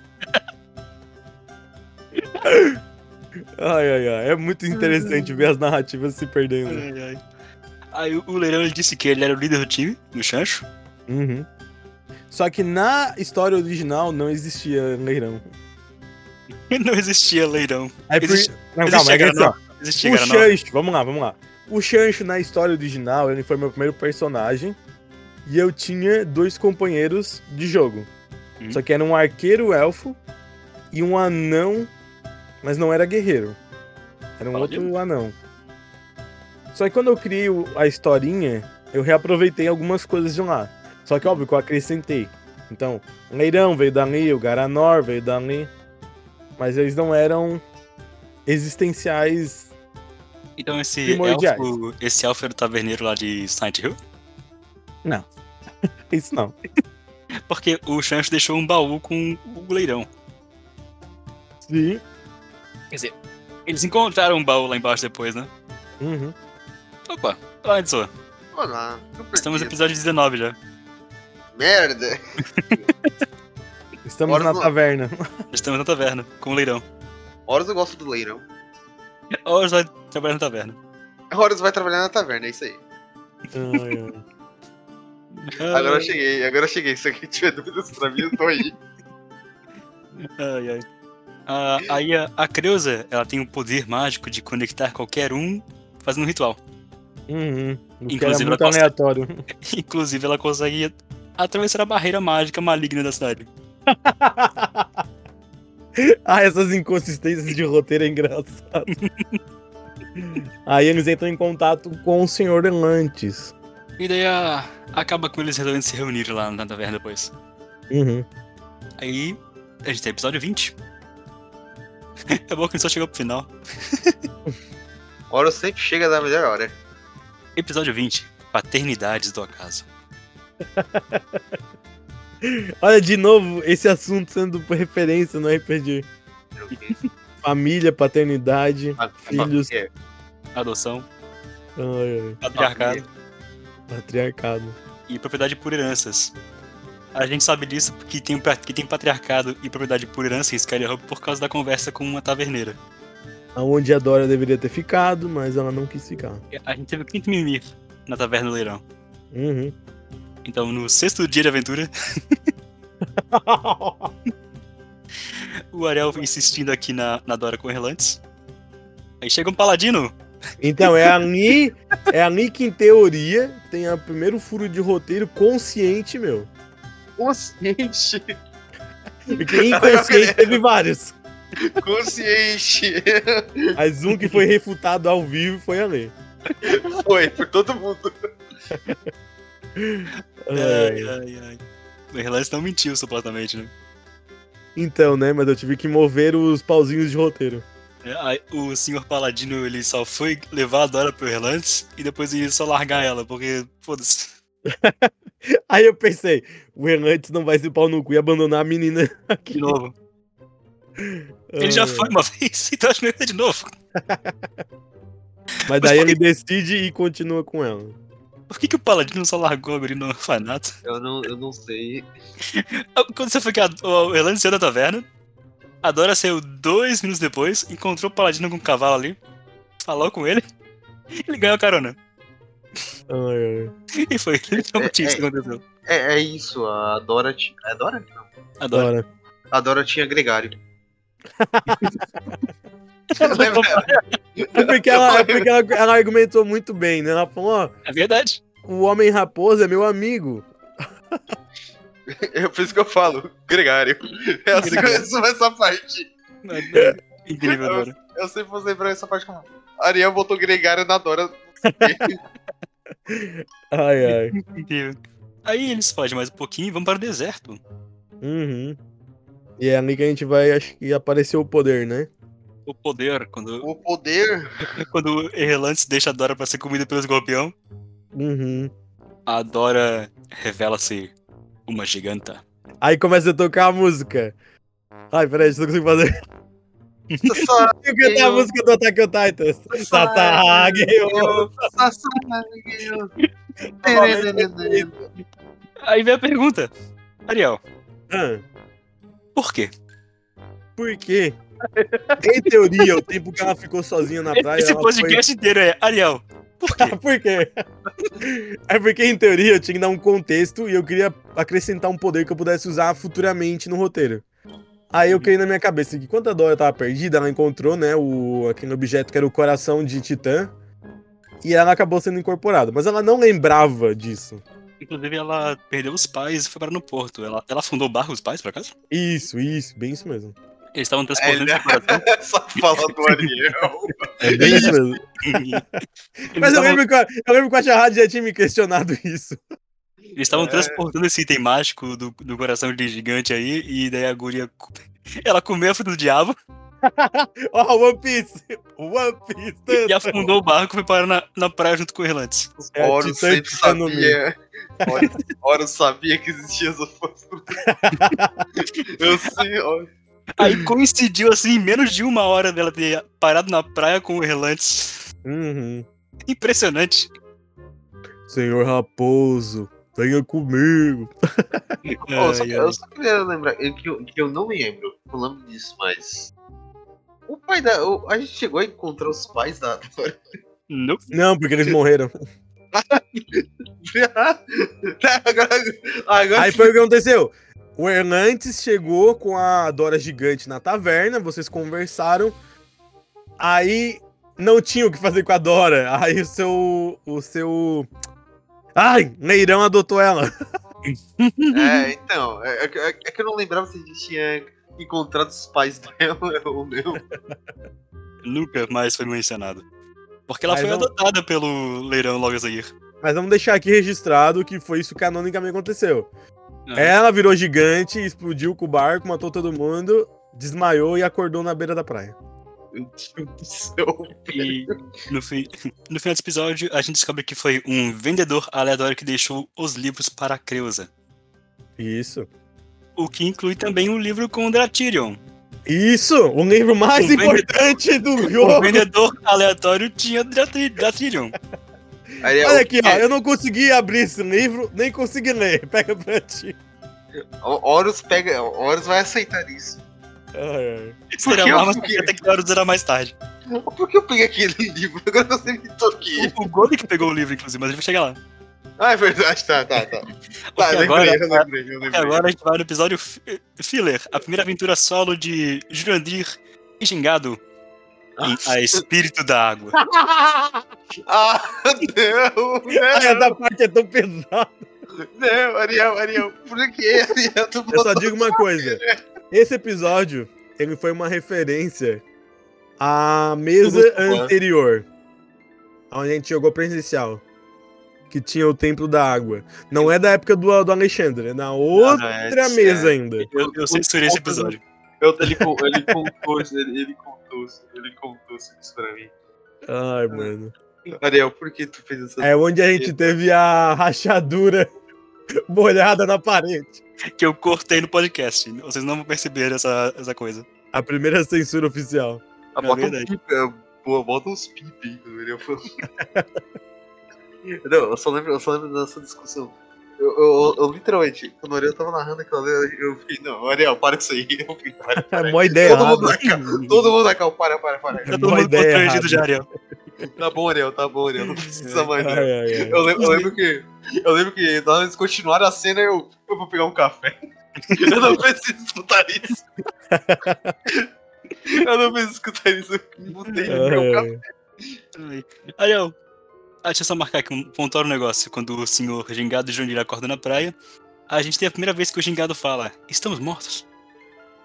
S2: Ai, ai, ai. É muito interessante ver as narrativas se perdendo.
S1: Ai, ai. Aí o o leirão ele disse que ele era o líder do time, do chancho.
S2: Uhum. Só que na história original não existia leirão.
S1: E (laughs) não existia leirão.
S2: Aí por...
S1: Existe-
S2: Não, calma,
S1: existia
S2: é que assim, ó,
S1: Não existia
S2: o
S1: granal.
S2: Chancho, vamos lá, vamos lá. O Chancho na história original, ele foi meu primeiro personagem. E eu tinha dois companheiros de jogo.
S1: Hum.
S2: Só que era um arqueiro elfo e um anão, mas não era guerreiro. Era um
S1: Paladino.
S2: outro anão. Só que quando eu criei o- a historinha, eu reaproveitei algumas coisas de lá. Só que óbvio que eu acrescentei. Então, o Leirão veio dali, o Garanor veio dali. Mas eles não eram existenciais
S1: Então esse
S2: primordiais.
S1: elfo, esse elfo era o taverneiro lá de Silent Hill.
S2: Isso não.
S1: Porque o chancho deixou um baú com o leirão.
S2: Sim.
S1: Quer dizer, eles encontraram um baú lá embaixo depois, né?
S2: Uhum.
S1: Opa, lá Edson.
S3: Olá, tô
S1: Estamos no
S3: perdido.
S1: episódio 19 já.
S3: Merda!
S2: Estamos
S3: Bora
S2: na
S3: no-
S2: taverna.
S1: Estamos na taverna, com o leirão.
S3: Horus eu gosto do leirão.
S1: Hoje vai trabalhar na taverna.
S3: Horus vai trabalhar na taverna, é isso aí.
S2: (laughs) Ai, ai.
S3: Agora eu cheguei, agora eu cheguei. Se alguém tiver dúvidas pra mim, eu tô (laughs) aí.
S1: Ai, ai. Ah, aí a, a Creusa, ela tem o poder mágico de conectar qualquer um fazendo um ritual. (laughs)
S2: Uhum. O que era
S1: Inclusive,
S2: muito
S1: ela gosta-
S2: aleatório.
S1: Inclusive, ela consegue atravessar a barreira mágica maligna da cidade.
S2: (laughs) ah, essas inconsistências de roteiro é (laughs) engraçado. Aí eles entram em contato com o senhor Elantes.
S1: E daí a- acaba com eles resolvendo se reunir lá na taverna depois.
S2: Uhum.
S1: Aí a gente tem episódio 20. (laughs) É bom que a gente só chegou pro final.
S3: Horus sempre chega da melhor hora.
S1: Episódio 20. Paternidades do acaso.
S2: Olha, de novo, esse assunto sendo referência no RPG. Família, paternidade.
S3: A- a
S2: Filhos.
S3: família,
S1: Adoção,
S2: Ai, ai.
S1: patriarcado
S2: Patriarcado.
S1: e propriedade por heranças. A gente sabe disso porque tem, pra- que tem patriarcado e propriedade por herança em Skyrim por causa da conversa com uma taverneira.
S2: Aonde a Dora deveria ter ficado, mas ela não quis ficar.
S1: A gente teve o quinto mimir na taverna do leirão.
S2: (laughs) Uhum.
S1: Então, no sexto dia de aventura, (laughs) o Ariel insistindo aqui na, na Dora com Erlantes. Aí chega um paladino.
S2: Então, é ali, é ali que, em teoria, tem o primeiro furo de roteiro consciente, meu.
S3: Consciente!
S2: Porque
S1: (laughs)
S2: inconsciente teve vários.
S3: Consciente! (laughs)
S2: Mas um que foi refutado ao vivo foi ali.
S3: Foi, por todo mundo.
S1: É. Ai, ai, ai. O Erlantes não mentiu supostamente, né?
S2: Então, né? Mas eu tive que mover os pauzinhos de roteiro.
S1: É, aí o senhor Paladino ele só foi levar a Dora pro Erlantes e depois ele só largar ela, porque, foda-se.
S2: Aí eu pensei, o Hernandes não vai se pau no cu e abandonar a menina aqui.
S1: De (laughs) novo. Ele já
S2: Ah,
S1: foi uma (laughs) vez, então acho melhor de novo.
S2: Mas daí ele decide e continua com ela.
S1: Por que, que o Paladino só largou a guri no orfanato? (laughs) Ah,
S3: Eu não, eu não sei.
S1: Quando você foi que a, o Erlantes saiu da taverna, a Dora saiu dois minutos depois, encontrou o Paladino com um cavalo ali, falou com ele, (laughs) ele ganhou a carona.
S2: Ai, ai.
S1: E foi literalmente
S3: É,
S1: isso que aconteceu.
S3: É, é isso, a Dora. ti- É Dora? Não.
S1: A Dora.
S2: Dora.
S3: A Dora tinha (laughs) gregário.
S2: É porque, ela, é porque ela, ela argumentou muito bem, né? Ela falou, ó,
S1: É verdade.
S2: o homem raposa é meu amigo.
S3: É por isso que eu falo, (laughs) gregário. É assim que eu resumo essa parte. É.
S1: Incrível, Dora.
S3: Eu sempre vou lembrar essa parte como. Ariel botou gregário na Dora.
S2: Ai, ai.
S1: Incrível. Aí eles fogem mais um pouquinho e vão para o deserto.
S2: Uhum. E é ali que a gente vai, acho que apareceu o poder, né?
S1: O poder, quando,
S3: O poder.
S1: quando o Erlance deixa a Dora para ser comida pelo escorpião,
S2: Uhum.
S1: a Dora revela-se uma giganta.
S2: Aí começa a tocar a música. Ai, peraí, deixa eu
S1: (laughs)
S2: consigo fazer.
S3: Só
S2: Eu cantar a música do Attack on Titans. Satag,
S3: eu. só saiu. Tererê.
S1: Aí vem a pergunta. Ariel,
S2: Ah,
S1: por quê? (laughs)
S2: Por quê? Em teoria, o tempo que ela ficou sozinha na praia.
S1: Esse
S2: ela
S1: podcast inteiro é Ariel, por quê?
S2: foi- (laughs) Por quê? É porque, em teoria, eu tinha que dar um contexto e eu queria acrescentar um poder que eu pudesse usar futuramente no roteiro. Aí eu criei na minha cabeça que quando a Dora tava perdida, ela encontrou, né, o, aquele objeto que era o coração de Titã. E ela acabou sendo incorporada. Mas ela não lembrava disso.
S1: (laughs) Inclusive, ela perdeu os pais e foi parar no porto. Ela, ela fundou o barco, os pais, por acaso?
S2: Isso, isso, bem isso mesmo.
S1: Eles estavam transportando
S2: né?
S1: seu coração.
S3: (laughs) Só fala do Ariel.
S2: É bem isso mesmo. (laughs)
S1: Eles
S2: Mas
S1: estavam-
S2: eu lembro, que, a- eu lembro que a Charade já tinha me questionado (laughs) isso.
S1: Eles estavam
S3: É.
S1: transportando esse item mágico do, do coração de gigante aí, e daí a guria. co- (laughs) Ela comeu a fruta do
S2: (laughs)
S1: diabo
S2: Ó, One Piece! One Piece!
S1: e afundou o barco e foi parar na, na praia junto com o Erlantes.
S2: É,
S3: Oro
S2: Titã
S3: sempre
S2: Titano
S3: sabia. Oro, Oro sabia que existia
S2: (laughs)
S3: essa foto. Eu sei, ó.
S1: Aí coincidiu assim, menos de uma hora dela ter parado na praia com o Erlantes.
S2: Uhum.
S1: Impressionante.
S2: Senhor Raposo, venha comigo.
S3: Ó, só-
S1: Ai, ai.
S3: eu só queria lembrar eu- que eu, que eu não me lembro. Eu lembro disso, mas. O pai da. o- a gente chegou a encontrar os pais da. (laughs)
S1: Nope.
S2: Não, porque eles morreram.
S3: Tá, agora. agora
S2: Aí foi o que aconteceu. O Hernandes chegou com a Dora Gigante na taverna, vocês conversaram. Aí não tinha o que fazer com a Dora. Aí o seu. O seu. Ai, Neirão adotou ela.
S1: (laughs)
S3: É, então. É, é que- é que eu não lembrava se a gente tinha encontrado os pais dela (laughs) ou não.
S1: Nunca mais foi mencionado. Porque ela
S2: Mas
S1: foi
S2: não-
S1: adotada pelo leirão logo a seguir.
S2: Mas vamos deixar aqui registrado que foi isso que canonicamente aconteceu.
S1: Aham.
S3: É?
S2: Ela virou gigante, explodiu com o barco, matou todo mundo, desmaiou e acordou na beira da praia.
S3: Meu Deus do céu.
S1: E no, fim, (laughs) no final desse episódio, a gente descobre que foi um vendedor aleatório que deixou os livros para a Creusa.
S2: Isso.
S1: O que inclui também um livro com o Dratirion.
S2: Isso! O livro mais
S1: O vendedor-
S2: importante do
S1: O
S2: jogo!
S1: vendedor aleatório tinha Dratri- Dratirion.
S3: Ariel,
S2: Olha aqui, ó. Eu não consegui abrir esse livro, nem consegui ler. (laughs) Pega pra ti.
S3: O- Horus pega. Horus vai aceitar isso.
S2: Ai, ai.
S1: Será uma
S3: que eu
S1: arma
S3: fiquei?
S1: secreta que Horus era mais tarde.
S3: Por que eu peguei aquele (laughs) livro? Agora eu sempre me toquei.
S1: O, o Golden que pegou o livro, inclusive, mas a gente vai chegar lá.
S3: Ah, é verdade, tá,
S1: (laughs)
S3: tá, tá. Tá,
S1: Porque
S3: lembrei,
S1: agora,
S3: eu lembrei, eu
S1: porque
S3: lembrei.
S1: agora a gente vai no episódio fi- filler, a primeira aventura solo de Jurandir e Gingado em A Espírito da
S2: (laughs)
S1: Água.
S3: (laughs) Ah, não,
S2: Ai,
S3: não,
S2: essa parte é tão pesada.
S3: não, Ariel, Ariel, por que, Ariel? Tu
S2: Eu só
S3: botou...
S2: digo uma coisa. Esse episódio, ele foi uma referência à mesa
S3: Tudo bom.
S2: anterior. Onde a gente jogou presencial. Que tinha o Templo da Água. Não é da época do, do Alexandre, é na outra
S3: é,
S2: mesa ainda.
S1: Eu, eu censurei esse episódio.
S3: Eu, ele, con- ele contou, ele, ele contou contou, ele contou isso pra mim.
S2: Ai, mano.
S3: Ariel, por que tu fez essa
S2: É onde a gente teve a rachadura (laughs) molhada na parede.
S1: Que eu cortei no podcast. Vocês não vão perceber essa, essa coisa.
S2: A primeira censura oficial.
S3: Ah,
S1: É
S3: bota um
S1: verdade.
S3: pip, é, boa, bota uns pip aí no Ariel falando. (laughs) Não, eu só lembro, eu só lembro dessa discussão. Eu, eu- eu literalmente, quando o Ariel tava narrando aquela vez, eu fiquei, não, Ariel, para com isso aí. Eu fiquei, para,
S1: (laughs)
S3: para.
S2: É mó ideia
S3: Todo mundo
S2: errada.
S3: na calma, todo mundo na calma, para, para, para.
S1: Tá
S2: É
S1: todo
S2: uma
S1: mundo
S2: ideia
S1: constrangido
S2: errada. é
S1: já, Ariel.
S2: (laughs)
S3: Tá bom, Ariel, tá bom, Ariel, não
S1: É,
S3: precisa mais. Ariel.
S2: Ai, ai, ai.
S3: Eu lembro, eu lembro que. Eu lembro que na hora eles continuaram a cena, eu, eu vou pegar um café. (laughs) Eu não preciso escutar isso. Eu não preciso escutar isso. Eu mudei vou pegar um café.
S2: Ai, ai.
S1: Ai. Ariel, ah, deixa eu só marcar aqui, um, pontuar um negócio. Quando o senhor Gingado Júnior acorda na praia, a gente tem a primeira vez que o Gingado fala: Estamos mortos.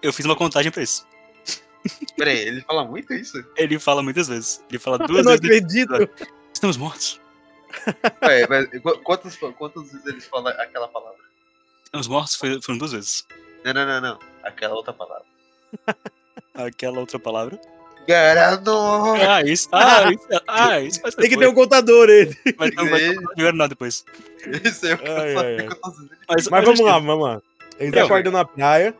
S1: Eu fiz uma contagem pra isso.
S3: Peraí, ele fala muito isso?
S1: Ele fala muitas vezes. Ele fala
S2: Ah, Eu
S1: duas
S2: não
S1: vezes:
S2: acredito.
S1: Estamos mortos.
S3: É, mas qu- quantas, quantas vezes ele fala aquela palavra?
S1: Estamos mortos foi- foram duas vezes.
S3: Não, não, não, não. Aquela outra palavra.
S1: Aquela outra palavra.
S3: Garanô!
S1: Ah, isso. Ah, isso. Ah, isso. Mas
S2: Tem que ter um contador ele.
S1: Mas não vai tomar dinheiro não depois.
S3: Isso aí eu quero
S2: Ai, ai,
S3: saber
S2: ai.
S3: quantas vezes.
S1: Mas,
S2: Mas vamos lá, vamos lá. Eles
S1: Não.
S2: acordam na praia.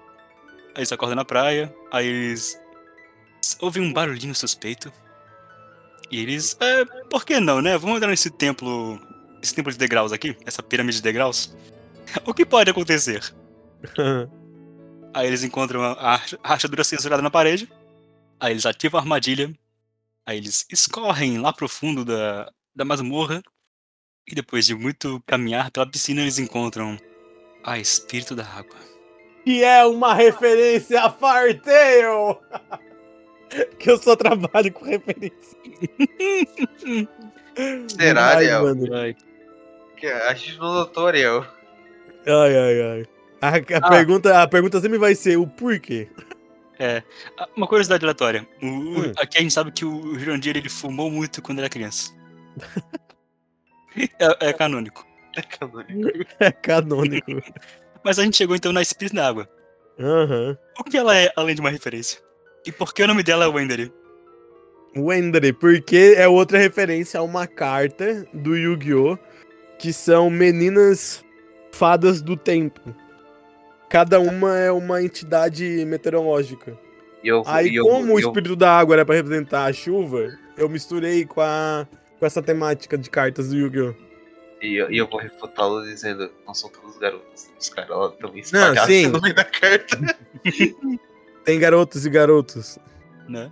S1: Aí eles acordam na praia, aí eles. Ouvem um barulhinho suspeito. E eles. É, por que não, né? Vamos entrar nesse templo. Esse templo de degraus aqui, essa pirâmide de degraus. O que pode acontecer? Aí eles encontram a- a racha- rachadura censurada na parede. Aí eles ativam a armadilha. Aí eles escorrem lá pro fundo da, da masmorra. E depois de muito caminhar pela piscina, eles encontram a espírito da água.
S2: Que é uma referência a Fartale! (laughs) que eu só trabalho com referência.
S3: Será,
S2: ai,
S3: Ariel?
S2: mano.
S3: Que é A gente não é notou, Ariel. (laughs)
S2: Ai, ai, ai. A, a
S1: Ah.
S2: pergunta, a pergunta sempre vai ser o porquê. (laughs)
S1: Ah, Uma curiosidade aleatória. O- o-
S2: Hum.
S1: Aqui a gente sabe que o Jurandir ele fumou muito quando era criança. (laughs) é, é canônico.
S2: É canônico.
S1: Mas a gente chegou então na Espírito da Água.
S2: Aham.
S1: O que ela é além de uma referência? E por que o nome dela é Wendery?
S2: Wendry, porque é outra referência a uma carta do Yu-Gi-Oh! que são meninas fadas do tempo. Cada uma é uma entidade meteorológica.
S3: E eu,
S2: Aí,
S3: e eu,
S2: como o
S3: e eu-
S2: espírito da água era pra representar a chuva, eu misturei com, a, com essa temática de cartas do Yu-Gi-Oh!
S3: E eu, e eu vou refutá-lo dizendo, não são todos garotos. Os caras lá também se
S2: Não,
S3: pagaram (laughs)
S2: sim.
S3: no meio da carta.
S2: Tem garotos e garotos.
S1: Né?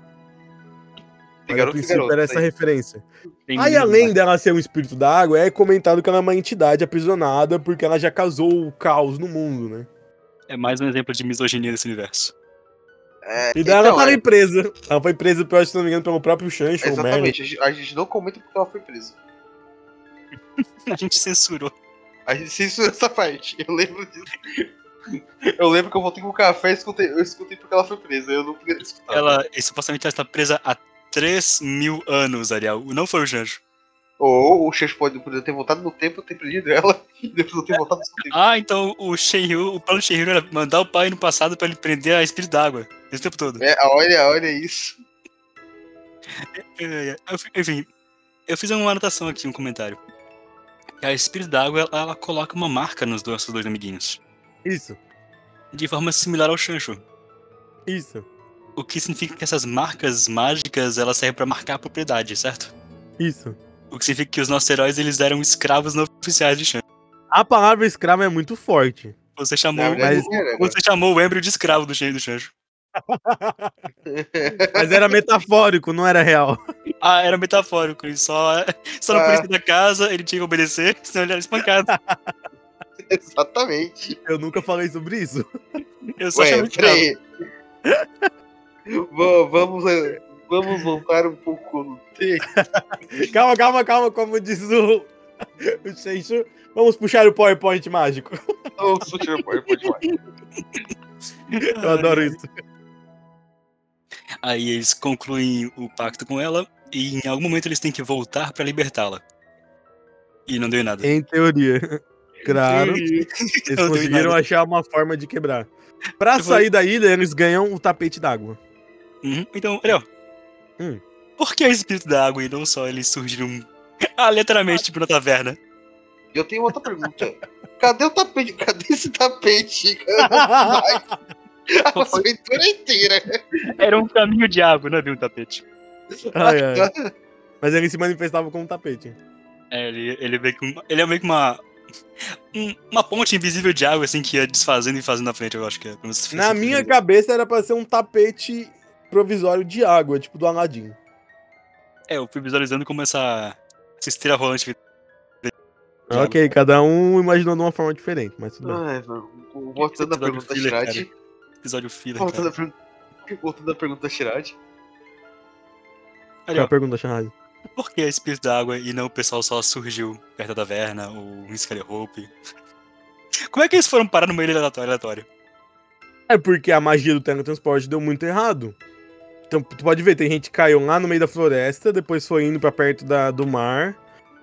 S2: Mas,
S3: Tem
S2: a
S3: garoto e
S2: princípio
S3: garoto.
S2: era essa
S3: aí.
S2: referência.
S1: Tem
S2: Aí,
S1: menino né?
S2: além
S1: lá.
S2: dela ser um espírito da água, é comentado que ela é uma entidade aprisionada porque ela já causou o caos no mundo, né?
S1: É mais um exemplo de misoginia desse universo. (laughs)
S3: É,
S2: E daí ela
S3: então,
S2: tá
S3: é,
S2: ali presa. Ela foi presa, eu acho, se não me engano, pelo próprio Shancho ou Merlin.
S3: Exatamente, a gente- a gente não comenta porque ela foi presa.
S1: A gente censurou.
S3: A gente censura essa parte. Eu lembro disso. Eu lembro que eu voltei com o café e escutei, eu escutei porque ela foi presa. Eu não podia escutar.
S1: Ela, e, supostamente ela está presa há 3 mil anos, Ariel. Não foi o Janjo.
S3: Ou o Xex pode poder ter voltado no tempo, eu ter prendido ela (laughs) e depois eu ter voltado no tempo.
S1: Ah, então o Shenryu, o plano do Shenryu era mandar o pai no passado pra ele prender a Espírito d'Água. Esse tempo todo.
S3: É, olha, olha isso.
S1: É, é, eu fi- Enfim, eu fiz uma anotação aqui, um comentário. A Espírito d'Água, ela, ela coloca uma marca nos nossos dois amiguinhos,
S2: Isso,
S1: de forma similar ao Shancho.
S2: isso,
S1: O que significa que essas marcas mágicas, elas servem pra marcar a propriedade, certo?
S2: isso.
S1: O que significa que os nossos heróis, eles eram escravos não oficiais de Shancho.
S2: A palavra escrava é muito forte.
S1: Você
S3: Na
S1: chamou,
S3: verdade,
S2: mas-
S3: não era, né?
S1: você chamou o Embryo de escravo do Shen- do Shancho.
S2: Mas era metafórico, não era real.
S1: Ah, era metafórico, ele só, só não
S3: Ah.
S1: podia sair da casa, ele tinha que obedecer, (laughs) senão ele era espancado.
S3: (laughs) Exatamente.
S2: Eu nunca falei sobre isso.
S1: Eu só
S3: Ué,
S1: chamei escravo.
S3: peraí. Va- vamos, eh, vamos voltar um pouco no tempo.
S2: Calma, calma, calma, como diz o, o Seixo. Vamos puxar o PowerPoint mágico.
S3: Vamos puxar o PowerPoint lá.
S2: Eu adoro isso.
S1: Aí eles concluem o pacto com ela e em algum momento eles têm que voltar pra libertá-la. E não deu em nada.
S2: Em teoria. É Claro, eles
S1: Não deu em
S2: conseguiram
S1: nada.
S2: achar uma forma de quebrar. Pra
S3: Tipo
S1: Eu vou-
S3: (laughs)
S2: sair da ilha, eles ganham o tapete d'água.
S1: Uhum. Então, Ariel,
S2: Hum.
S1: Por que o espírito da água e não só eles surgiram (laughs) aleatoriamente, tipo, na taverna?
S3: Eu tenho outra pergunta. Cadê o tapete? Cadê esse tapete? cara? A aventura inteira.
S1: Era um caminho de água, não havia um tapete.
S2: Ai, ai. Mas ele se manifestava como um tapete.
S1: É, ele, ele, é meio que uma, ele é meio que uma. um- uma ponte invisível de água, assim, que ia desfazendo e fazendo na frente, eu acho que é. como se fosse-
S2: Na minha cabeça era pra ser um tapete provisório de água, tipo do Aladim.
S1: É, eu fui visualizando como essa. essa esteira rolante. de água.
S2: Ah, Ok, cada um imaginou de uma forma diferente, mas tudo bem.
S3: Ai, mano. Voltando à
S1: Episódio
S3: pergunta
S1: filler, cara.
S3: Shirad.
S1: Episódio filler.
S3: Voltando à
S1: Cara.
S3: pergunta- voltando à pergunta Shirad.
S1: Ali,
S2: Qual é
S1: ó,
S2: a pergunta, Shahad?
S1: por que o espírito da água e não o pessoal só surgiu perto da taverna ou em Skyrope? Como é que eles foram parar numa ilha aleatória? aleatória?
S2: É porque a magia do teletransporte deu muito errado. Então, tu pode ver, tem gente que caiu lá no meio da floresta, depois foi indo pra perto da, do mar,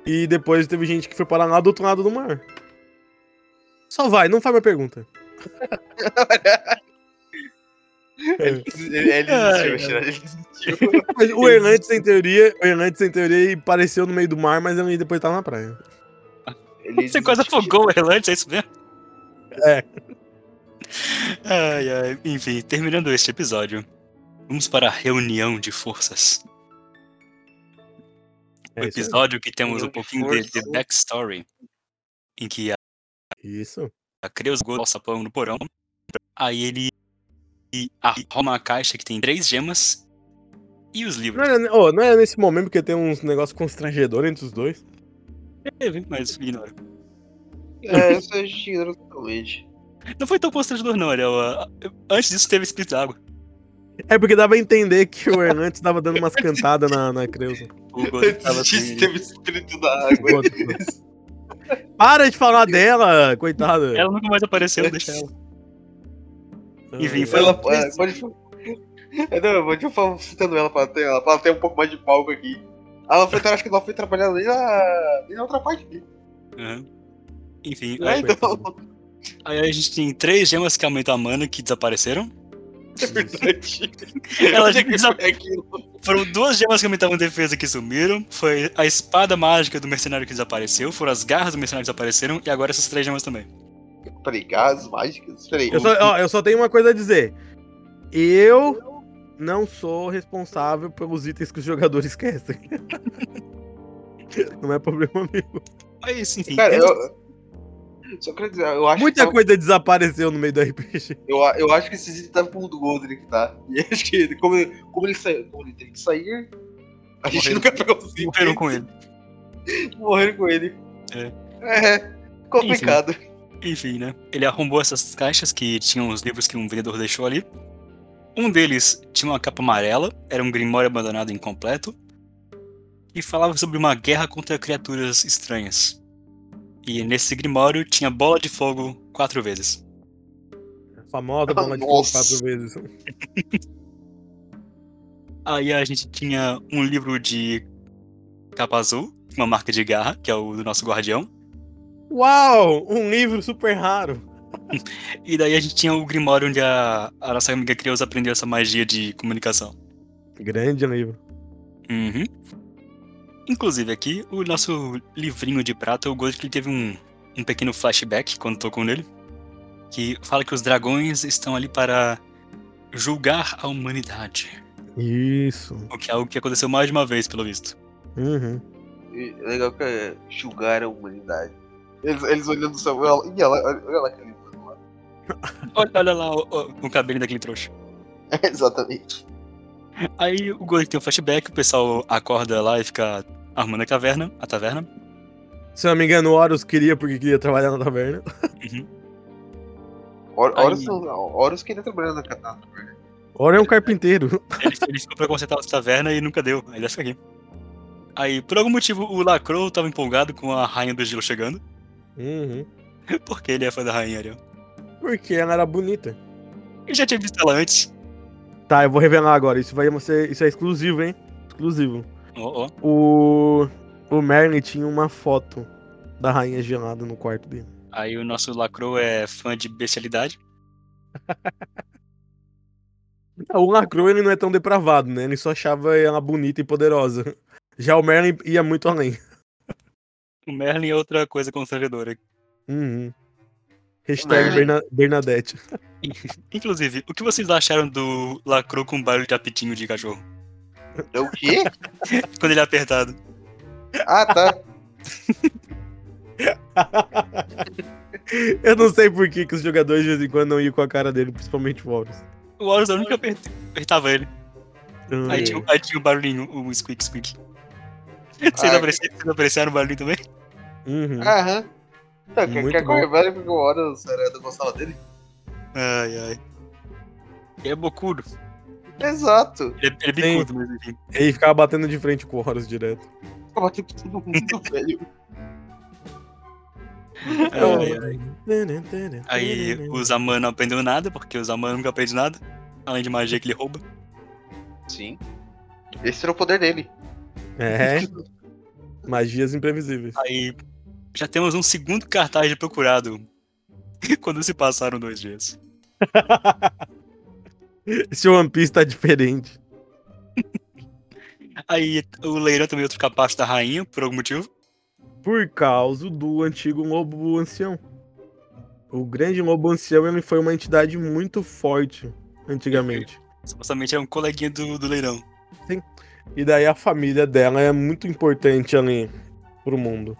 S2: e depois teve gente que foi parar lá do outro lado do mar. Só vai, não faz minha pergunta. É.
S3: Ele, ele, ele desistiu,
S1: Ai,
S3: Shirad. Ele desistiu.
S2: Mas o Erlantes, em teoria, o Erlantes, em teoria, ele apareceu no meio do mar, mas ele depois tava na praia.
S3: Ele
S1: Você quase
S3: desistiu.
S1: afogou o Erlantes, é isso mesmo?
S2: É.
S1: Ai, ai. Enfim, terminando este episódio, vamos para a reunião de forças.
S2: É
S1: o
S2: isso aí.
S1: episódio que temos um
S3: Reunião de
S1: pouquinho de, de
S3: forças.
S1: backstory, em que a,
S2: Isso.
S1: a Creus gosta do sapão no porão, aí ele e arruma uma caixa que tem três gemas e os
S2: Não
S1: livros.
S2: era, oh, não era nesse momento porque tem uns negócios constrangedores entre os dois.
S1: Mas ignora.
S3: É, eu só ignorou totalmente.
S1: Não foi tão constrangedor não, Ariel. Ah, Antes disso teve espírito d'água.
S2: É porque dava a entender que o Erlantes tava dando umas cantadas na, na Creuza. (laughs)
S1: O Godin tava
S3: Antes
S1: assim,
S3: disso,
S1: ele-
S3: teve espírito da água.
S2: Para de falar dela, coitada.
S1: Ela nunca mais apareceu, deixa ela. enfim, foi
S3: Ela,
S1: lá.
S3: é, pode. É, Não, deixa eu falar citando ela pra, ter, ela pra ela ter um pouco mais de palco aqui. Ah, Ela foi, acho que ela foi trabalhar nem na, nem na outra parte.
S1: Aham. Enfim,
S2: Não,
S1: aí,
S3: Ah, então. (laughs)
S1: aí a gente tem três gemas que aumentam a mana que desapareceram.
S3: É verdade.
S1: Ela
S3: Onde é que
S1: desa-
S3: foi aquilo?
S1: Foram duas gemas que aumentavam defesa que sumiram. Foi a espada mágica do mercenário que desapareceu. Foram as garras do mercenário que desapareceram. E agora essas três gemas também.
S3: Peraí, gás mágicas? Peraí.
S2: Eu só, ó, eu só tenho uma coisa a dizer. Eu não sou responsável pelos itens que os jogadores (laughs) esquecem. Não é problema meu.
S1: Mas, enfim.
S3: Cara,
S1: tendo-
S3: eu. Só queria dizer, eu acho que.
S2: Muita
S3: tava-
S2: coisa desapareceu no meio do RPG.
S3: Eu, eu acho que esse Zid tava com o do Goldrick, tá? E (laughs) acho que ele- como, ele- como ele saiu, como ele teve que sair, a gente
S1: Morreram.
S3: nunca pegou o Zid.
S1: Morreram com ele.
S3: Morreram com ele. É. complicado.
S1: Enfim, né? Ele arrombou essas caixas que tinham os livros que um vendedor deixou ali. Um deles tinha uma capa amarela, era um grimório abandonado e incompleto. E falava sobre uma guerra contra criaturas estranhas. E nesse grimório tinha bola de fogo quatro vezes.
S2: Famosa bola de fogo
S3: Nossa.
S2: quatro vezes.
S1: Aí a gente tinha um livro de capa azul, uma marca de garra, que é o do nosso guardião.
S2: Uau! Um livro super raro.
S1: E daí a gente tinha o grimório onde a, a nossa amiga Creus aprendeu essa magia de comunicação.
S2: Grande livro.
S1: Uhum. Inclusive aqui, o nosso livrinho de prata, eu gosto que ele teve um, um pequeno flashback quando tocou nele, que fala que os dragões estão ali para julgar a humanidade,
S2: Isso.
S1: o que é algo que aconteceu mais de uma vez, pelo visto.
S2: Uhum.
S3: E é legal que é julgar a humanidade. Eles, eles olhando o Samuel. Ih, olha lá, olha olha lá aquele (laughs) mano lá.
S1: Olha, olha lá o, o- o cabelo daquele trouxa.
S3: É, Exatamente.
S1: Aí o Gold tem um flashback, o pessoal acorda lá e fica arrumando a caverna, a taverna.
S2: Se eu não me engano, o Horus queria porque queria trabalhar na taverna.
S3: Hor-
S1: Aí.
S3: Horus não- Horus que ele tá trabalhando na Katana.
S2: Horus é um carpinteiro.
S1: Ele, ele ficou pra consertar essa taverna e nunca deu, aí ele fica aqui. Aí, por algum motivo, o Lacrow tava empolgado com a Rainha do Gelo chegando. (laughs)
S2: Uhum.
S1: Por que ele é fã da rainha, Ariel?
S2: Porque ela era bonita.
S1: Ele já tinha visto ela antes.
S2: Tá, eu vou revelar agora. Isso vai ser. Isso é exclusivo, hein? Exclusivo.
S1: Ó, ó.
S2: O. O Merlin tinha uma foto da rainha gelada no quarto dele.
S1: Aí o nosso Lacrow é fã de bestialidade.
S2: O Lacroix ele não é tão depravado, né? Ele só achava ela bonita e poderosa. (laughs) Já o Merlin ia muito além.
S1: O Merlin é outra coisa constrangedora.
S2: Uhum. Hashtag
S3: Merlin.
S2: Berna- Bernadette. (laughs)
S1: Inclusive, o que vocês acharam do Lacro com barulho de apitinho de cachorro?
S3: É o quê?
S1: Quando ele é apertado.
S3: Ah, tá.
S2: (laughs) Eu não sei por que, que os jogadores de vez em quando não iam com a cara dele, principalmente o Walrus.
S1: O Horus era o único que aper- apertava ele.
S2: Hum.
S1: Aí tinha, um- o- aí tinha o barulhinho, o squeak squeak. (laughs) Vocês,
S3: Ah,
S1: apreciaram, vocês apreciaram o barulhinho também?
S2: Uhum.
S1: Ah.
S3: Aham. Então,
S2: Muito
S3: quer, quer
S2: bom.
S3: correr velho porque o Horus era da gostava dele?
S1: Ai, ai. Ele é bocudo.
S3: Exato.
S1: Ele é, ele é
S2: Sim.
S1: bicudo, mas enfim.
S2: Ele ficava batendo de frente com o Horus direto.
S3: Fica batendo com todo mundo, (laughs) velho.
S1: É. Ai, ai. Aí o Zaman não aprendeu nada, porque o Zaman nunca aprende nada. Além de magia que ele rouba.
S3: Sim. Esse era o poder dele.
S2: É. Magias imprevisíveis.
S1: Aí já temos um segundo cartaz de procurado. (laughs) Quando se passaram dois dias.
S2: Esse One Piece tá diferente.
S1: Aí o Leirão também é outro capaz da rainha, por algum motivo.
S2: Por causa do antigo lobo ancião. O grande lobo ancião ele foi uma entidade muito forte antigamente.
S1: Supostamente é um coleguinha do, do Leirão.
S2: E daí a família dela é muito importante ali pro mundo.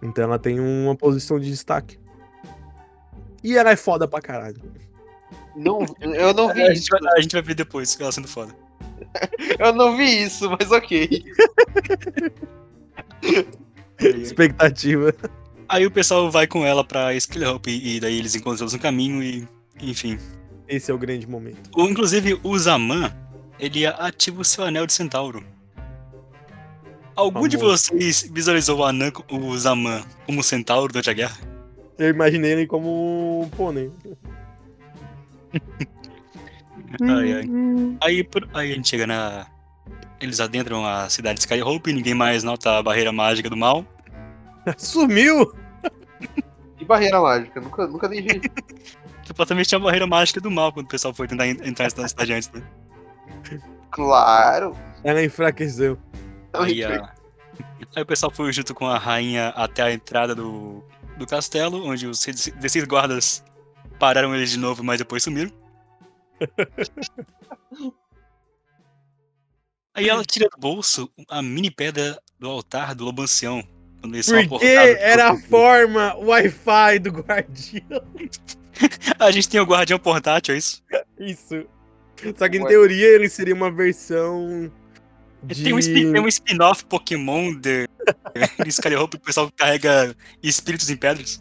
S2: Então ela tem uma posição de destaque. E ela é foda pra caralho.
S3: (laughs) Não, eu não vi
S1: A
S3: isso.
S1: gente, vai, a gente vai ver depois, ela sendo foda.
S3: Eu não vi isso, mas ok.
S1: É
S2: Expectativa.
S1: Aí o pessoal vai com ela pra Skill Hope e daí eles encontram eles no caminho e. Enfim.
S2: Esse é o grande momento.
S1: O, inclusive, o Zaman, ele ativa o seu anel de centauro. Algum de
S2: Famoso.
S1: vocês visualizou o, Anan, o Zaman como centauro durante a guerra?
S2: Eu imaginei ele como um pônei. (laughs)
S1: Ai, ai. Aí, por- aí a gente chega na. Eles adentram a cidade de Skyhope, ninguém mais nota a barreira mágica do mal.
S2: Sumiu!
S3: E barreira mágica, nunca,
S2: (laughs)
S3: nunca nem vi.
S1: Supostamente tinha a barreira mágica do mal quando o pessoal foi tentar en- entrar na cidade antes, né?
S3: Claro.
S2: Ela enfraqueceu.
S3: Não,
S1: Aí, a- aí o pessoal foi junto com a rainha até a entrada do, do castelo, onde os 16 guardas pararam eles de novo, mas depois
S2: (laughs)
S1: sumiram. aí ela tira do bolso a mini pedra do altar do lobo ancião. Quando eles são
S2: Porque
S1: aportados por-
S2: era a forma Wi-Fi do guardião.
S1: A gente tem o guardião portátil, é isso?
S2: Isso. Só que em
S3: Ué.
S2: teoria ele seria uma versão. De...
S1: Tem um, spin- tem um spin-off Pokémon de, de Skyhope, o pessoal carrega espíritos em pedras.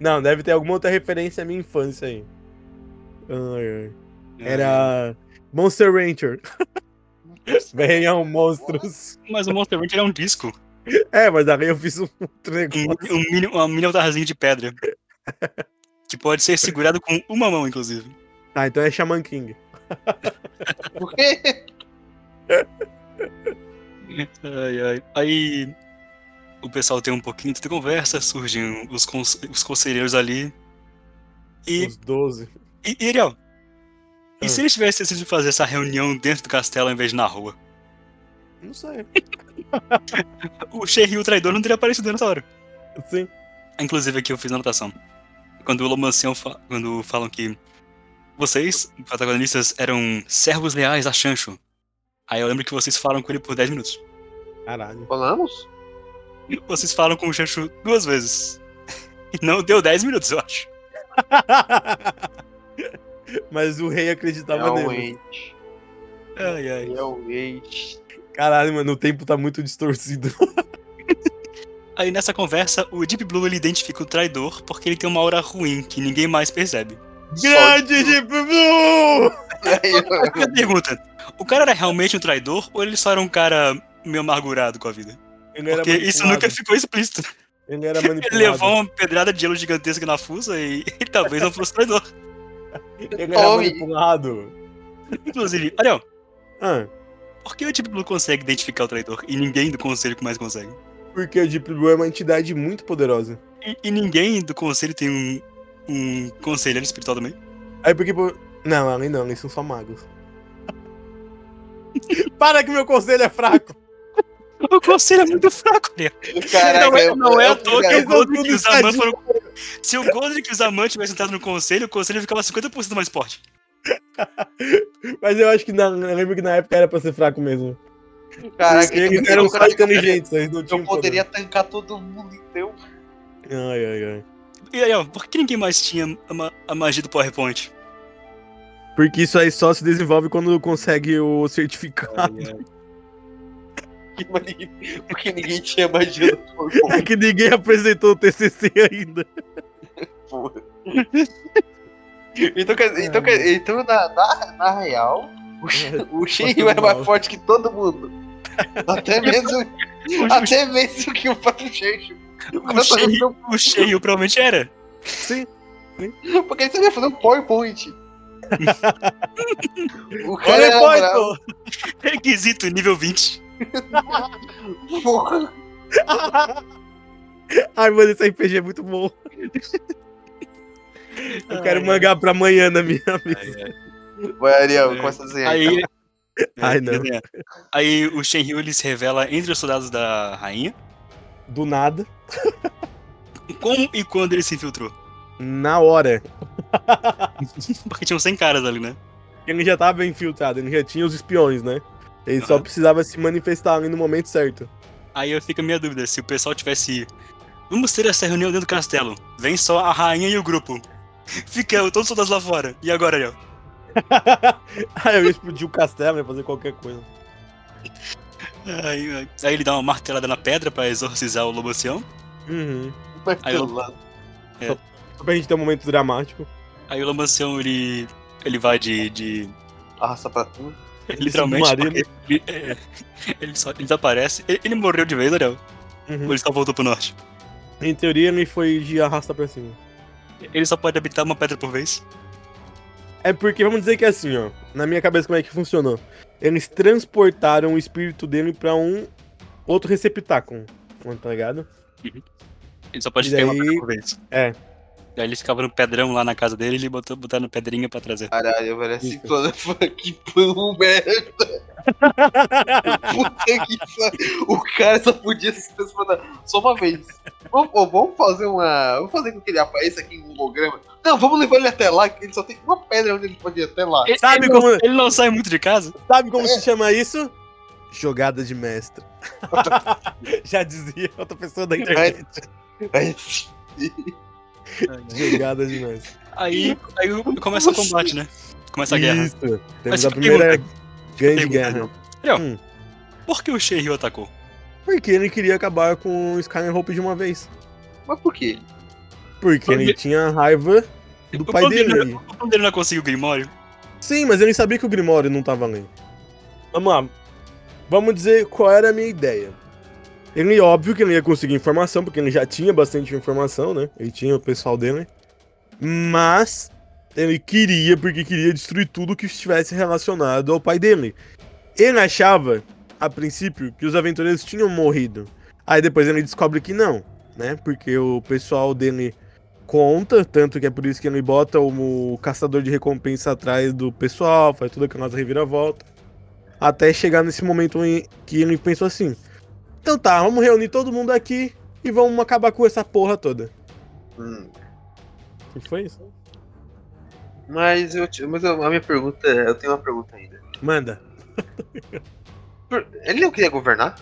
S2: Não, deve ter alguma outra referência à minha infância aí. Ai, ai.
S1: É.
S2: Era. Monster Rancher. (laughs) Venham monstros.
S1: Mas o Monster Ranch é um disco.
S2: É, mas daí eu fiz um outro
S1: Um,
S2: negócio.
S1: um, mini, um mini altarzinho de pedra. Que pode ser segurado com uma mão, inclusive.
S2: Tá, então é Shaman King.
S3: (laughs) Por quê?
S1: Ai, ai. Aí o pessoal tem um pouquinho de conversa, surgem os, cons- os conselheiros ali. E,
S2: Os 12.
S1: e, e Ariel,
S2: Ah.
S1: e se eles tivessem decidido fazer essa reunião dentro do castelo ao invés de na rua?
S2: Não sei.
S1: O Sherry, o traidor, não teria aparecido nessa hora.
S2: Sim.
S1: Inclusive aqui eu fiz uma anotação. Quando o Lomancião fa quando falam que vocês, protagonistas, eram servos leais a Chancho. Aí eu lembro que vocês falam com ele por 10 minutos.
S2: Caralho. (laughs)
S3: Falamos?
S1: Vocês falam com o Chancho duas vezes. (laughs) E não deu 10 minutos, eu acho.
S2: mas o rei
S1: Tá
S3: É
S2: acreditava nele.
S3: Realmente.
S1: Ai, ai.
S3: Realmente.
S2: Caralho, mano, o tempo tá muito distorcido.
S1: Aí nessa conversa, o Deep Blue ele identifica o traidor porque ele tem uma aura ruim que ninguém mais percebe.
S2: Grande
S1: Tipo,
S2: Deep Blue!
S3: É
S1: (laughs) Aí a pergunta: o cara era realmente um traidor ou ele só era um cara meio amargurado com a vida?
S2: Ele
S1: Porque isso
S2: manipulado.
S1: nunca ficou explícito.
S2: Ele era
S1: (laughs) Ele
S2: manipulado.
S1: levou uma pedrada de gelo gigantesca na fusa e, (laughs) e talvez um não fosse traidor.
S2: Ele era
S3: Homem.
S2: manipulado.
S1: Inclusive, Ariel,
S2: Ah,
S1: por que o Deep Blue consegue identificar o traidor e ninguém do conselho mais consegue?
S2: porque o Deep Blue é uma entidade muito poderosa.
S1: E, e ninguém do conselho tem um, um conselheiro espiritual também?
S2: Aí porque, pô, Não, ali não, ali são só magos. (laughs) Para que meu conselho é fraco.
S1: O conselho é muito fraco, né?
S3: Caraca,
S1: não é,
S3: eu-
S1: não é
S3: eu-
S1: à toa que
S2: eu-
S1: o
S3: eu-
S1: Godric e o Zaman
S2: Eles são
S1: foram... Se o Godric e o Zaman tivessem entrado no conselho, o conselho ficava 50% mais forte.
S2: Mas eu acho que não, eu lembro que na época era pra ser fraco mesmo.
S3: Caraca, então
S2: eles
S3: eu-
S2: eram
S3: eu-
S2: só inteligentes, eles não tinham
S3: Eu poderia tancar todo mundo, então. (laughs)
S2: poder. Ai, ai, ai.
S1: E aí, ó, por que ninguém mais tinha a, ma- a magia do PowerPoint?
S2: Porque isso aí só se desenvolve quando consegue o certificado.
S3: Porque ninguém tinha magia do corpo.
S2: É (laughs) que ninguém apresentou o TCC ainda.
S1: (laughs)
S3: Porra. então, quer- então, quer- então na, na, na real,
S1: É,
S3: o, Shi- o
S1: um
S3: Shiryu era mais forte que todo mundo.
S1: (laughs)
S3: Até mesmo, até mesmo que o próprio Shiryu.
S1: O Shiryu- O Shiryu provavelmente era.
S3: Porque ele sabia fazer um PowerPoint. o cara
S2: Olha,
S3: era
S2: pô,
S3: bravo.
S2: então.
S1: Requisito nível 20.
S3: Porra.
S2: Ai, mano, esse RPG é muito bom. Eu quero mangar pra amanhã na minha mesa.
S3: Vai, Ariel, começa a desenhar.
S1: É. Aí,
S3: então.
S1: ele-
S2: Ai,
S1: É,
S2: não.
S1: ele- Aí o Shenryu ele se revela entre os soldados da rainha.
S2: É, Do nada.
S1: Como e quando ele se infiltrou?
S2: Na hora.
S1: Porque tinham 100 caras ali, né?
S2: Ele já tava bem infiltrado, ele já tinha os espiões, né? Ele só
S1: Aham.
S2: precisava se manifestar ali no momento certo.
S1: Aí eu fico a minha dúvida, se o pessoal tivesse. Vamos ter essa reunião dentro do castelo. Vem só a rainha e o grupo. (laughs) Fica todos os soldados lá fora. E agora, Ariel?
S2: (laughs) Aí eu ia explodir o castelo, ia fazer qualquer coisa.
S1: Aí, aí- aí ele dá uma martelada na pedra pra exorcizar o lobo ancião.
S2: Uhum.
S3: Mas
S1: aí eu-
S3: pelo lado.
S2: Só pra gente ter um momento dramático.
S1: Aí o lobo ancião ele. ele vai de. de
S3: Arrasta pra tu.
S1: literalmente.
S2: submarino.
S1: porque Ele, é, ele só ele desaparece. Ele, ele morreu de vez, Ariel.
S2: Uhum.
S1: Ou ele só voltou pro norte?
S2: Em teoria, ele foi de arrasta pra cima.
S1: Ele só pode habitar uma pedra por vez.
S2: É porque, vamos dizer que é assim, ó. Na minha cabeça, como é que funcionou? Eles transportaram o espírito dele pra um outro receptáculo. Tá ligado?
S1: Ele só pode
S2: E
S1: ficar em uma
S2: daí-
S1: pedra por vez.
S2: É.
S1: Aí ele ficava no pedrão lá na casa dele e ele botou, botaram pedrinha pra trazer.
S3: Caralho, parece
S2: Isso.
S3: toda que pão, velho. Puta que pariu. O cara só podia se transformar só uma vez. Vamos, ó, vamos fazer uma. Vamos fazer com que ele apareça aqui em um holograma. Não, vamos levar ele até lá, que ele só tem uma pedra onde ele pode ir até lá.
S1: Ele-
S2: Sabe
S1: ele
S2: como-
S1: Não, ele não sai muito de casa?
S2: Sabe como se chama isso? Jogada de
S1: (laughs)
S2: mestre. Já dizia outra pessoa da internet.
S3: Aí,
S2: Jogada de mestre.
S1: Aí, aí começa o combate, né? Começa a guerra.
S2: Isso. Temos
S1: Mas
S2: a
S1: pergunta-
S2: primeira grande
S1: pergunta,
S2: guerra.
S1: Por que o Shiryu atacou?
S2: Porque ele queria acabar com o Skyrim de uma vez.
S3: Mas por quê?
S2: Porque ele
S1: Porque-
S2: tinha raiva do
S1: O
S2: pai
S1: plano
S2: dele.
S1: não- O plano dele não é conseguiu o Grimório?
S2: Sim, mas ele sabia que o Grimório não tava ali. Vamos lá. Vamos dizer qual era a minha ideia. Ele, óbvio que ele ia conseguir informação, porque ele já tinha bastante informação, né? Ele tinha o pessoal dele. Mas ele queria, porque queria destruir tudo que estivesse relacionado ao pai dele. Ele achava, a princípio, que os aventureiros tinham morrido. Aí depois ele descobre que não, né? Porque o pessoal dele conta, tanto que é por isso que ele bota o, o caçador de recompensa atrás do pessoal, faz tudo aquela reviravolta. Até chegar nesse momento em que ele pensou assim: então tá, vamos reunir todo mundo aqui e vamos acabar com essa porra toda.
S3: Hum,
S2: E foi isso?
S3: Mas, eu, te- mas eu- a minha pergunta é. Eu tenho uma pergunta ainda.
S2: Manda.
S3: Por- Ele não queria governar?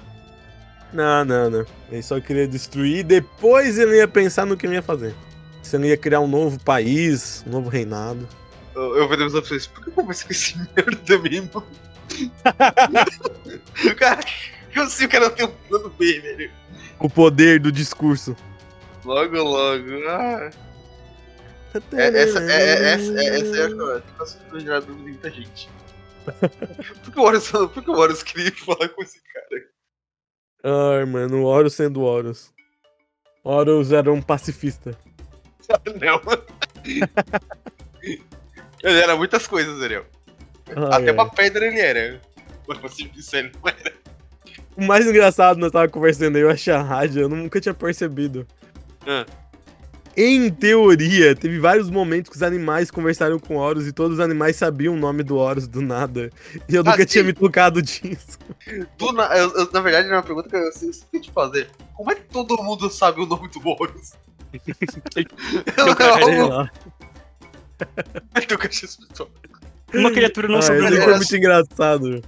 S2: Não, não, não. Ele só queria destruir e depois ele ia pensar no que ele ia fazer. Se ele ia criar um novo país, um novo reinado.
S3: Eu, eu vejo as opções. Por que eu comecei com esse merda (laughs) mesmo? cara, eu sei o cara tem um plano B, velho.
S2: O poder do discurso.
S3: Logo, logo. Ah. É, essa, é, é, essa, é, essa é a coisa que tá sendo gerada dúvida em muita (laughs) gente. Por que o Horus, por que o Horus queria falar com esse cara?
S2: Ai, mano, o Horus sendo Horus. Horus era um pacifista.
S3: Não. né, (laughs) ele era muitas coisas, Ariel. Até uma pedra ele era. Mas pra ser sincero, não é era.
S2: O né, mais engraçado, nós tava conversando aí, eu achei a rádio, eu nunca tinha percebido.
S3: Ah.
S2: Em teoria, teve vários momentos que os animais conversaram com Horus e todos os animais sabiam o nome do Horus do nada. E eu
S3: Ah,
S2: nunca tinha
S3: sim.
S2: me tocado disso.
S3: Do na... eu- eu- na verdade, era uma pergunta que eu sempre te fazer. Como é que todo mundo sabe o nome do Boros?
S1: Eu quero
S3: é
S1: ver.
S3: algo-
S2: lá.
S3: é teu cachê espiritual.
S1: Uma criatura não
S2: Ah, ele
S1: sobrenatural.
S2: foi muito engraçado.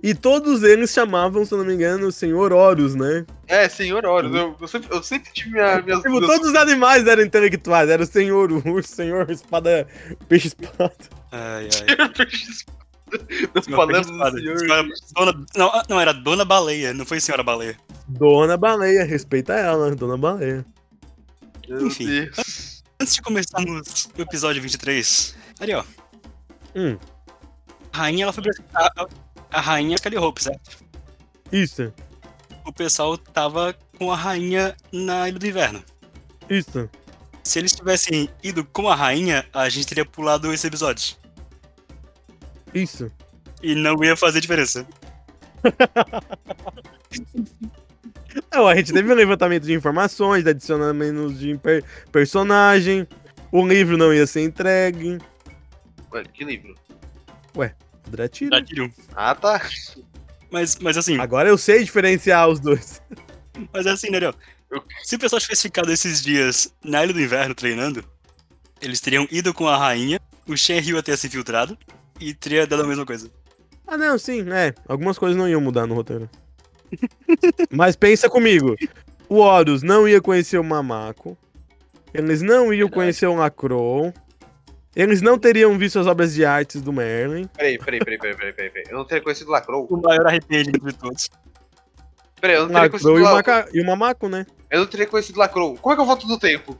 S2: E todos eles chamavam, se eu não me engano, o Senhor Horus, né?
S3: É, senhor Horus. Eu, eu sempre, eu sempre tive minha, minhas
S2: Tipo,
S3: dúvidas. (laughs)
S2: todos os animais eram intelectuais. Era o Senhor Urso, Senhor Espada, Peixe Espada.
S1: Ai, ai.
S3: Nós
S1: Senhora
S3: falamos do
S1: Espada.
S3: senhor.
S1: Senhora- dona- não, ah, não, era Dona Baleia, não foi Senhora Baleia.
S2: Dona Baleia, respeita ela, Dona Baleia.
S3: Meu
S1: Enfim.
S3: Deus.
S1: Antes de começarmos o episódio 23, ali ó,
S2: Hum,
S1: a rainha ela foi pra. A, a- a rainha Scully Hope, certo?
S2: isso,
S1: O pessoal tava com a rainha na Ilha do Inverno.
S2: isso.
S1: Se eles tivessem ido com a rainha, a gente teria pulado esse episódio.
S2: Isso.
S1: E não ia fazer diferença.
S2: Não, a gente teve um levantamento de informações, adicionamentos de per- personagem. O livro não ia ser entregue.
S3: Ué, que livro?
S2: Dratira.
S1: Já tiro.
S3: Ah, tá.
S1: Mas, mas assim,
S2: Agora eu sei diferenciar os dois.
S1: mas é assim, né, Ariel?
S3: Eu-
S1: Se o pessoal tivesse ficado esses dias na Ilha do Inverno treinando, eles teriam ido com a rainha, o Shenryu ia ter se infiltrado e teria dado a mesma coisa.
S2: Ah, não, sim, é. Algumas coisas não iam mudar no roteiro. (laughs) Mas pensa comigo. O Horus não ia conhecer o Mamaco. Eles não iam
S3: Verdade.
S2: conhecer o Lacrow. Eles não teriam visto as obras de artes do Merlin.
S3: Peraí, peraí, peraí, peraí, peraí, peraí, peraí. Eu não teria conhecido Lacrow.
S1: o maior arrependimento de todos.
S3: Peraí, eu não Então teria
S2: Lacrow
S3: conhecido
S2: e o,
S3: Lacrow.
S2: Maca... e o Mamaco, né? (laughs)
S3: Eu não teria conhecido Lacrow. Como é que eu volto no tempo?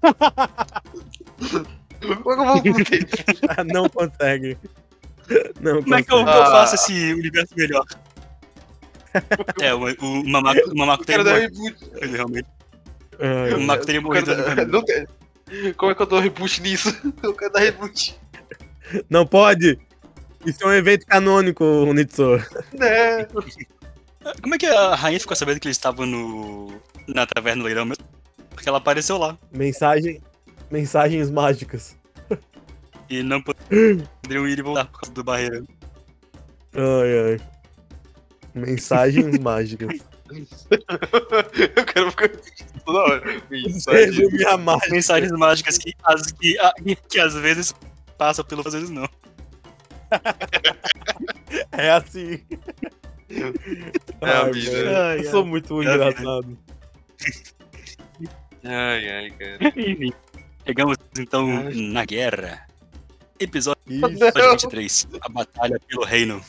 S3: Como é que eu volto no tempo?
S2: Ah, não consegue. (laughs) Não
S1: Como é que
S2: consegue.
S1: eu, que eu
S3: Ah.
S1: faço esse universo melhor? (laughs) é, o, o Mamaco, o Mamaco
S3: O
S1: teria
S3: cara dá
S1: morrido,
S3: reboot.
S1: realmente. O
S2: Ai,
S1: Mamaco teria
S3: Ah, O cara
S1: morrido. no
S3: (laughs) dá-
S1: caminho.
S3: não tem- Como é que eu dou reboot nisso? (laughs) O cara dá reboot.
S2: não pode! Isso é um evento canônico, Nitsu.
S3: Né?
S1: Como é que a rainha ficou sabendo que eles estavam no. na taverna do leirão mesmo? Porque ela apareceu lá.
S2: Mensagem... Mensagens mágicas.
S1: E não poderiam ir e voltar por causa do barreiro.
S2: Ai, ai. Mensagens (laughs) mágicas.
S3: (laughs) Eu quero ficar repetindo toda hora. Mensagem.
S2: Resumir a mágica.
S1: Mensagens mágicas que, as- que, a- que às vezes passam pelo às vezes não.
S2: É assim.
S3: É
S2: Ai,
S3: a vida.
S2: mano,
S1: Ai,
S2: eu
S1: ai.
S2: sou muito
S1: É a vida.
S2: engraçado.
S3: Ai, ai, cara.
S1: Enfim. Chegamos então
S3: Ah,
S1: na guerra.
S3: (laughs)
S1: Episódio
S2: Isso.
S3: Não.
S1: 23. A batalha pelo reino.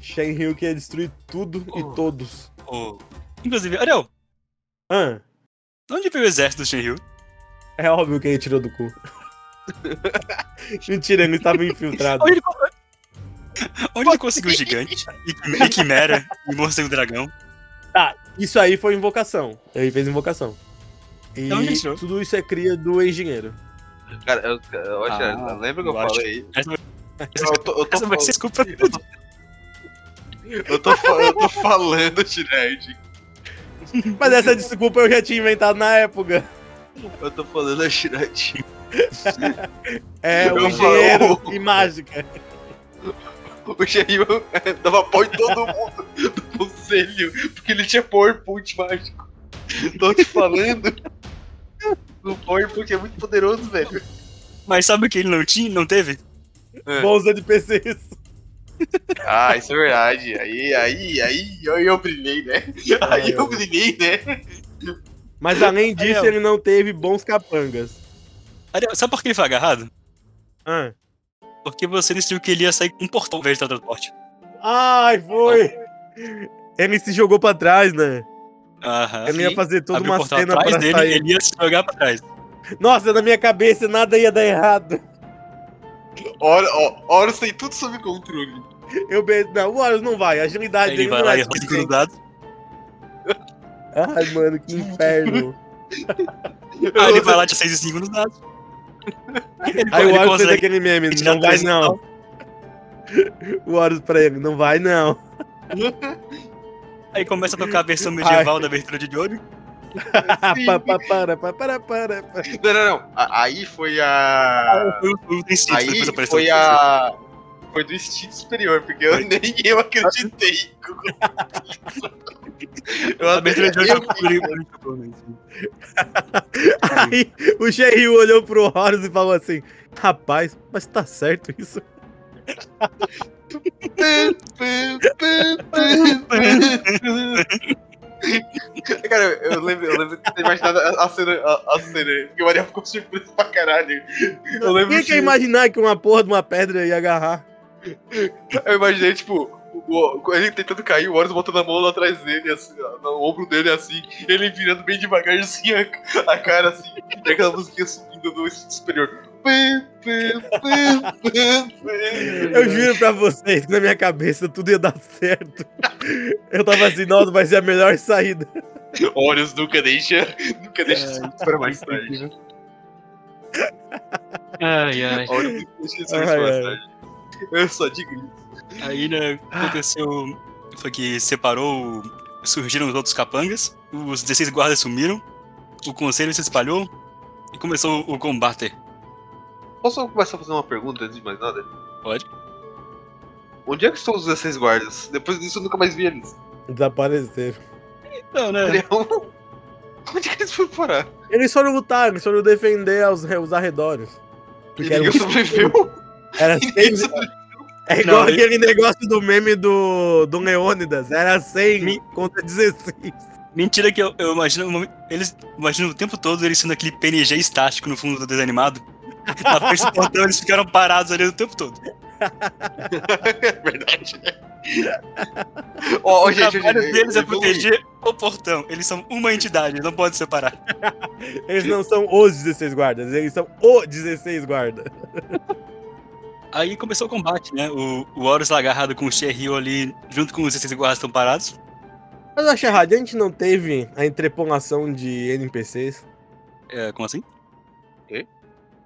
S2: Shenryu quer destruir tudo
S3: Oh.
S2: e todos.
S1: Oh. Inclusive, Ariel,
S2: Ah,
S1: de onde veio o exército do Shenryu?
S2: é óbvio que ele tirou do cu. (laughs) Mentira, ele estava infiltrado.
S1: Onde ele, (laughs) Onde ele conseguiu o gigante, e, e quimera, e morcego dragão?
S2: Isso aí foi invocação. Ele fez invocação. E
S1: Então, ele tirou.
S2: tudo isso é cria do engenheiro.
S3: Cara, eu, eu acho-
S1: Ah,
S3: lembra que eu
S1: eu acho-
S3: falei?
S1: Essa,
S3: Eu tô, eu tô
S1: essa vai
S3: fal-
S1: ser desculpa tudo.
S3: eu tô fa- eu tô falando, Tirade.
S2: Mas essa desculpa eu já tinha inventado na época.
S3: Eu tô falando, Tirade.
S2: É,
S3: Eu
S2: o engenheiro
S3: falo. "Oh".
S2: e mágica.
S3: O Jair (laughs) dava pau em todo mundo do conselho, porque ele tinha PowerPoint mágico. Tô te falando. O PowerPoint é muito poderoso, velho.
S1: Mas sabe o que ele não tinha, não teve?
S2: Bons NPCs.
S3: Ah, isso é verdade. Aí, aí, aí, eu, eu brilhei, né? Aí eu brilhei, né?
S2: Mas além disso,
S1: Ariel.
S2: ele não teve bons capangas.
S1: Ariel, sabe por que ele foi agarrado?
S2: Ah.
S1: Porque você decidiu que ele ia sair com um portão ao invés de teletransporte.
S2: Ai, foi! Ele se jogou pra trás, né?
S1: Aham.
S2: ele ia
S3: sim.
S2: fazer toda
S1: Abriu o
S2: É uma
S1: portão
S2: cena
S1: atrás
S2: pra
S1: dele,
S2: sair.
S1: ele ia se jogar pra trás.
S2: Nossa, na minha cabeça nada ia dar errado.
S3: Ora, ó, ora tem tudo sob controle.
S2: Eu pensei, não, o Horus não vai, a agilidade
S1: Aí ele
S2: dele
S1: vai
S2: não
S1: lá
S2: é
S1: e roda
S2: suficiente.
S1: os dados.
S2: Ai, mano, que inferno.
S3: Ah,
S1: Aí ele vai lá de 6 e 5 nos dados. Ele,
S2: (laughs) Aí
S1: ele
S2: o Horus fez
S1: consegue. tá
S2: aquele meme,
S1: tirar
S2: não vai
S1: três,
S2: não. (laughs) O Horus pra ele, não (laughs) vai não.
S1: Aí começa a tocar a versão medieval da abertura de Jojo.
S3: Sim.
S2: (laughs) Pa, pa, para, pa, para, para, para.
S3: Não, não, não. A- Aí foi a.
S1: Foi o- foi o Instinto, depois
S3: Aí
S1: apareceu
S3: foi
S1: o Instinto.
S3: a. Foi do instinto superior, porque eu (laughs) nem eu acreditei. (laughs) Eu
S1: A abertura de hoje
S3: eu-
S1: eu cobri muito, provavelmente.
S2: Aí o Sherry olhou pro Horus e falou assim: Rapaz, mas tá certo isso?
S3: (laughs) Cara, eu lembro, eu lembro de ter imaginado a, a cena, a, a cena, porque o Maria ficou surpreso pra caralho. Eu lembro
S2: Quem
S3: de-
S2: quer imaginar que uma porra de uma pedra ia agarrar?
S3: Eu imaginei, tipo, o- o- ele tentando cair, o Horus botando a mão lá atrás dele, assim, ó, no ombro dele, assim, ele virando bem devagarzinho a, a cara, assim, e aquela musiquinha subindo do instinto superior.
S2: Eu juro pra vocês que na minha cabeça tudo ia dar certo. (laughs) Eu tava assim, nossa, vai ser a melhor saída.
S3: Horus nunca deixa, nunca deixa
S2: É,
S3: isso para mais tarde.
S1: Ai, ai.
S3: Horus nunca deixa isso
S2: né? Ai,
S3: mais
S2: ai.
S3: tarde. Eu só digo isso.
S1: Aí, né, aconteceu. Foi que separou. Surgiram os outros capangas. Os 16 guardas sumiram. O conselho se espalhou. E começou o combate.
S3: Posso começar a fazer uma pergunta antes de mais nada?
S1: Pode.
S3: Onde é que estão os 16 guardas? Depois disso eu nunca mais vi eles. é um-
S2: Desapareceram.
S1: Não,
S2: É.
S1: né?
S3: Onde é que eles foram parar?
S2: Eles foram lutar, eles foram defender aos, re- os arredores.
S3: E
S2: Porque era, um
S3: ninguém
S2: (laughs)
S3: sobreviveu.
S2: era
S3: Ninguém
S2: seis. (laughs) É igual
S1: Não, eu-
S2: aquele negócio do meme do, do Leônidas. Era 100
S1: Me-
S2: contra 16.
S1: Mentira que eu, eu imagino. o momento- Eles imagino o tempo todo eles sendo aquele PNG estático no fundo do desanimado. Na frente do portão eles ficaram parados ali o tempo todo.
S3: É verdade, né? Ó, ó,
S1: O
S3: gente,
S1: trabalho
S3: gente,
S1: deles é
S3: evolui.
S1: proteger o portão. Eles são uma entidade, eles não podem separar.
S2: Eles não são os 16 guardas, eles são o 16 guarda.
S1: Aí começou o combate, né? O, o Horus lá agarrado com o Sherryu ali, junto com os 16 guardas estão parados.
S2: Mas eu achei errado, a gente não teve a entrepolação de NPCs.
S1: É, como assim?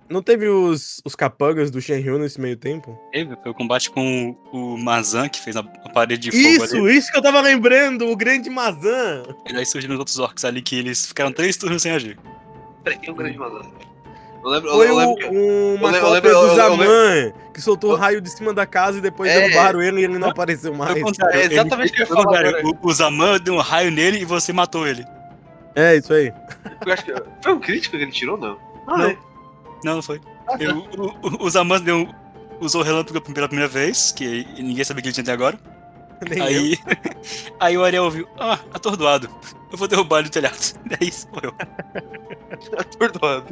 S2: Não teve os, os capangas do Shenryu nesse meio tempo?
S1: Teve, foi o combate com o, o Mazan, que fez a, a parede de fogo
S2: Isso,
S1: ali.
S2: isso que eu tava lembrando, o grande Mazan.
S1: E aí surgiram os outros orcs ali, que eles ficaram três turnos sem agir.
S3: Peraí, tem um grande malandro. Eu lembro, eu
S2: Foi
S3: lembro
S2: o-
S3: que-
S2: uma
S3: eu lembro-
S2: cópia
S3: eu
S2: do
S3: lembro- eu
S2: Zaman, que soltou o
S3: Eu-
S2: raio de cima da casa e depois
S3: É.
S2: derrubaram ele e ele não apareceu
S1: Foi
S2: mais.
S1: o contrário.
S3: É exatamente o que eu ia
S1: foi o
S3: falar
S1: contrário. O, o Zaman deu um raio nele e você matou ele.
S2: É, isso aí.
S3: eu acho que- Foi um crítico que ele tirou, não?
S1: Não. Não, não foi.
S2: (laughs)
S1: Eu- o, o, o Zaman deu, usou o relâmpago pela primeira vez, que ninguém sabia que ele tinha até agora.
S2: Nem eu.
S1: Aí, (laughs) aí o Ariel ouviu, ah, atordoado. Eu vou derrubar ele do telhado. (laughs) É isso, foi
S2: (laughs)
S1: eu.
S3: tá (laughs) Atordoado.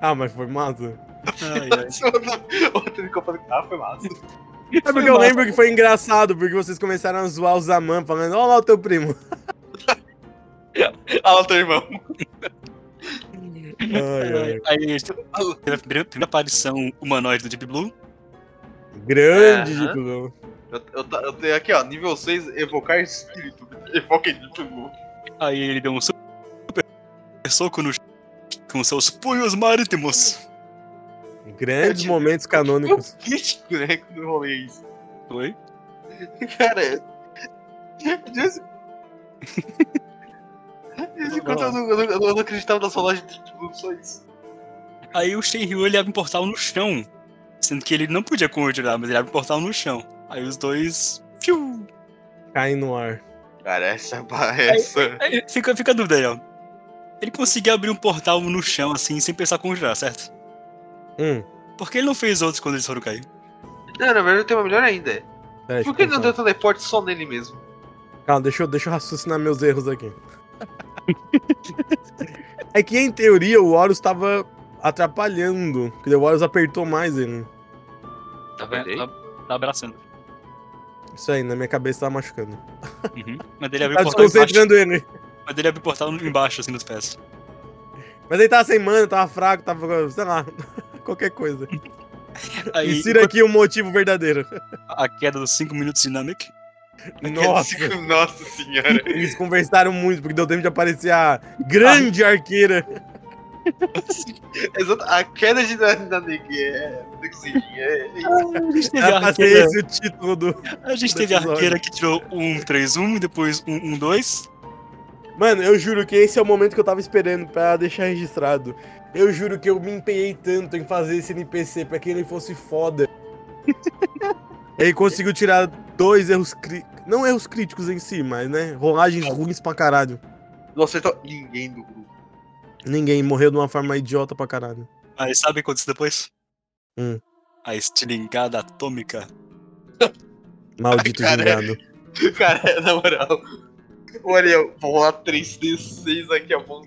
S2: Ah, mas foi massa.
S1: Ai, ai.
S3: Outro ficou falando, ah, foi massa.
S2: É porque
S1: Foi
S2: eu
S1: massa.
S2: lembro que foi engraçado, porque vocês começaram a zoar o Zaman, falando, ó lá o teu
S3: (laughs)
S2: primo.
S3: Ah, o teu irmão.
S2: Ai, ai.
S1: Aí teve a primeira, primeira aparição humanoide do Deep Blue.
S2: Grande,
S3: É. Aham.
S2: Gigolão.
S3: Eu, eu, tá- eu tenho aqui, ó, nível 6, evocar espírito. Evoca espírito.
S1: Aí ele deu um super soco no ch- com seus punhos marítimos.
S2: Grandes momentos canônicos.
S3: Foi um crítico, né, que eu rolei isso.
S1: Foi?
S3: Cara, é- Deus... Desde
S2: Vai
S3: quando
S2: lá.
S3: eu não, eu não- eu não acreditava na solagem de tudo, só isso.
S1: Aí o Shenryu ele abre um portal no chão. Sendo que ele não podia continuar, mas ele abre um portal no chão. Aí os dois. Fiu!
S2: Cai no ar.
S3: Cara, essa é essa.
S1: Aí fica, fica a dúvida aí, ó. Ele conseguia abrir um portal no chão, assim, sem pensar conjurar, certo?
S2: Hum.
S1: Por que ele não fez outros quando eles foram cair?
S3: Não, na verdade eu tenho uma melhor ainda.
S2: Peraí, deixa
S3: Por que
S2: eu
S3: ele não deu
S2: pensar.
S3: teleporte só nele mesmo?
S2: Calma, deixa eu, deixa eu raciocinar meus erros aqui. (laughs) é que, em teoria, o Horus tava atrapalhando. Porque o Horus apertou mais ele.
S1: Tá,
S3: vendo?
S1: tá abraçando.
S2: Isso aí, na minha cabeça tá machucando.
S1: Uhum. Mas ele abriu
S2: Tá
S1: o portal embaixo.
S2: desconcentrando ele.
S1: Mas ele abriu o portal embaixo, assim, nos pés.
S2: Mas ele tava sem mana, tava fraco, tava, sei lá, (laughs) qualquer coisa.
S1: Aí,
S2: Insira aqui o
S1: (laughs)
S2: motivo verdadeiro.
S1: a queda dos 5 minutos
S2: (laughs)
S1: Dynamic.
S2: Nossa,
S3: Nossa senhora.
S2: eles conversaram muito, porque deu tempo de aparecer a
S1: Ah.
S2: grande arqueira.
S3: Exato, a queda de da, da Nick é. do que se diga, é isso.
S1: A gente teve, a
S2: Era pra ser
S1: arqueira,
S2: esse o título do,
S1: a gente teve a
S2: episódio.
S1: um, arqueira que tirou um 3-1 e depois um 1-2.
S2: Mano, eu juro que esse é o momento que eu tava esperando pra deixar registrado. Eu juro que eu me empenhei tanto em fazer esse NPC pra que ele fosse foda. ele conseguiu tirar dois erros críticos. Não erros críticos em si, mas né? Rolagens ruins pra caralho.
S3: Não acertou ninguém do grupo.
S2: Ninguém morreu de uma forma idiota pra caralho.
S1: Aí sabe o que aconteceu depois?
S2: Hum.
S1: A estilingada atômica.
S2: Maldito
S3: Caralho.
S2: gingado.
S3: (laughs) Cara, é, na moral. O Ariel, vou rolar 3D6 aqui a mão.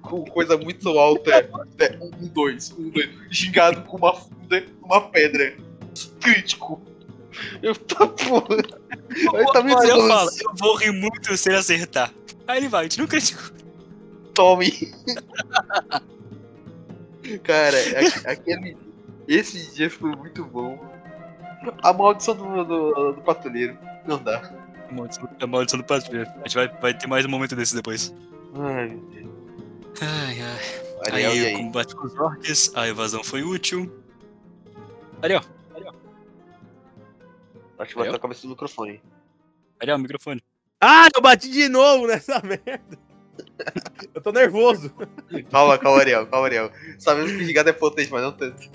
S3: Com coisa muito alta. É, um, um, dois, um, dois. Gingado com uma funda, uma pedra. Crítico. Eu tá porra. Ele tá muito
S1: Aí eu
S3: doce.
S1: falo, eu vou rir muito se ele acertar. Aí ele vai, tira um crítico.
S3: Tome. Cara, a- aquele. Esse dia foi muito bom. A maldição do, do, do patrulheiro. Não dá.
S1: A maldição- A maldição do patrulheiro. A gente vai, vai ter mais um momento desse depois.
S3: Ai, meu Deus.
S1: Ai, ai.
S3: Ariel,
S1: aí
S3: e
S1: o
S3: aí?
S1: combate com os orcs, a evasão foi útil. Ariel,
S3: Acho que vai
S1: Ariel?
S3: estar a cabeça do microfone.
S1: Ariel, microfone.
S2: Ah, eu bati de novo nessa merda. Eu tô nervoso.
S3: Calma, calma, Ariel, calma, Ariel. Sabemos que gigado é potente, mas não tanto.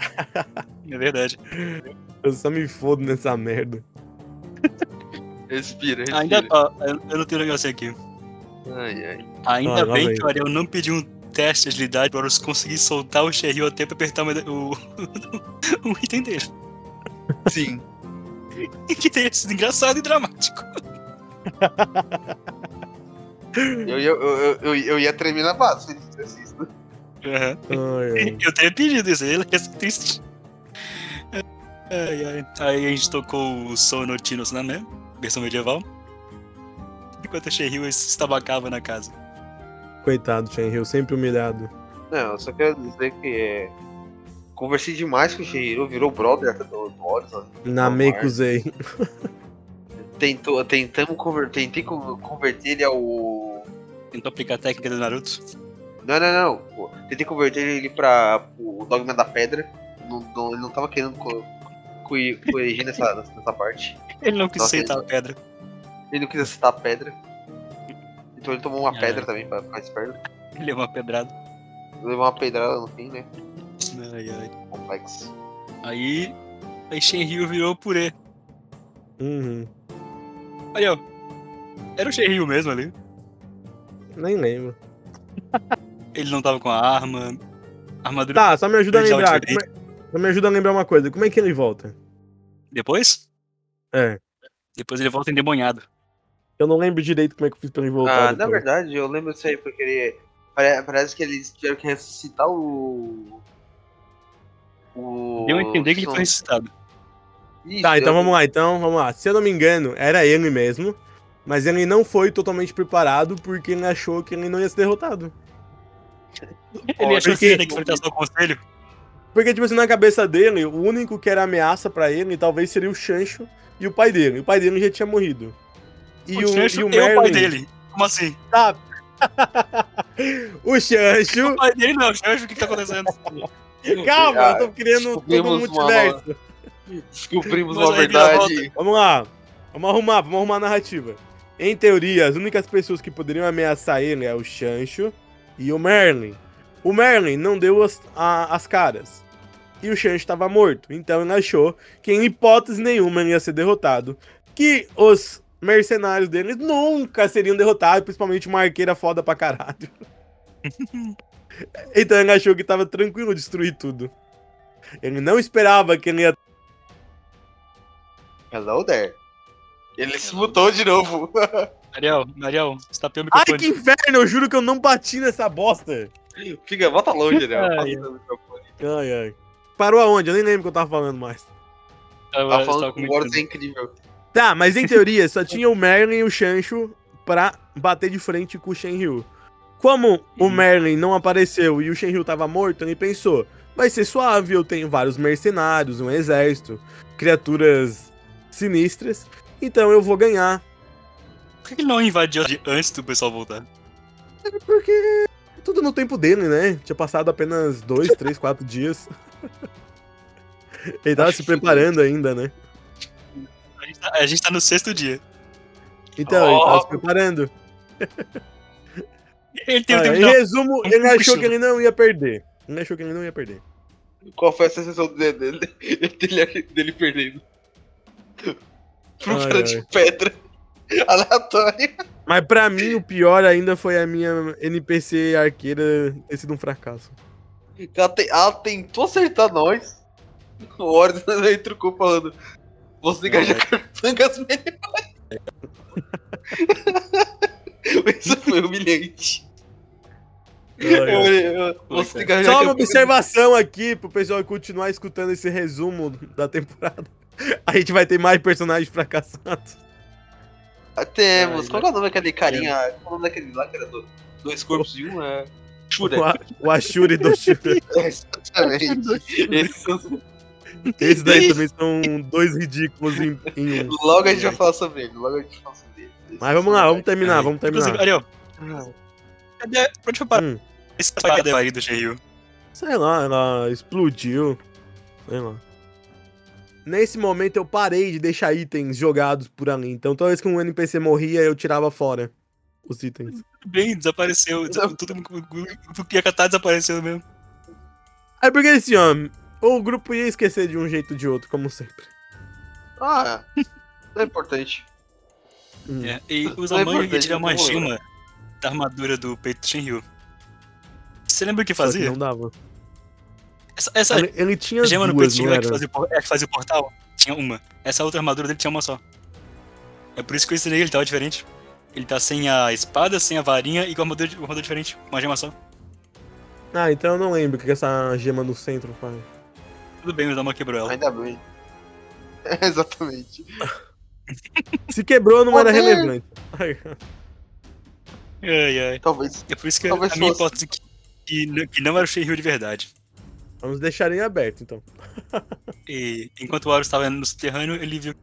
S1: É verdade.
S2: Eu só me fodo nessa merda.
S3: Respira, respira.
S1: Ainda tá, eu eu não tenho negócio aqui.
S3: Ai, ai.
S1: Ainda
S2: Ah, lá
S1: bem
S2: vem.
S1: que o Ariel não pediu um teste de agilidade para eu conseguir soltar o Sherry a tempo e apertar o, meda- o, (laughs) o item dele. (laughs)
S3: Sim.
S1: Que tem sido engraçado e dramático.
S3: Eu, ia- eu, eu, eu, eu ia tremer na base se ele fizesse isso.
S1: Aham.
S2: Ai,
S1: (laughs)
S2: ai.
S1: Eu teria pedido isso, ele é triste. Ai, ai. Aí a gente tocou o som notino na mesma, versão medieval. Enquanto a Sherry se estabacava na casa.
S2: Coitado, Shenryu, sempre humilhado.
S3: Não, eu só quero dizer que é. Conversei demais com o Shihiro, virou brother até do Boris, ó.
S2: Namei Kuzei.
S3: Tentou, tentamos conver, tentei con- converter ele ao.
S1: Tentou aplicar a técnica do Naruto.
S3: Não, não, não. pô. Tentei converter ele pra o dogma da pedra. Não, não- ele não tava querendo co- co- corrigir nessa, nessa parte.
S1: Ele não quis
S3: Nossa,
S1: aceitar a pedra.
S3: Ele não quis aceitar a pedra. Então ele tomou uma
S1: É.
S3: pedra também pra ficar esperto.
S1: Ele é uma pedrada.
S3: Levou uma pedrada no fim, né?
S1: Ai, ai.
S3: Complexo.
S1: Aí. Aí Shenryu virou purê.
S2: Uhum.
S1: Aí, ó. Era o Shenryu mesmo ali.
S2: Nem lembro.
S1: Ele não tava com a arma. A armadura.
S2: Tá, só me ajuda a
S1: Ele já
S2: lembrar.
S1: te dei.
S2: como é- Só me ajuda a lembrar uma coisa. Como é que ele volta?
S1: Depois?
S2: É.
S1: Depois ele volta endemoniado.
S2: Eu não lembro direito como é que eu fiz pra ele voltar.
S3: Ah, na
S2: depois.
S3: verdade, eu lembro disso aí porque ele. pare- Parece que eles tiveram que ressuscitar o. O.
S1: Deu a entender que ele foi ressuscitado.
S3: Ih,
S2: Tá, então
S3: deu-
S2: vamos lá, então, vamos lá. Se eu não me engano, era ele mesmo. Mas ele não foi totalmente preparado porque ele achou que ele não ia ser derrotado.
S1: Ele achou que
S2: porque-
S1: ele ia ter que enfrentar só o conselho.
S2: Porque, tipo assim, na cabeça dele, o único que era ameaça pra ele talvez seria o Chancho e o pai dele. O pai dele já tinha morrido. E
S1: o Chancho e o pai
S2: Merlin-
S1: dele. Como assim?
S2: Tá. (laughs) o Chancho.
S1: O pai dele não é o Chancho, o que que tá acontecendo?
S2: Calma,
S3: Ah,
S2: eu tô criando todo um
S3: descobrimos uma
S2: multiverso.
S3: Descobrimos
S1: Mas
S3: uma
S1: aí vira
S3: verdade.
S2: Vamos lá. Vamos arrumar, vamos arrumar a narrativa. Em teoria, as únicas pessoas que poderiam ameaçar ele é o Chancho e o Merlin. O Merlin não deu as, a- as caras. E o Chancho estava morto. Então ele achou que, em hipótese nenhuma, ele ia ser derrotado. Que os mercenários deles nunca seriam derrotados, principalmente uma arqueira foda pra caralho. então ele achou que tava tranquilo destruir tudo. Ele não esperava que ele ia
S3: Hello there. Ele se mutou de novo.
S1: (laughs) Ariel, Ariel, você tá pelo
S2: Ai, que
S1: microfone.
S2: inferno! Eu juro que eu não bati nessa bosta.
S3: Fica, volta
S1: (laughs)
S3: longe, né?
S1: Ai,
S3: Passa no microfone.
S2: Ai, ai. Parou aonde? Eu nem lembro o que eu tava falando mais.
S1: Tava-
S3: Tá
S1: tava
S3: falando que o
S1: comentando.
S3: Boris é incrível.
S2: Tá, mas em teoria só tinha o Merlin e o Chancho pra bater de frente com o Shenryu. Como o
S1: Uhum.
S2: Merlin não apareceu e o Shenryu tava morto, ele pensou: vai ser suave, eu tenho vários mercenários, um exército, criaturas sinistras, então eu vou ganhar.
S1: Por que que ele não invadiu de- antes do pessoal voltar?
S2: É Porque é tudo no tempo dele, né? Tinha passado apenas dois, três, quatro dias. Ele tava se preparando ainda, né?
S1: A gente, tá, a gente tá no sexto dia.
S2: Então, ele
S3: Ó.
S2: tava se preparando.
S1: Ele tem o
S2: Ah,
S1: tempo
S2: em
S1: de dar-
S2: resumo, ele achou que ele não ia perder. Ele achou que ele não ia perder.
S3: Qual foi a sensação dele, dele, dele, dele perdendo? Pro
S2: Ai,
S3: cara
S2: ai.
S3: de pedra. (laughs) Aleatório.
S2: Mas pra mim, o pior ainda foi a minha NPC arqueira ter sido um fracasso.
S3: Ela, te- ela tentou acertar nós. O Ordem (laughs) aí trucou falando. Você engaja (laughs) cartangas melhores. (laughs) Isso foi humilhante. Eu olhei, eu- Você engaja
S2: Só uma
S3: cartangas-
S2: observação aqui pro pessoal continuar escutando esse resumo da temporada. (laughs) A gente vai ter mais personagens fracassados.
S3: Ah, Temos.
S2: Ai,
S3: Qual que é o nome daquele carinha? Qual é o nome daquele lá que era do- dois corpos de um? É. Shura.
S2: O, A- o Ashuri do Shura.
S3: É, (laughs) Exatamente. Esse-
S2: Esses daí também são dois ridículos em, em um.
S3: Logo a gente vai falar sobre ele. Logo a gente fala sobre ele. Esse-
S2: Mas vamos lá, vamos terminar,
S1: Aí,
S2: vamos
S1: Inclusive,
S2: terminar.
S1: ali, ó.
S3: Ah,
S1: Cadê? Pra onde foi parar
S2: Hum,
S1: essa parada aí do G.Rio?
S2: sei lá, ela explodiu. Sei lá. Nesse momento eu parei de deixar itens jogados por ali. Então toda vez que um NPC morria, eu tirava fora os itens.
S1: Tudo bem,
S3: (laughs)
S1: desapareceu. Desa-
S3: Não.
S1: Tudo o que ia catar desapareceu mesmo.
S2: É porque assim, ó, o grupo ia esquecer de um jeito ou de outro, como sempre.
S3: Ah, não é importante.
S2: Hum.
S1: É, e usa
S3: Não é
S1: a mãe e
S3: importante,
S1: tira uma
S3: não vou
S1: gema da armadura do peito do Shenryu. Você lembra o que
S2: Só que
S1: fazia?
S2: Não dava.
S1: Essa, essa
S2: Ele, ele tinha
S1: gema no
S2: duas,
S1: peitinho
S2: não
S1: é que,
S2: era?
S1: fazia, o por- é que fazia o portal? Tinha uma. Essa outra armadura dele tinha uma só. É por isso que eu ensinei ele, tava diferente. Ele tá sem a espada, sem a varinha e com a armadura, di- uma armadura diferente. Uma gema só.
S2: Ah, então eu não lembro o que que essa gema no centro faz.
S1: Tudo bem, o Zama quebrou ela.
S3: Ainda bem. (laughs) É, exatamente.
S2: Se quebrou, não era
S3: Poder!
S2: relevante.
S1: Ai, ai.
S3: Talvez.
S1: É por isso que
S3: Talvez
S1: a minha
S3: fosse.
S1: hipótese que, que, n- que não era o Shenryu de verdade.
S2: Vamos deixar em aberto, então.
S1: E enquanto o Auro estava no subterrâneo, ele viu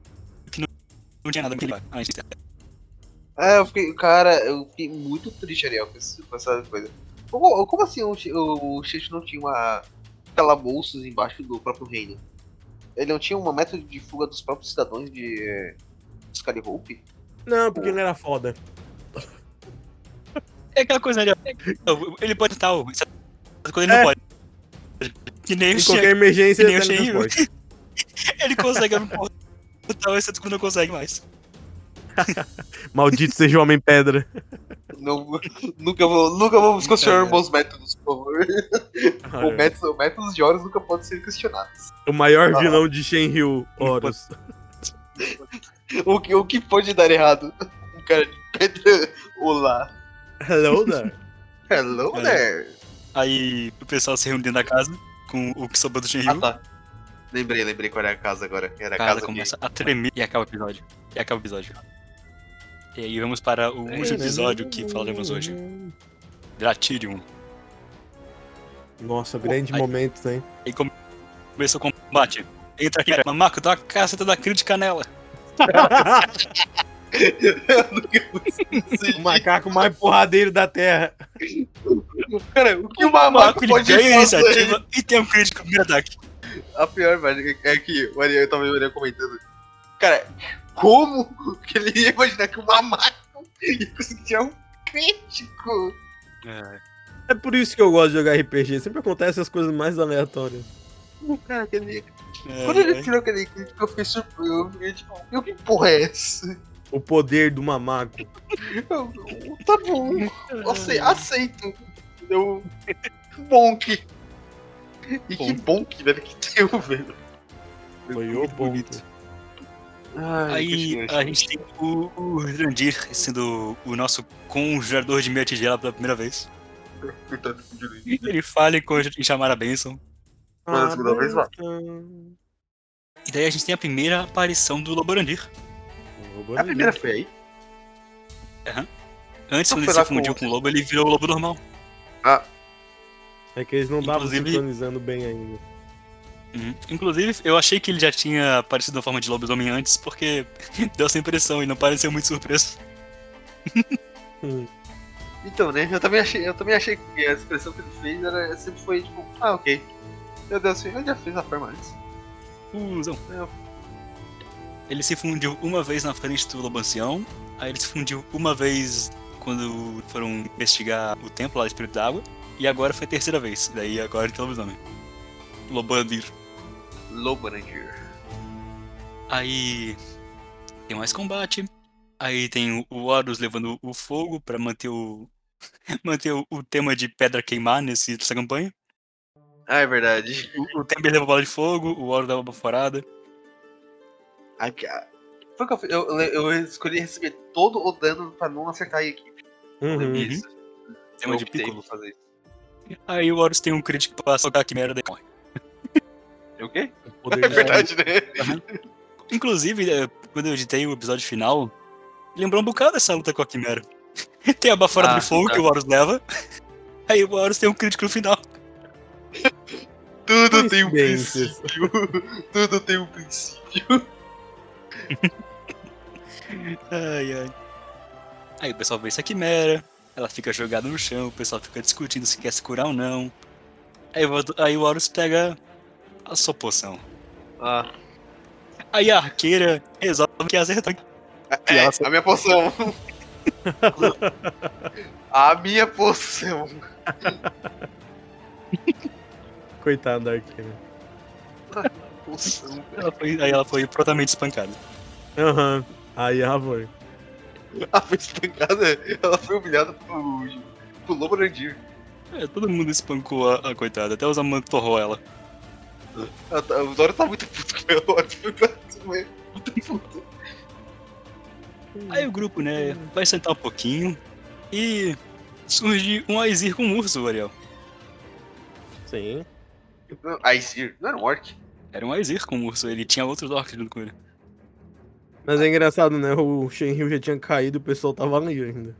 S1: que não, não tinha nada pra ele lá. Ah, isso é-
S3: É, eu fiquei. Cara, eu fiquei muito triste, Ariel, com esse- com essa coisa. Como, como assim o, Chi- o, o Shit não tinha uma calabouços embaixo do próprio reino? Ele não tinha uma método de fuga dos próprios cidadãos de. eh, Scully Hope?
S2: Não, porque ele era foda.
S1: É aquela coisa, né? Ele pode tal, essa coisa ele
S2: É.
S1: não pode. Que nem o
S2: Em
S1: Shen-
S2: qualquer emergência,
S1: que nem
S2: ele tá
S1: o
S2: teletransporte.
S1: Ele consegue abrir um portal, esse outro não consegue mais.
S2: Maldito seja o Homem-Pedra.
S3: Não, (laughs) nunca, vou,
S2: (laughs)
S3: nunca vamos questionar
S1: É.
S3: meus métodos, por favor.
S2: Ah,
S3: (laughs) O
S2: é.
S3: método, o método de Horus nunca pode ser questionado.
S2: O maior vilão de Shenryu, Horus.
S3: O que, o que pode dar errado? (laughs) Um cara de pedra. Olá.
S2: Hello
S1: (laughs)
S2: there.
S3: Hello
S1: É.
S3: there.
S1: Aí o pessoal se reúne dentro da casa com o que sobrou do Shenryu.
S3: Ah, tá. Lembrei, lembrei qual era a casa agora. Era
S1: a
S3: a
S1: casa
S3: casa
S1: começa a tremer e acaba o episódio. E acaba o episódio. E aí vamos para
S2: É,
S1: o último
S2: né?
S1: episódio que falaremos hoje. Gratidium.
S2: Nossa, grande
S1: Ai. (laughs)
S2: momento, hein?
S1: E come- começa o combate. Entra aqui, mamaco, dá uma caceta da crítica nela.
S2: o macaco mais porradeiro da Terra.
S3: que... Cara, o que o mamaco
S1: ele
S3: pode
S1: ganha a
S3: fazer?
S1: iniciativa e tem um crítico no primeiro ataque.
S3: A pior, velho, é que o Ariel, eu tava o Ariel comentando. Cara, como que ele ia imaginar que o mamaco ia conseguir tirar um crítico?
S2: É por isso que eu gosto de jogar RPG. Sempre acontecem as coisas mais aleatórias.
S3: Cara, aquele...
S1: É,
S3: quando ele
S1: é.
S3: tirou aquele crítico, eu fiquei surpreso. Eu fiquei tipo, "Meu, que porra é essa?
S2: O poder do mamaco.
S3: Eu- eu- Tá
S1: (laughs)
S3: bom, ace- aceito. Deu bonk. E que bonk, velho, que deu, velho.
S2: Foi o
S1: Muito
S2: bonito.
S1: bonito. Aí a gente tem o, o Randir sendo o nosso conjurador de meia tigela pela primeira vez. Ele fala em conjur- em chamar a bênção.
S3: Mas a segunda vez, vai.
S2: Ah,
S1: E daí a gente tem a primeira aparição do Loborandir. É
S3: A primeira foi aí?
S1: Antes,
S3: Não
S1: quando
S3: foi
S1: ele se
S3: lá com
S1: fundiu
S3: o-
S1: com o lobo, ele virou o lobo normal.
S2: É que eles não estavam
S1: Inclusive-
S2: sincronizando bem ainda.
S1: Uhum. Inclusive, eu achei que ele já tinha aparecido na forma de lobisomem antes, porque (laughs) deu essa impressão e não pareceu muito surpreso.
S3: Então, né? Eu também achei, eu também achei que a expressão que ele fez era, sempre foi tipo, ah, ok. Meu Deus, assim, eu já fiz a forma antes.
S1: Fusão.
S3: Não.
S1: Ele se fundiu uma vez na frente do lobo ancião, aí ele se fundiu uma vez quando foram investigar o templo lá do Espírito d'Água. E agora foi a terceira vez. Daí agora em lobisomem. Lobandir.
S3: Lobanagir.
S1: Aí tem mais combate. Aí tem o- o Horus levando o fogo pra manter o. (laughs) manter o, o tema de pedra queimar nesse, nessa campanha.
S3: Ah, é verdade.
S1: O, o Temper leva bola de fogo, o Horus leva baforada.
S3: Ai, que- ah, Foi o que eu, fiz? eu, eu escolhi receber todo o dano pra não acertar a equipe.
S2: Uhum.
S3: Isso.
S1: Tema
S3: Eu
S1: de
S3: optei
S1: piccolo.
S3: por fazer isso.
S1: Aí o Horus tem um crítico pra socar a quimera daí morre.
S3: É o quê?
S2: Poder
S3: É
S2: de-
S3: verdade, né?
S1: Inclusive, eh, quando eu editei o episódio final, lembrou um bocado essa luta com a quimera. (laughs) tem a baforada
S3: Ah,
S1: de fogo
S3: tá.
S1: que o Horus leva. (laughs) Aí o Horus tem um crítico no final.
S3: Tudo tem um
S2: Coincidências.
S3: princípio. Tudo tem um princípio.
S1: Ai, ai. Aí o pessoal vê essa quimera, ela fica jogada no chão, o pessoal fica discutindo se quer se curar ou não. Aí, o- aí o Horus pega a sua poção.
S3: Ah,
S1: Aí a arqueira resolve que acertou.
S3: é, a minha poção. (laughs) a minha poção.
S2: Coitado da Arquina.
S3: Poção.
S1: Ela foi- aí ela foi prontamente espancada.
S2: Aham. Aí ela foi.
S3: Ela foi espancada. Ela foi humilhada um pelo, pelo Loborandir.
S1: É, todo mundo espancou a, a coitada, até os amantes torrou ela.
S3: Ela tá- O Dora tá muito puto com ela. (laughs) O Dora foi pra cima, é muito puto.
S1: Aí o grupo, né, vai sentar um pouquinho e surge um Aizir com um urso, Ariel.
S2: Sim.
S3: Não, Aesir, não era um orc?
S1: Era um Aizir com um urso, ele tinha outros orcs junto com ele.
S2: Mas é engraçado, né? O Shenryu já tinha caído o pessoal tava ali ainda.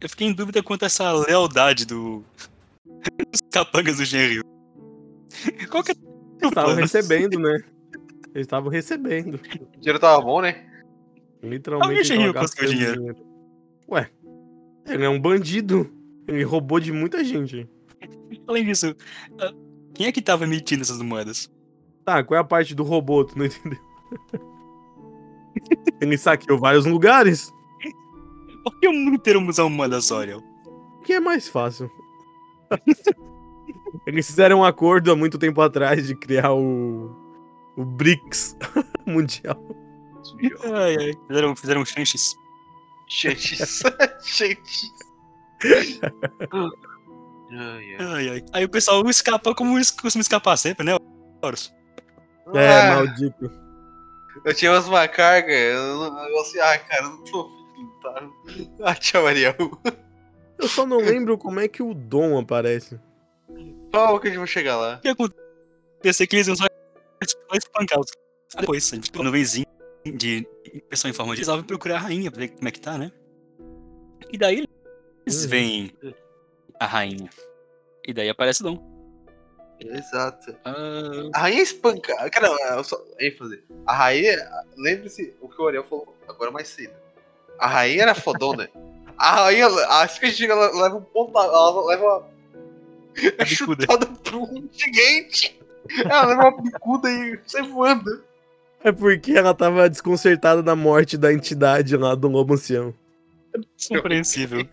S1: Eu fiquei em dúvida quanto a essa lealdade do. (laughs) dos capangas do Genryu. Qual que é.
S2: Eles estavam recebendo, né? Eles estavam recebendo.
S3: O dinheiro tava bom, né?
S2: Literalmente.
S1: Alguém
S2: eles tavam
S1: Shenryu conseguiu
S2: gastando
S1: dinheiro.
S2: Ué, ele é um bandido. Ele roubou de muita gente.
S1: Além disso, ah, quem é que tava emitindo essas moedas?
S2: Tá, qual é a parte do robô? Tu não entendeu? (laughs) ele saqueou vários lugares.
S1: Por que o mundo inteiro usa uma moeda só, Ariel?
S2: O que é mais fácil? (laughs) Eles fizeram um acordo há muito tempo atrás de criar o. o BRICS (laughs) mundial.
S1: Ai, ai. Fizeram, fizeram chanches.
S3: (laughs) Chantes. Chantes. Ai, ai.
S1: Ai, ai. Aí o pessoal escapa como es- costuma escapar sempre, né? Horus?
S2: É,
S3: Ah,
S2: maldito.
S3: Eu tinha mais uma carga, eu, não- eu assim, ah, cara, eu não tô afim de lutar. (laughs) Ah, tchau, Ariel. (laughs)
S2: Eu só não lembro como é que o Dom aparece.
S3: Calma que a gente vai chegar lá.
S1: O que aconteceu? Que eles iam só só espancar os caras. Depois, a gente ficou Tipo, no vizinho de pessoa em forma de resolve procurar a rainha pra ver como é que tá, né? E daí eles
S2: Uhum.
S1: veem a rainha. E daí aparece o Dom.
S3: Exato.
S1: (laughs) Ah,
S3: A rainha espanca. Cara, ah, eu só. ênfase. A rainha. Lembre-se o que o Ariel falou agora mais cedo. A rainha era fodona. A rainha, acho que a gente chega, ela leva um ponto. Ela leva uma. É
S1: bicuda.
S3: chutada por um gigante. Ela leva uma bicuda e sai voando. (laughs)
S2: É porque ela tava desconcertada da morte da entidade lá do Lobo Ancião.
S1: compreensível.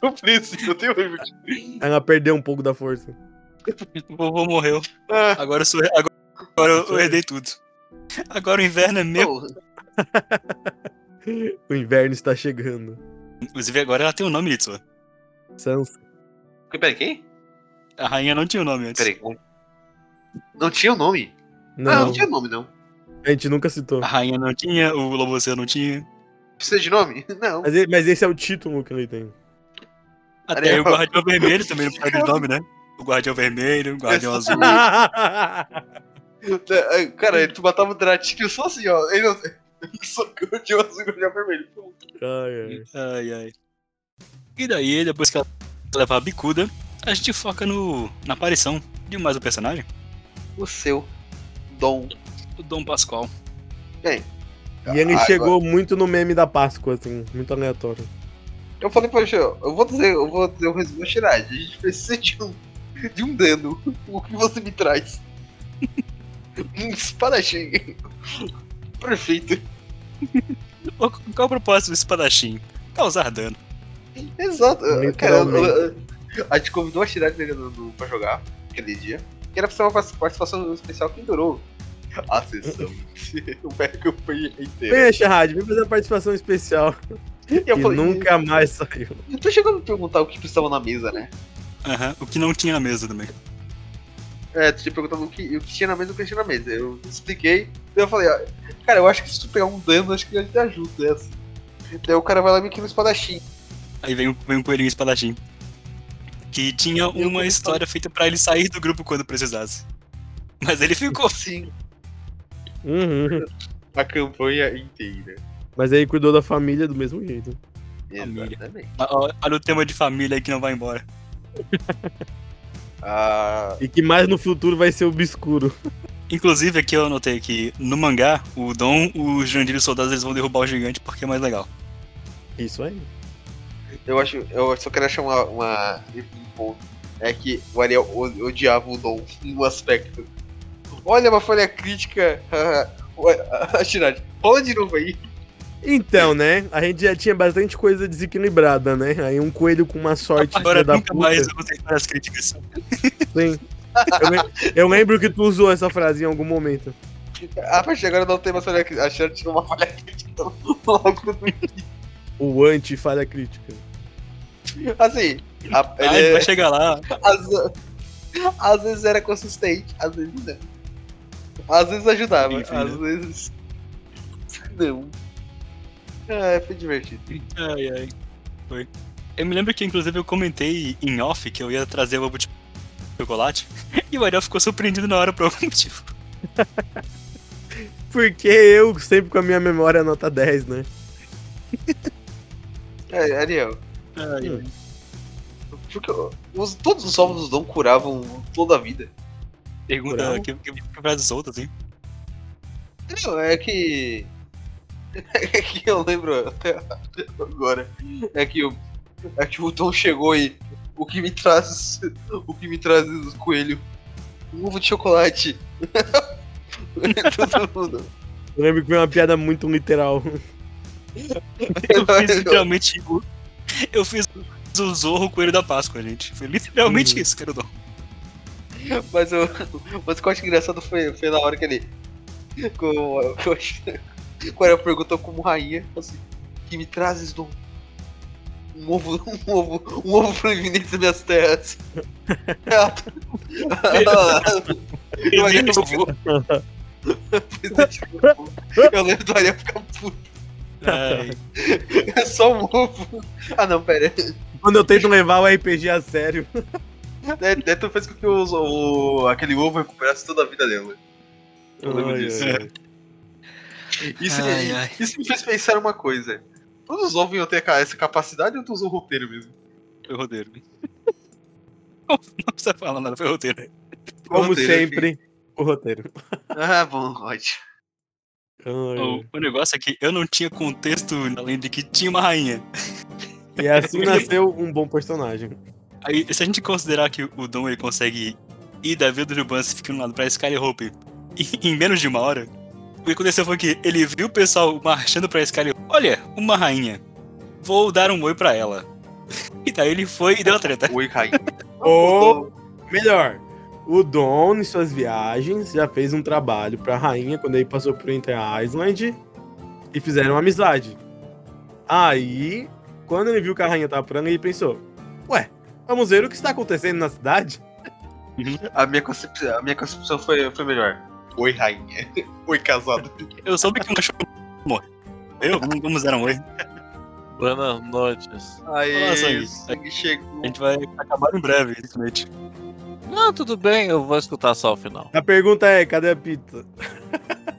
S3: Compreensível, eu tenho raiva disso.
S2: Ela perdeu um pouco da força.
S1: O vovô morreu.
S3: Ah,
S1: Agora eu sou. Agora, agora eu herdei tudo. Agora o inverno é meu.
S3: pô,
S2: O inverno está chegando.
S1: Inclusive, agora ela tem um nome, Itzel.
S2: Sansa.
S3: Peraí, quem?
S1: A rainha não tinha um nome antes.
S3: Peraí, como? Não tinha o nome?
S2: Não,
S3: Ah, não tinha Ah. nome, não.
S2: a gente nunca citou.
S1: A rainha não tinha, o Loboceu não tinha.
S3: Precisa de nome? (laughs) Não.
S2: Mas, e- mas esse é o título que ele
S3: (laughs)
S2: tem.
S1: Até aí o Guardião Vermelho também não perde nome, né? O Guardião Vermelho, o Guardião Azul.
S3: É, Cara, tu matava o Dratinho só assim, ó. Ele (laughs) ele só curtiu azul e guardião é vermelho. Pronto.
S2: Ai, ai.
S1: Ai, ai. E daí, depois que ela levar a bicuda, a gente foca no na aparição de mais um personagem,
S3: O seu dom.
S1: o Dom Pascoal.
S2: E ele
S3: Ah,
S2: chegou muito no meme da Páscoa, assim, muito aleatório.
S3: Eu falei pra ele, eu vou dizer, eu vou dizer o resumo da tiragem. A gente precisa de um, de um dano. O que você me traz? (laughs) um espadachim. Perfeito.
S1: Qual qual é o propósito do espadachim? causar dano.
S3: Exato. Cara, eu-
S2: Literalmente.
S3: eu- eu- a gente convidou a cidade dele no, no- pra jogar aquele dia. Que era pra ser uma par- participação especial que durou a sessão. o Berg foi inteiro.
S2: Venha, Charrad, vem fazer uma participação especial.
S3: E
S2: que nunca mais saiu.
S3: Eu tô chegando a perguntar o que precisava na mesa, né?
S1: Aham, o que não tinha na mesa também.
S3: É, tu tinha perguntado o que, o que tinha na mesa e o que não tinha na mesa. Eu expliquei, daí eu falei, ó, cara, eu acho que se tu pegar um dano, acho que ele te ajuda. Essa. Daí o cara vai lá e me queima o espadachim.
S1: Aí vem o, vem o coelhinho espadachim. Que tinha
S3: coelho
S1: uma história feita pra ele sair do grupo quando precisasse. Mas ele ficou.
S3: Sim,
S2: Uhum.
S3: a campanha inteira.
S2: Mas aí cuidou da família do mesmo jeito.
S1: Família.
S3: Exatamente.
S1: Ó, Olha o tema de família aí que não vai embora.
S3: Ah,
S2: E que mais no futuro vai ser obscuro.
S1: Inclusive, aqui eu anotei que no mangá, o Dom, o Jurandir e os soldados eles vão derrubar o gigante porque é mais legal.
S2: Isso aí.
S3: eu acho, eu só quero achar uma, uma- um ponto. É que o Ariel o- odiava o Dom no aspecto. Olha uma folha crítica. (laughs) a Tirade, rola de novo aí.
S2: Então, né? A gente já tinha bastante coisa desequilibrada, né? Aí um coelho com uma sorte
S1: Agora
S2: filha da
S1: nunca
S2: puta.
S1: mais eu vou ter que fazer as críticas.
S2: Sim. Eu, le- eu lembro que tu usou essa frase em algum momento.
S3: A partir de agora não tem mais folha crítica. A Tirade tirou uma folha crítica logo no
S2: O anti-falha crítica.
S3: Assim, a-
S1: Ah,
S3: ele-
S1: ele vai chegar lá.
S3: às, às vezes era consistente, às vezes não. Às vezes ajudava,
S1: Enfim,
S3: às
S1: né?
S3: vezes. Não. Ah, foi divertido.
S1: Ai, ai. Foi. Eu me lembro que, inclusive, eu comentei em off que eu ia trazer o ovo de chocolate. (laughs) E o Ariel ficou surpreendido na hora por algum (laughs) motivo.
S2: Porque eu, sempre com a minha memória nota 10, né?
S3: É, Ariel,
S1: Ai,
S2: Hum.
S3: porque os, todos os ovos do Dom curavam toda a vida.
S1: Pergunta
S2: Bravo.
S1: que, que, que frase solta, assim.
S3: Não, é que. É que eu lembro até até agora. É que o. É que o Tom chegou e. O que me traz. O que me traz o coelho? Um ovo de chocolate. (laughs) Todo mundo.
S2: Eu lembro que foi uma piada muito literal. (laughs)
S1: Eu fiz literalmente. o- Eu fiz o Zorro Coelho da Páscoa, gente. Foi literalmente
S2: Uhum.
S1: isso, cara. Dom.
S3: Mas o, mas o que eu acho engraçado foi, foi na hora que ele. Com, com- quando ela perguntou como rainha, falou assim, que me trazes Dom? Um ovo, um ovo, um ovo proibido entre minhas terras. Ela- ela-
S1: Ele
S3: Ariel
S1: nem
S3: ficou
S1: provou.
S3: Eu lembro do Ariel ficar puto.
S1: Ai,
S3: É só um ovo. Ah não, pera.
S2: Quando eu tento levar o RPG a sério.
S3: Daí daí tu fez com que os- o, aquele ovo recuperasse toda a vida dela. Eu lembro
S2: Ai,
S3: disso.
S2: ai, ai.
S3: Isso,
S1: Ai, ai.
S3: isso me fez pensar uma coisa. Todos os ovos iam ter ca- essa capacidade ou tu usou o roteiro mesmo?
S1: foi roteiro. né? (laughs) Não precisa falar nada, foi roteiro.
S2: Como
S3: Roteiro, assim.
S2: sempre, o roteiro.
S3: Ah, bom, ótimo.
S2: Ai,
S1: O, o negócio é que eu não tinha contexto além de que tinha uma rainha.
S2: ai. E assim nasceu um bom personagem.
S1: Aí, se a gente considerar que o Dom ele consegue ir da vida do Bansi ficando lado pra Skyhope (laughs) em menos de uma hora, o que aconteceu foi que ele viu o pessoal marchando pra Skyhope. Olha, uma rainha. Vou dar um oi pra ela. (laughs) E daí ele foi e deu a treta.
S3: Oi, Caim.
S2: Ou, melhor, o Don, em suas viagens, já fez um trabalho pra rainha quando ele passou por Inter Island e fizeram uma amizade. Aí, quando ele viu que a rainha tava por ali, ele pensou: Ué, vamos ver o que está acontecendo na cidade?
S3: A minha concepção, a minha concepção foi, foi melhor. Oi, rainha. (laughs) Oi, casado.
S1: Eu soube que um cachorro morreu. Eu? Vamos, vamos dar um oi.
S4: Buenas noches.
S3: Aí,
S1: Nossa, aí.
S3: sangue chegou.
S1: A gente vai acabar em breve, infelizmente.
S4: Não, tudo bem, eu vou escutar só o final.
S2: A pergunta é: cadê a pizza?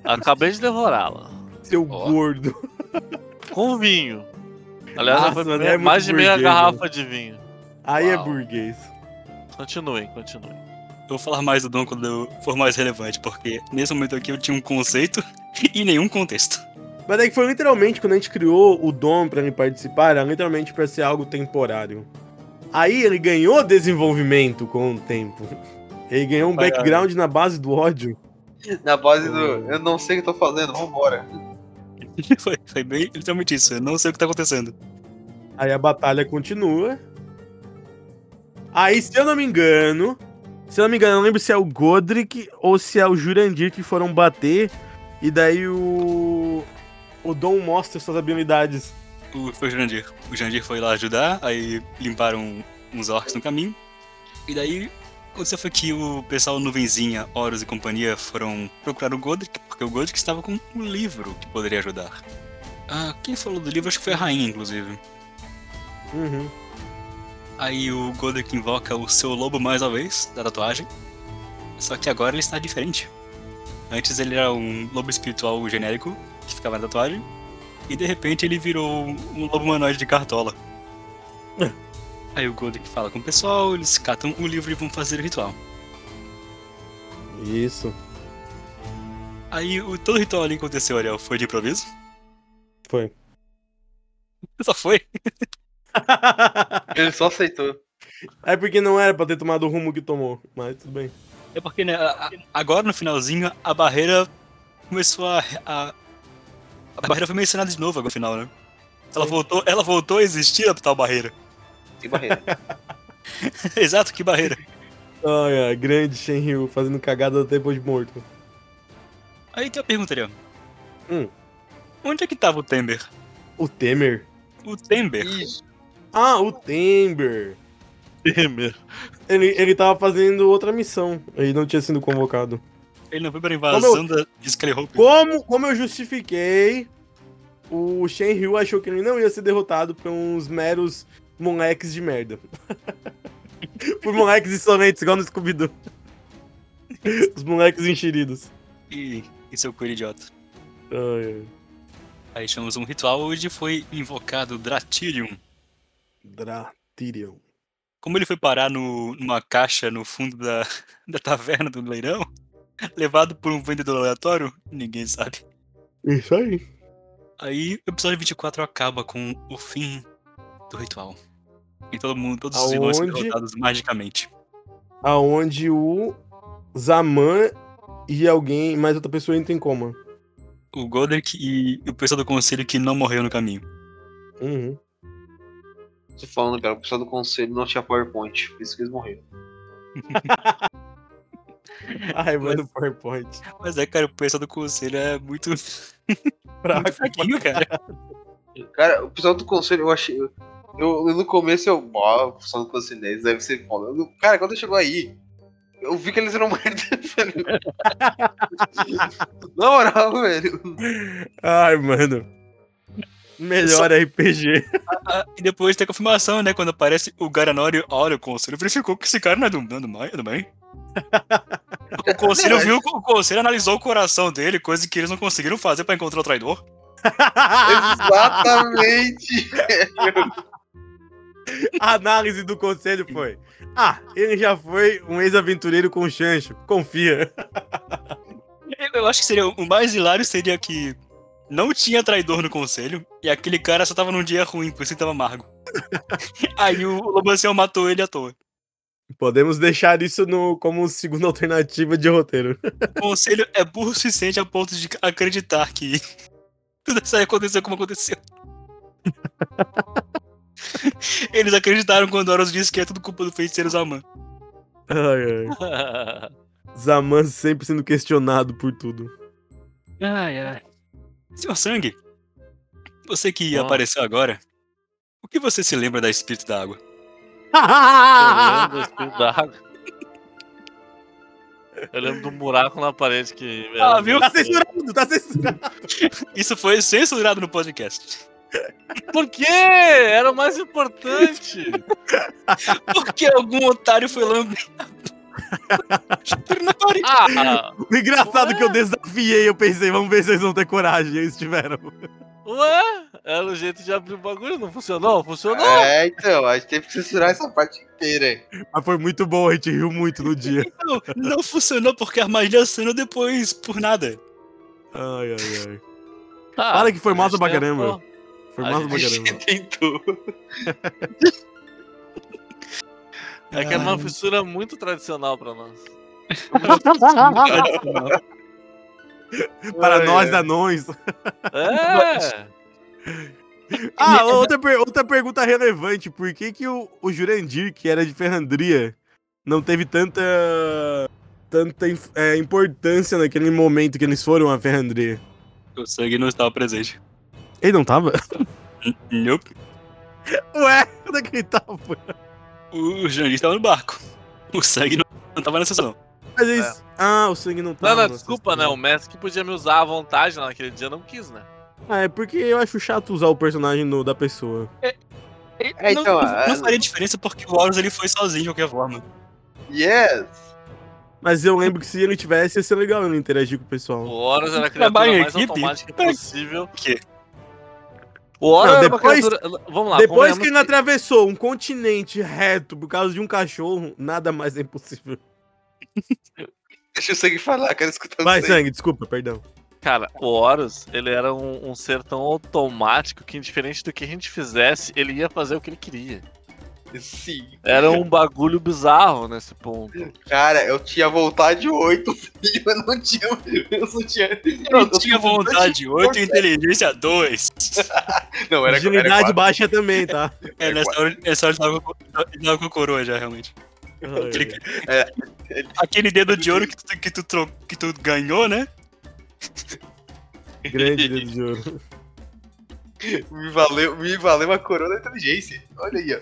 S4: Acabei de devorá-la.
S2: Seu
S3: Ó.
S2: gordo.
S4: Com vinho. Aliás, já
S2: Nossa,
S4: foi
S2: mas
S4: meia-
S2: é muito
S4: mais de meia
S2: burguês,
S4: garrafa de vinho.
S2: Aí é
S3: Uau.
S2: burguês.
S4: Continuem,
S2: (laughs)
S4: continuem.
S1: Eu vou falar mais do Dom quando eu for mais relevante, porque nesse momento aqui eu tinha um conceito (laughs) e nenhum contexto. (laughs)
S2: Mas é que foi literalmente quando a gente criou o Dom pra ele participar, era literalmente pra ser algo temporário. Aí ele ganhou desenvolvimento com o tempo. Ele ganhou um
S1: Vai,
S2: background na base do ódio.
S3: tá Na base do. Eu não sei o que eu tô fazendo, vambora.
S1: Foi, foi bem literalmente isso. Eu não sei o que tá acontecendo.
S2: Aí a batalha continua. Aí, se eu não me engano, se eu não me engano, eu não lembro se é o Godric ou se é o Jurandir que foram bater. E daí o. O Dom mostra suas habilidades.
S1: O, foi o Jandir. O Jandir foi lá ajudar, aí limparam uns orcs no caminho. E daí aconteceu foi que o pessoal Nuvenzinha, Horus e companhia foram procurar o Godric, porque o Godric estava com um livro que poderia ajudar. Ah, quem falou do livro acho que foi a rainha, inclusive.
S2: Uhum.
S1: Aí o Godric invoca o seu lobo mais uma vez, da tatuagem. Só que agora ele está diferente. Antes ele era um lobo espiritual genérico, que ficava na tatuagem. E de repente ele virou um lobo humanoide de cartola. Aí o Godric fala com o pessoal, eles catam o livro e vão fazer o ritual.
S2: Isso.
S1: Aí o, todo o ritual ali que aconteceu, Ariel, foi de improviso?
S2: Foi.
S1: Só foi?
S3: Ele só aceitou.
S2: É porque não era pra ter tomado o rumo que tomou, mas tudo bem.
S1: É porque, né, a- a- agora no finalzinho a barreira começou a. A, a barreira foi mencionada de novo agora no final, né? Ela voltou, ela voltou a existir a tal barreira. (laughs)
S3: Sem (laughs) barreira.
S1: Exato, que barreira.
S2: Ai, ai, grande Shenryu fazendo cagada até depois de morto.
S1: Aí tem uma pergunta, Ariel.
S2: Hum.
S1: Onde é que tava o Tember?
S2: O Temer?
S1: O Tember?
S3: Isso.
S2: Ah, o Temer! É
S4: Temer. (laughs)
S2: Ele, ele tava fazendo outra missão. Ele não tinha sido convocado.
S1: Ele não foi pra invasão da de Skyhope?
S2: Como, como eu justifiquei, o Shenryu achou que ele não ia ser derrotado por uns meros moleques de merda. (laughs) por moleques insolentes, igual no Scooby-Doo. Os moleques enxeridos.
S1: E, e seu coelho idiota.
S2: Ai, ai.
S1: Aí tivemos um ritual onde foi invocado o Dratirium.
S2: Dratirion.
S1: Como ele foi parar no- numa caixa no fundo da, (laughs) da taverna do leirão, levado por um vendedor aleatório, ninguém sabe.
S2: Isso aí.
S1: Aí o episódio 24 acaba com o fim do ritual. E todo mundo, todos os vilões são
S2: Aonde?
S1: derrotados magicamente.
S2: Aonde o Zaman e alguém, mais outra pessoa entra em coma.
S1: O Godric e o pessoal do conselho que não morreu no caminho.
S2: Uhum.
S3: Tô falando, cara, o pessoal do conselho não tinha PowerPoint, por isso que eles morreram.
S2: Ai, mano, PowerPoint.
S1: Mas é, cara, o pessoal do conselho é muito, muito
S2: Fraco.
S1: (laughs) fraquinho, cara.
S3: Cara, o pessoal do conselho, eu achei. Eu, eu- no começo eu. Ó, o pessoal do conselho deles deve ser foda. Eu- cara, quando chegou aí, eu vi que eles eram (laughs) merda, velho. Na moral, velho.
S2: Ai, mano. Melhor RPG.
S1: Ah, e depois tem a confirmação, né? Quando aparece o Garanori, olha o conselho, verificou que esse cara não é do, não é do bem, é do bem. O conselho viu, o conselho analisou o coração dele, coisa que eles não conseguiram fazer pra encontrar o traidor.
S3: Exatamente.
S2: A (laughs) análise do conselho foi: Ah, ele já foi um ex-aventureiro com chancho. Confia.
S1: Eu, eu acho que seria o mais hilário seria que não tinha traidor no conselho e aquele cara só tava num dia ruim, por isso ele tava amargo. (laughs) Aí o Lobancel matou ele à toa.
S2: Podemos deixar isso no, como segunda alternativa de roteiro. (laughs)
S1: O conselho é burro o suficiente a ponto de acreditar que (laughs) tudo isso aí aconteceu como aconteceu. (laughs) Eles acreditaram quando Horus disse que é tudo culpa do feiticeiro Zaman.
S2: Ai, ai. Zaman sempre sendo questionado por tudo.
S1: Ai, ai. Senhor Sangue, você que
S4: Ah.
S1: apareceu agora, o que você se lembra da Espírito da Água?
S2: Tá
S4: Eu lembro do espírito da água. Eu lembro de um buraco na parede que.
S1: Ah, viu?
S2: Tá censurado, tá censurado.
S1: Isso foi censurado no podcast.
S4: Por quê? Era o mais
S2: (laughs)
S4: importante.
S1: Porque algum otário foi (laughs) lambido. na parede.
S4: Ah,
S2: O engraçado é que eu desafiei, eu pensei, vamos ver se eles vão ter coragem. E eles tiveram.
S4: ué? Era o jeito de abrir o bagulho, não funcionou? Funcionou?
S3: É, então, a gente teve que censurar essa parte inteira.
S2: Mas foi muito bom, a gente riu muito no dia.
S1: Não, não funcionou porque a magia assinou depois, por nada.
S2: Ai, ai, ai.
S4: Tá,
S2: Fala que foi
S4: a
S2: massa
S4: gente
S2: pra caramba.
S4: tentou.
S2: Foi
S4: A
S2: mais
S4: gente
S2: uma
S3: A gente
S2: caramba.
S3: tentou.
S4: É que era uma fissura muito tradicional pra nós.
S2: Para nós,
S3: da
S2: anões.
S4: É!
S2: Ah, outra, per- outra pergunta relevante. Por que, que o, o Jurandir, que era de Ferrandria, não teve tanta, tanta inf- é, importância naquele momento que eles foram a Ferrandria?
S1: O sangue não estava presente.
S2: Ele não tava?
S1: Nope.
S2: Ué, onde é que ele tava?
S1: O Jandir estava no barco. O sangue não, não tava nessa sessão.
S2: Mas eles... Ah, o sangue não tava.
S4: Não, não,
S2: nossa,
S4: desculpa, né? O Messi que podia me usar à vontade naquele dia não quis, né?
S2: Ah, é porque eu acho chato usar o personagem do- da pessoa.
S3: É,
S1: não,
S3: então,
S1: não-
S3: ah,
S1: não faria diferença porque o Horus ele foi sozinho de qualquer forma.
S3: Yes!
S2: Mas eu lembro que se ele tivesse, ia ser legal ele interagir com o
S4: O
S2: pessoal.
S4: Horus era a
S1: Trabalho
S4: criatura
S1: em
S4: mais
S1: equipe?
S4: automática
S1: Tá.
S4: possível.
S1: quê?
S4: O Horus
S2: Não,
S4: era uma
S2: depois-
S4: criatura... Vamos lá,
S2: Depois que
S4: convenhamos
S2: ele atravessou um continente reto por causa de um cachorro, nada mais é impossível.
S3: Deixa o sangue falar, quero escutar o
S2: Vai,
S3: sangue.
S2: sangue, desculpa, perdão.
S4: Cara, o Horus, ele era um, um ser tão automático que, indiferente do que a gente fizesse, ele ia fazer o que ele queria.
S3: Sim.
S4: Era um bagulho bizarro nesse ponto.
S3: Cara, eu tinha vontade 8, filho. (laughs) Eu não tinha. Eu só tinha.
S1: Eu,
S3: eu
S1: tinha
S3: tenho
S1: vontade 8 e inteligência 2.
S3: Não, era
S2: Agilidade
S3: era quatro,
S2: baixa também,
S4: (laughs)
S2: tá?
S1: É, nessa hora, nessa hora ele tava com- ele tava com a coroa já, realmente. Aquele,
S3: É.
S1: aquele dedo de ouro que tu, que, tu, tro- que tu ganhou, né?
S2: Grande dedo de ouro.
S3: Me valeu, me valeu a coroa da inteligência. Olha aí, ó.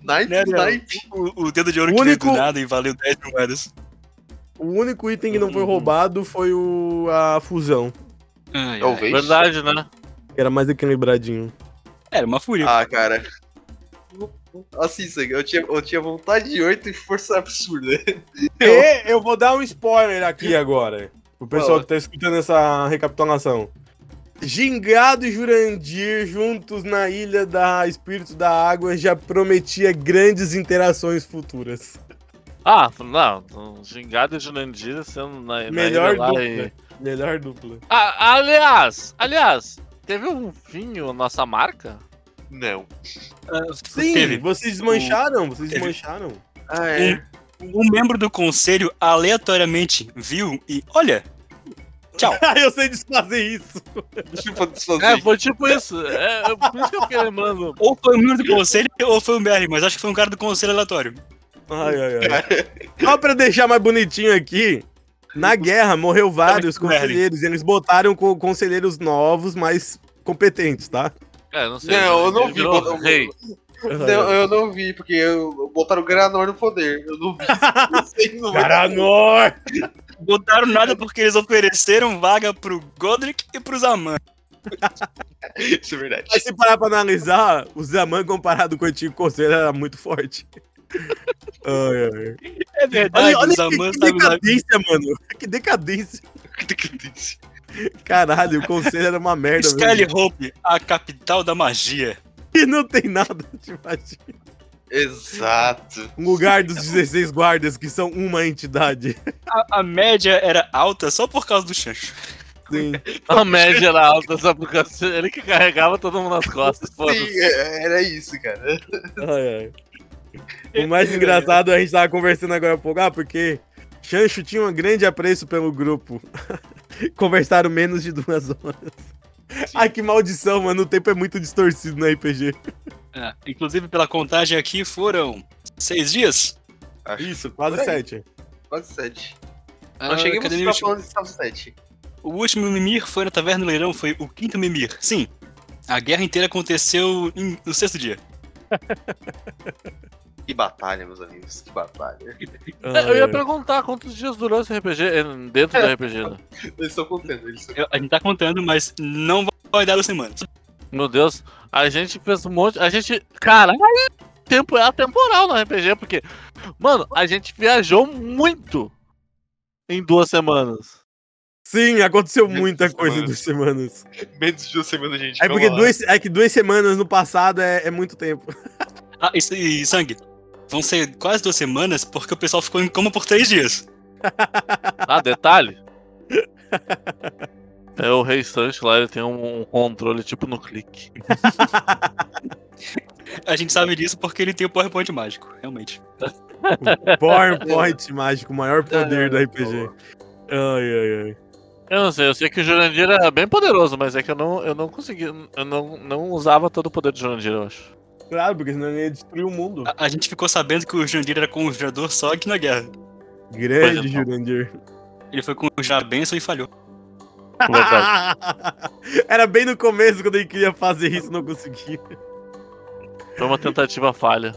S3: Night,
S1: Né, Léo?
S3: night.
S1: O, o dedo de ouro
S2: O
S1: que
S2: único-
S1: veio do nada e valeu 10 moedas.
S2: O único item que não foi
S4: Hum.
S2: roubado foi o a fusão.
S1: Ai, ai.
S3: Talvez.
S4: Verdade, né?
S2: que Era mais equilibradinho.
S1: Era uma fúria.
S3: Ah, cara. Assim, sangue, eu tinha, eu tinha vontade de 8 e força absurda.
S2: E eu vou dar um spoiler aqui agora. Pro pessoal
S3: Fala.
S2: que tá escutando essa recapitulação. Gingado e Jurandir juntos na ilha da Espírito da Água já prometia grandes interações futuras.
S4: Ah, não, um Gingado e Jurandir sendo na, na
S2: Melhor
S4: ilha É, lá
S2: dupla.
S4: e-
S2: Melhor dupla.
S4: Ah, aliás, aliás, teve um vinho nossa marca?
S3: Não.
S2: Sim,
S1: Ah, Teve.
S2: vocês desmancharam, vocês
S1: Teve.
S2: desmancharam.
S3: Ah, é.
S1: Um membro do conselho aleatoriamente viu e. Olha! Tchau.
S2: Ah, (laughs) eu sei desfazer isso.
S3: Deixa eu desfazer.
S4: É, foi tipo isso. É, é por isso que eu fiquei lembrando.
S1: Ou foi um membro do conselho ou foi um BR, mas acho que foi um cara do conselho aleatório.
S2: Ai, ai, ai. Só pra deixar mais bonitinho aqui, na guerra morreu vários
S1: Merlin.
S2: conselheiros. e Eles botaram co- conselheiros novos, mais competentes, tá?
S4: É, não sei.
S3: Não, eu não
S4: Ele
S3: vi.
S4: virou
S3: botar-
S4: rei.
S3: Não, eu não vi, porque eu, botaram o Granor no poder. Eu
S4: (laughs)
S3: não vi. Eu sei, não vai-
S2: Garanor!
S1: Botaram nada porque eles ofereceram vaga pro Godric e pro Zaman.
S3: Isso é verdade.
S2: Mas se parar pra analisar, o Zaman comparado com o antigo conselho era muito forte. Ai, ai.
S1: É verdade,
S2: Olha, olha
S1: o
S2: que,
S1: Zaman
S2: que
S1: sabe usar.
S2: decadência, mano. Que decadência. Caralho, o conselho era uma merda. velho.
S1: Skyhope, a capital da magia.
S2: E não tem nada de magia.
S3: Exato.
S2: Um lugar dos 16 guardas que são uma entidade.
S1: A, a média era alta só por causa do Chancho.
S2: Sim.
S4: A Tá média era alta, só porque ele que carregava todo mundo nas costas.
S3: Sim,
S4: foda-se.
S3: é- era isso, cara.
S2: Ai, ai. O mais engraçado, é a gente tava conversando agora há pouco, ah, porque Chancho tinha um grande apreço pelo grupo. (laughs) Conversaram menos de duas horas. Ai, que maldição, mano. O tempo é muito distorcido no RPG.
S1: É, inclusive, pela contagem aqui, foram seis dias.
S3: Acho
S2: Isso, quase
S3: por aí.
S2: sete.
S3: Quase 7.
S1: Ah,
S3: Não cheguei
S1: cadê meu
S3: você tá
S1: último?
S3: falando de Salve 7.
S1: O último Mimir foi na Taverna do Leirão, foi o quinto Mimir. Sim, a guerra inteira aconteceu em- no sexto dia.
S3: Que batalha, meus amigos. Que batalha.
S4: É, Eu ia perguntar quantos dias durou esse RPG eh, dentro do RPG. Né?
S3: Eles estão contando. Eles estão
S1: Eu- a gente tá contando, mas não vai dar duas semanas.
S4: Meu Deus, a gente fez um monte. A gente. Caralho! Tempo é atemporal no RPG, porque. Mano, a gente viajou muito em duas semanas.
S2: Sim, aconteceu muita
S3: Menos
S2: coisa em duas
S3: semanas.
S2: semanas.
S3: menos de uma semana, gente.
S2: É
S3: calma
S2: porque
S3: lá.
S2: duas, é que duas semanas no passado é, é muito (laughs) tempo.
S1: Ah, isso- e sangue. Vão ser quase duas semanas porque o pessoal ficou em coma por três dias.
S4: Ah, detalhe. (laughs) É o Rei Sancho lá, ele tem um, um controle tipo no clique.
S1: A gente sabe disso porque ele tem o PowerPoint mágico, realmente.
S2: PowerPoint mágico, o maior poder do
S3: Ah,
S2: RPG. Ai, ai, ai.
S4: Eu não sei, eu sei que o Jurandir era bem poderoso, mas é que eu não, eu não consegui. Eu não, não usava todo o poder do Jurandir, eu acho.
S2: Claro, porque senão ele ia destruir o mundo.
S1: A, a gente ficou sabendo que o Jurandir era conjurador só aqui na guerra.
S2: Grande
S4: Pois é,
S2: Jurandir.
S1: Ele foi conjurar a benção e falhou.
S2: Tá
S4: (laughs)
S2: (laughs) Era bem no começo quando ele queria fazer isso, não (laughs) conseguia.
S4: Foi uma tentativa falha.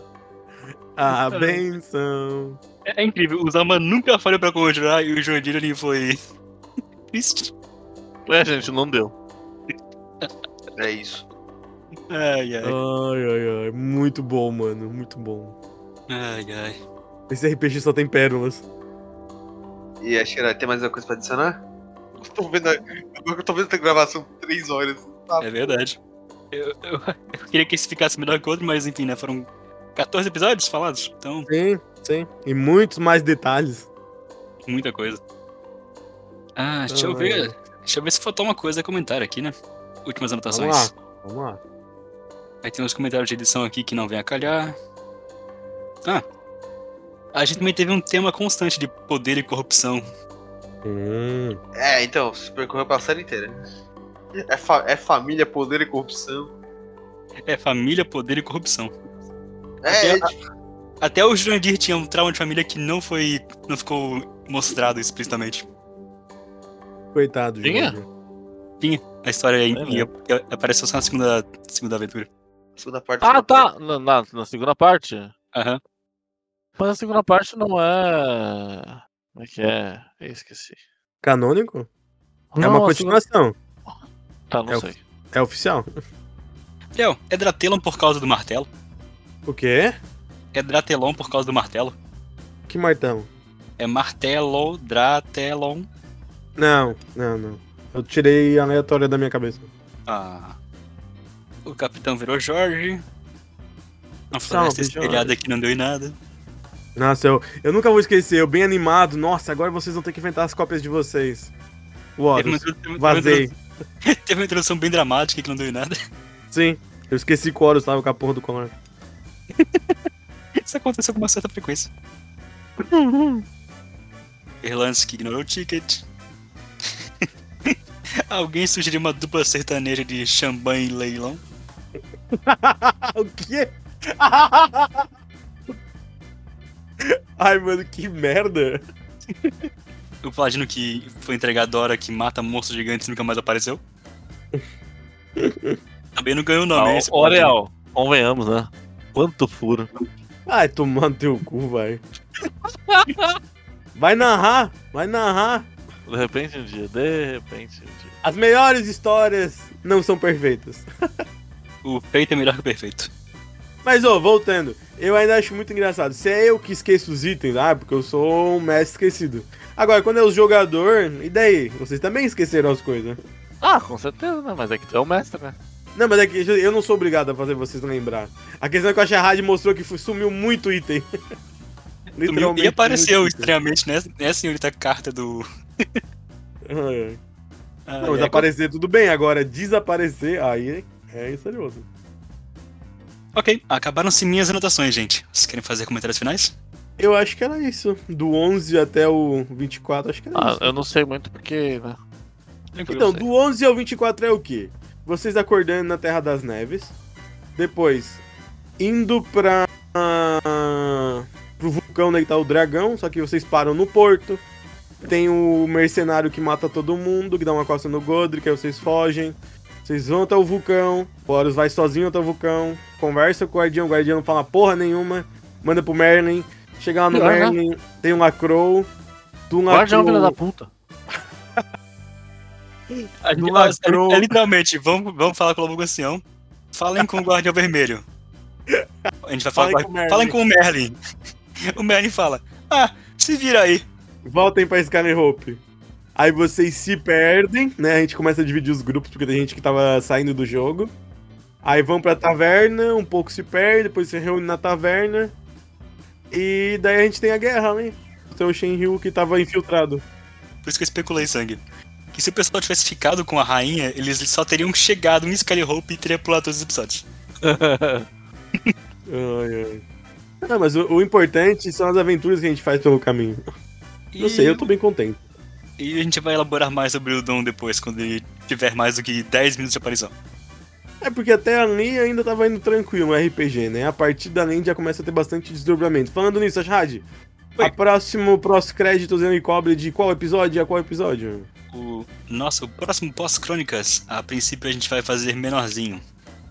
S2: A Ah, benção.
S1: É, é incrível, o Zama nunca falhou pra conjurar e o Jurandir ele foi. (laughs) triste.
S4: É, gente, não deu.
S3: É isso.
S1: Ai, ai.
S2: Ai, ai, ai. Muito bom, mano. Muito bom.
S1: Ai, ai.
S2: Esse RPG só tem pérolas.
S3: E acho que né, tem mais alguma coisa pra adicionar? Eu tô vendo, agora que eu tô vendo essa gravação por 3 horas. Tá,
S1: É verdade. Eu, eu- eu queria que esse ficasse melhor que o outro, mas enfim, né? Foram 14 episódios falados, então
S2: Sim, sim. E muitos mais detalhes.
S1: muita coisa. Ah, deixa eu
S2: Ai.
S1: ver. Deixa eu ver se faltou uma coisa a comentar aqui, né? Últimas anotações.
S2: Vamos lá. Vamos lá.
S1: Aí tem uns comentários de edição aqui que não vem a calhar. Ah. A gente também teve um tema constante de poder e corrupção.
S2: Hum.
S3: É, então, se percorreu pra série inteira. É, fa- é família, poder e corrupção.
S1: É família, poder e corrupção.
S3: É, é, tipo,
S1: Até o Jurandir tinha um trauma de família que não foi. não ficou mostrado explicitamente.
S2: Coitado,
S4: Tinha?
S2: Jurandir.
S1: A história aí
S4: É mesmo.
S1: e- e apareceu só na segunda, segunda aventura.
S3: segunda parte.
S4: Ah,
S3: segunda parte.
S4: tá! Na, na- na segunda parte.
S1: Aham.
S4: Mas a segunda parte não é. Como é que é? Eu esqueci.
S2: Canônico? é
S4: Não,
S2: uma
S4: a segunda-
S2: continuação.
S4: Tá, não
S2: É o-
S4: sei.
S2: É oficial.
S1: Léo, é Dratelon por causa do martelo?
S2: O quê?
S1: É Dratelon por causa do martelo?
S2: Que martão?
S1: É martelo, Dratelon.
S2: Não, não, não. Eu tirei a aleatória da minha cabeça.
S1: Ah. O capitão virou Jorge. A
S2: Salve,
S1: floresta
S2: Jorge.
S1: espelhada que não deu em nada.
S2: Nossa, eu, eu nunca vou esquecer. Eu bem animado. Nossa, agora vocês vão ter que inventar as cópias de vocês.
S1: Teve uma
S2: Warriors,
S1: introdu- teve uma
S2: vazei.
S1: introdu- (laughs) Teve uma introdução bem dramática que não deu em nada. (laughs)
S2: Sim. Eu esqueci que o Horus tava com a porra do (laughs) Conor.
S1: Isso aconteceu com uma certa
S2: (laughs)
S1: frequência. Erlance que ignorou o ticket. (laughs) Alguém sugeriu uma dupla sertaneja de champanhe e leilão.
S2: Ah, o quê? (laughs) Ai, mano, que merda.
S1: O paladino que foi entregar a Dora que mata monstros gigantes e nunca mais
S2: (laughs)
S1: apareceu. Também não ganhou
S4: Ah,
S1: nome, hein? esse
S4: o- Orel, convenhamos, né? Quanto furo.
S2: Ai, tomando teu
S1: (laughs)
S2: cu, vai. Vai narrar, vai narrar.
S4: De repente um dia, de repente um dia.
S2: As melhores histórias não são perfeitas.
S1: O feito é melhor que o perfeito.
S2: Mas, ô, voltando. Eu ainda acho muito engraçado. Se é eu que esqueço os itens, ah, porque eu sou um mestre esquecido. Agora, quando é o jogador, e daí? Vocês também esqueceram as coisas.
S4: Ah, com certeza, né? Mas é que tu é o mestre, né?
S2: Não, mas é que eu não sou obrigado a fazer vocês lembrar. A questão é que eu achei errado e mostrou que fu- sumiu
S1: (laughs)
S2: muito item. Literalmente.
S1: E apareceu
S2: muito item.
S1: estranhamente nessa, nessa senhorita carta do.
S2: Ai, ai.
S1: Ah,
S2: é. Não, mas
S1: é,
S2: aparecer tudo bem, agora desaparecer, aí é misterioso.
S1: Ok, acabaram-se minhas anotações, gente. Vocês querem fazer comentários finais?
S2: Eu acho que era isso. Do 11 até o 24, acho que era
S4: Ah,
S2: isso.
S4: eu não sei muito porque, né?
S2: Então,
S4: eu sei.
S2: do 11 ao 24 é o quê? Vocês acordando na Terra das Neves. Depois, indo pra. pro vulcão onde tá o dragão, só que vocês param no porto. Tem o mercenário que mata todo mundo, que dá uma costa no Godric, aí vocês fogem. Vocês vão até o vulcão, o Horus vai sozinho até o vulcão, conversa com o guardião, o guardião não fala porra nenhuma, manda pro Merlin, chega lá no
S4: Pior, né?
S2: Merlin, tem um Lacrow, do
S4: Guardião,
S2: Lacrow...
S4: filha é um da puta.
S1: A gente-
S2: Do lacrou.
S1: é, é literalmente, vamos, vamos falar com o Lobo Gancião. Falem com o Guardião Vermelho. A gente vai falar
S2: Falem
S1: com, o
S2: com o Merlin.
S1: Guardião- Falem com o Merlin. O Merlin fala: Ah, se vira aí.
S2: Voltem pra Skyler Hope. Aí vocês se perdem, né? A gente começa a dividir os grupos, porque tem gente que tava saindo do jogo. Aí vão pra taverna, um pouco se perde, depois se reúne na taverna. E daí a gente tem a guerra, né? Tem o Shenryu que tava infiltrado.
S1: Por isso que eu especulei sangue. Que se o pessoal tivesse ficado com a rainha, eles só teriam chegado em Skyhope e teria pulado todos os episódios.
S2: Ai, ai. Não, mas o, o importante são as aventuras que a gente faz pelo caminho. Não sei, eu tô bem contente.
S1: E a gente vai elaborar mais sobre o Dom depois, quando ele tiver mais do que 10 minutos de aparição.
S2: É porque até ali ainda tava indo tranquilo no RPG, né? A partir dali já começa a ter bastante desdobramento. Falando nisso, Ashad,
S1: Oi.
S2: a próximo pós-créditos ele cobre de qual episódio a qual episódio?
S1: O nosso próximo pós-crônicas, a princípio a gente vai fazer menorzinho.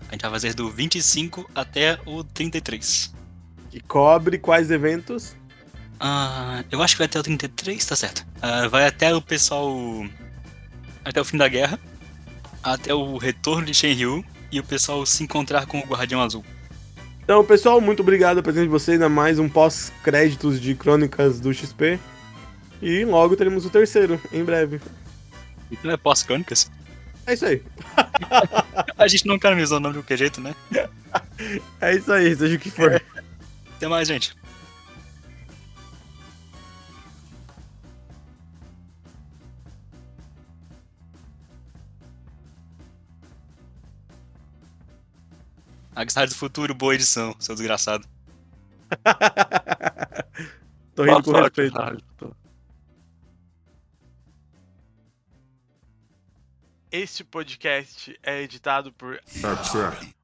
S1: A gente vai fazer do 25 até o 33.
S2: Que cobre quais eventos?
S1: Ah, eu acho que vai até o 33, tá certo. Ah, vai até o pessoal. Até o fim da guerra. Até o retorno de Shenryu. E o pessoal se encontrar com o Guardião Azul.
S2: Então, pessoal, muito obrigado a presença de vocês a mais um pós-créditos de Crônicas do XP. E logo teremos o terceiro, em breve.
S1: Então é pós-crônicas.
S2: É isso aí.
S1: A gente não canonizou o nome de qualquer jeito, né?
S2: É isso aí, seja o que for.
S1: Até mais, gente. Aguilar do Futuro, boa edição, seu desgraçado.
S2: Tô rindo com
S4: Boa sorte,
S2: respeito.
S4: Charlton.
S5: Este podcast é editado por
S6: That's it.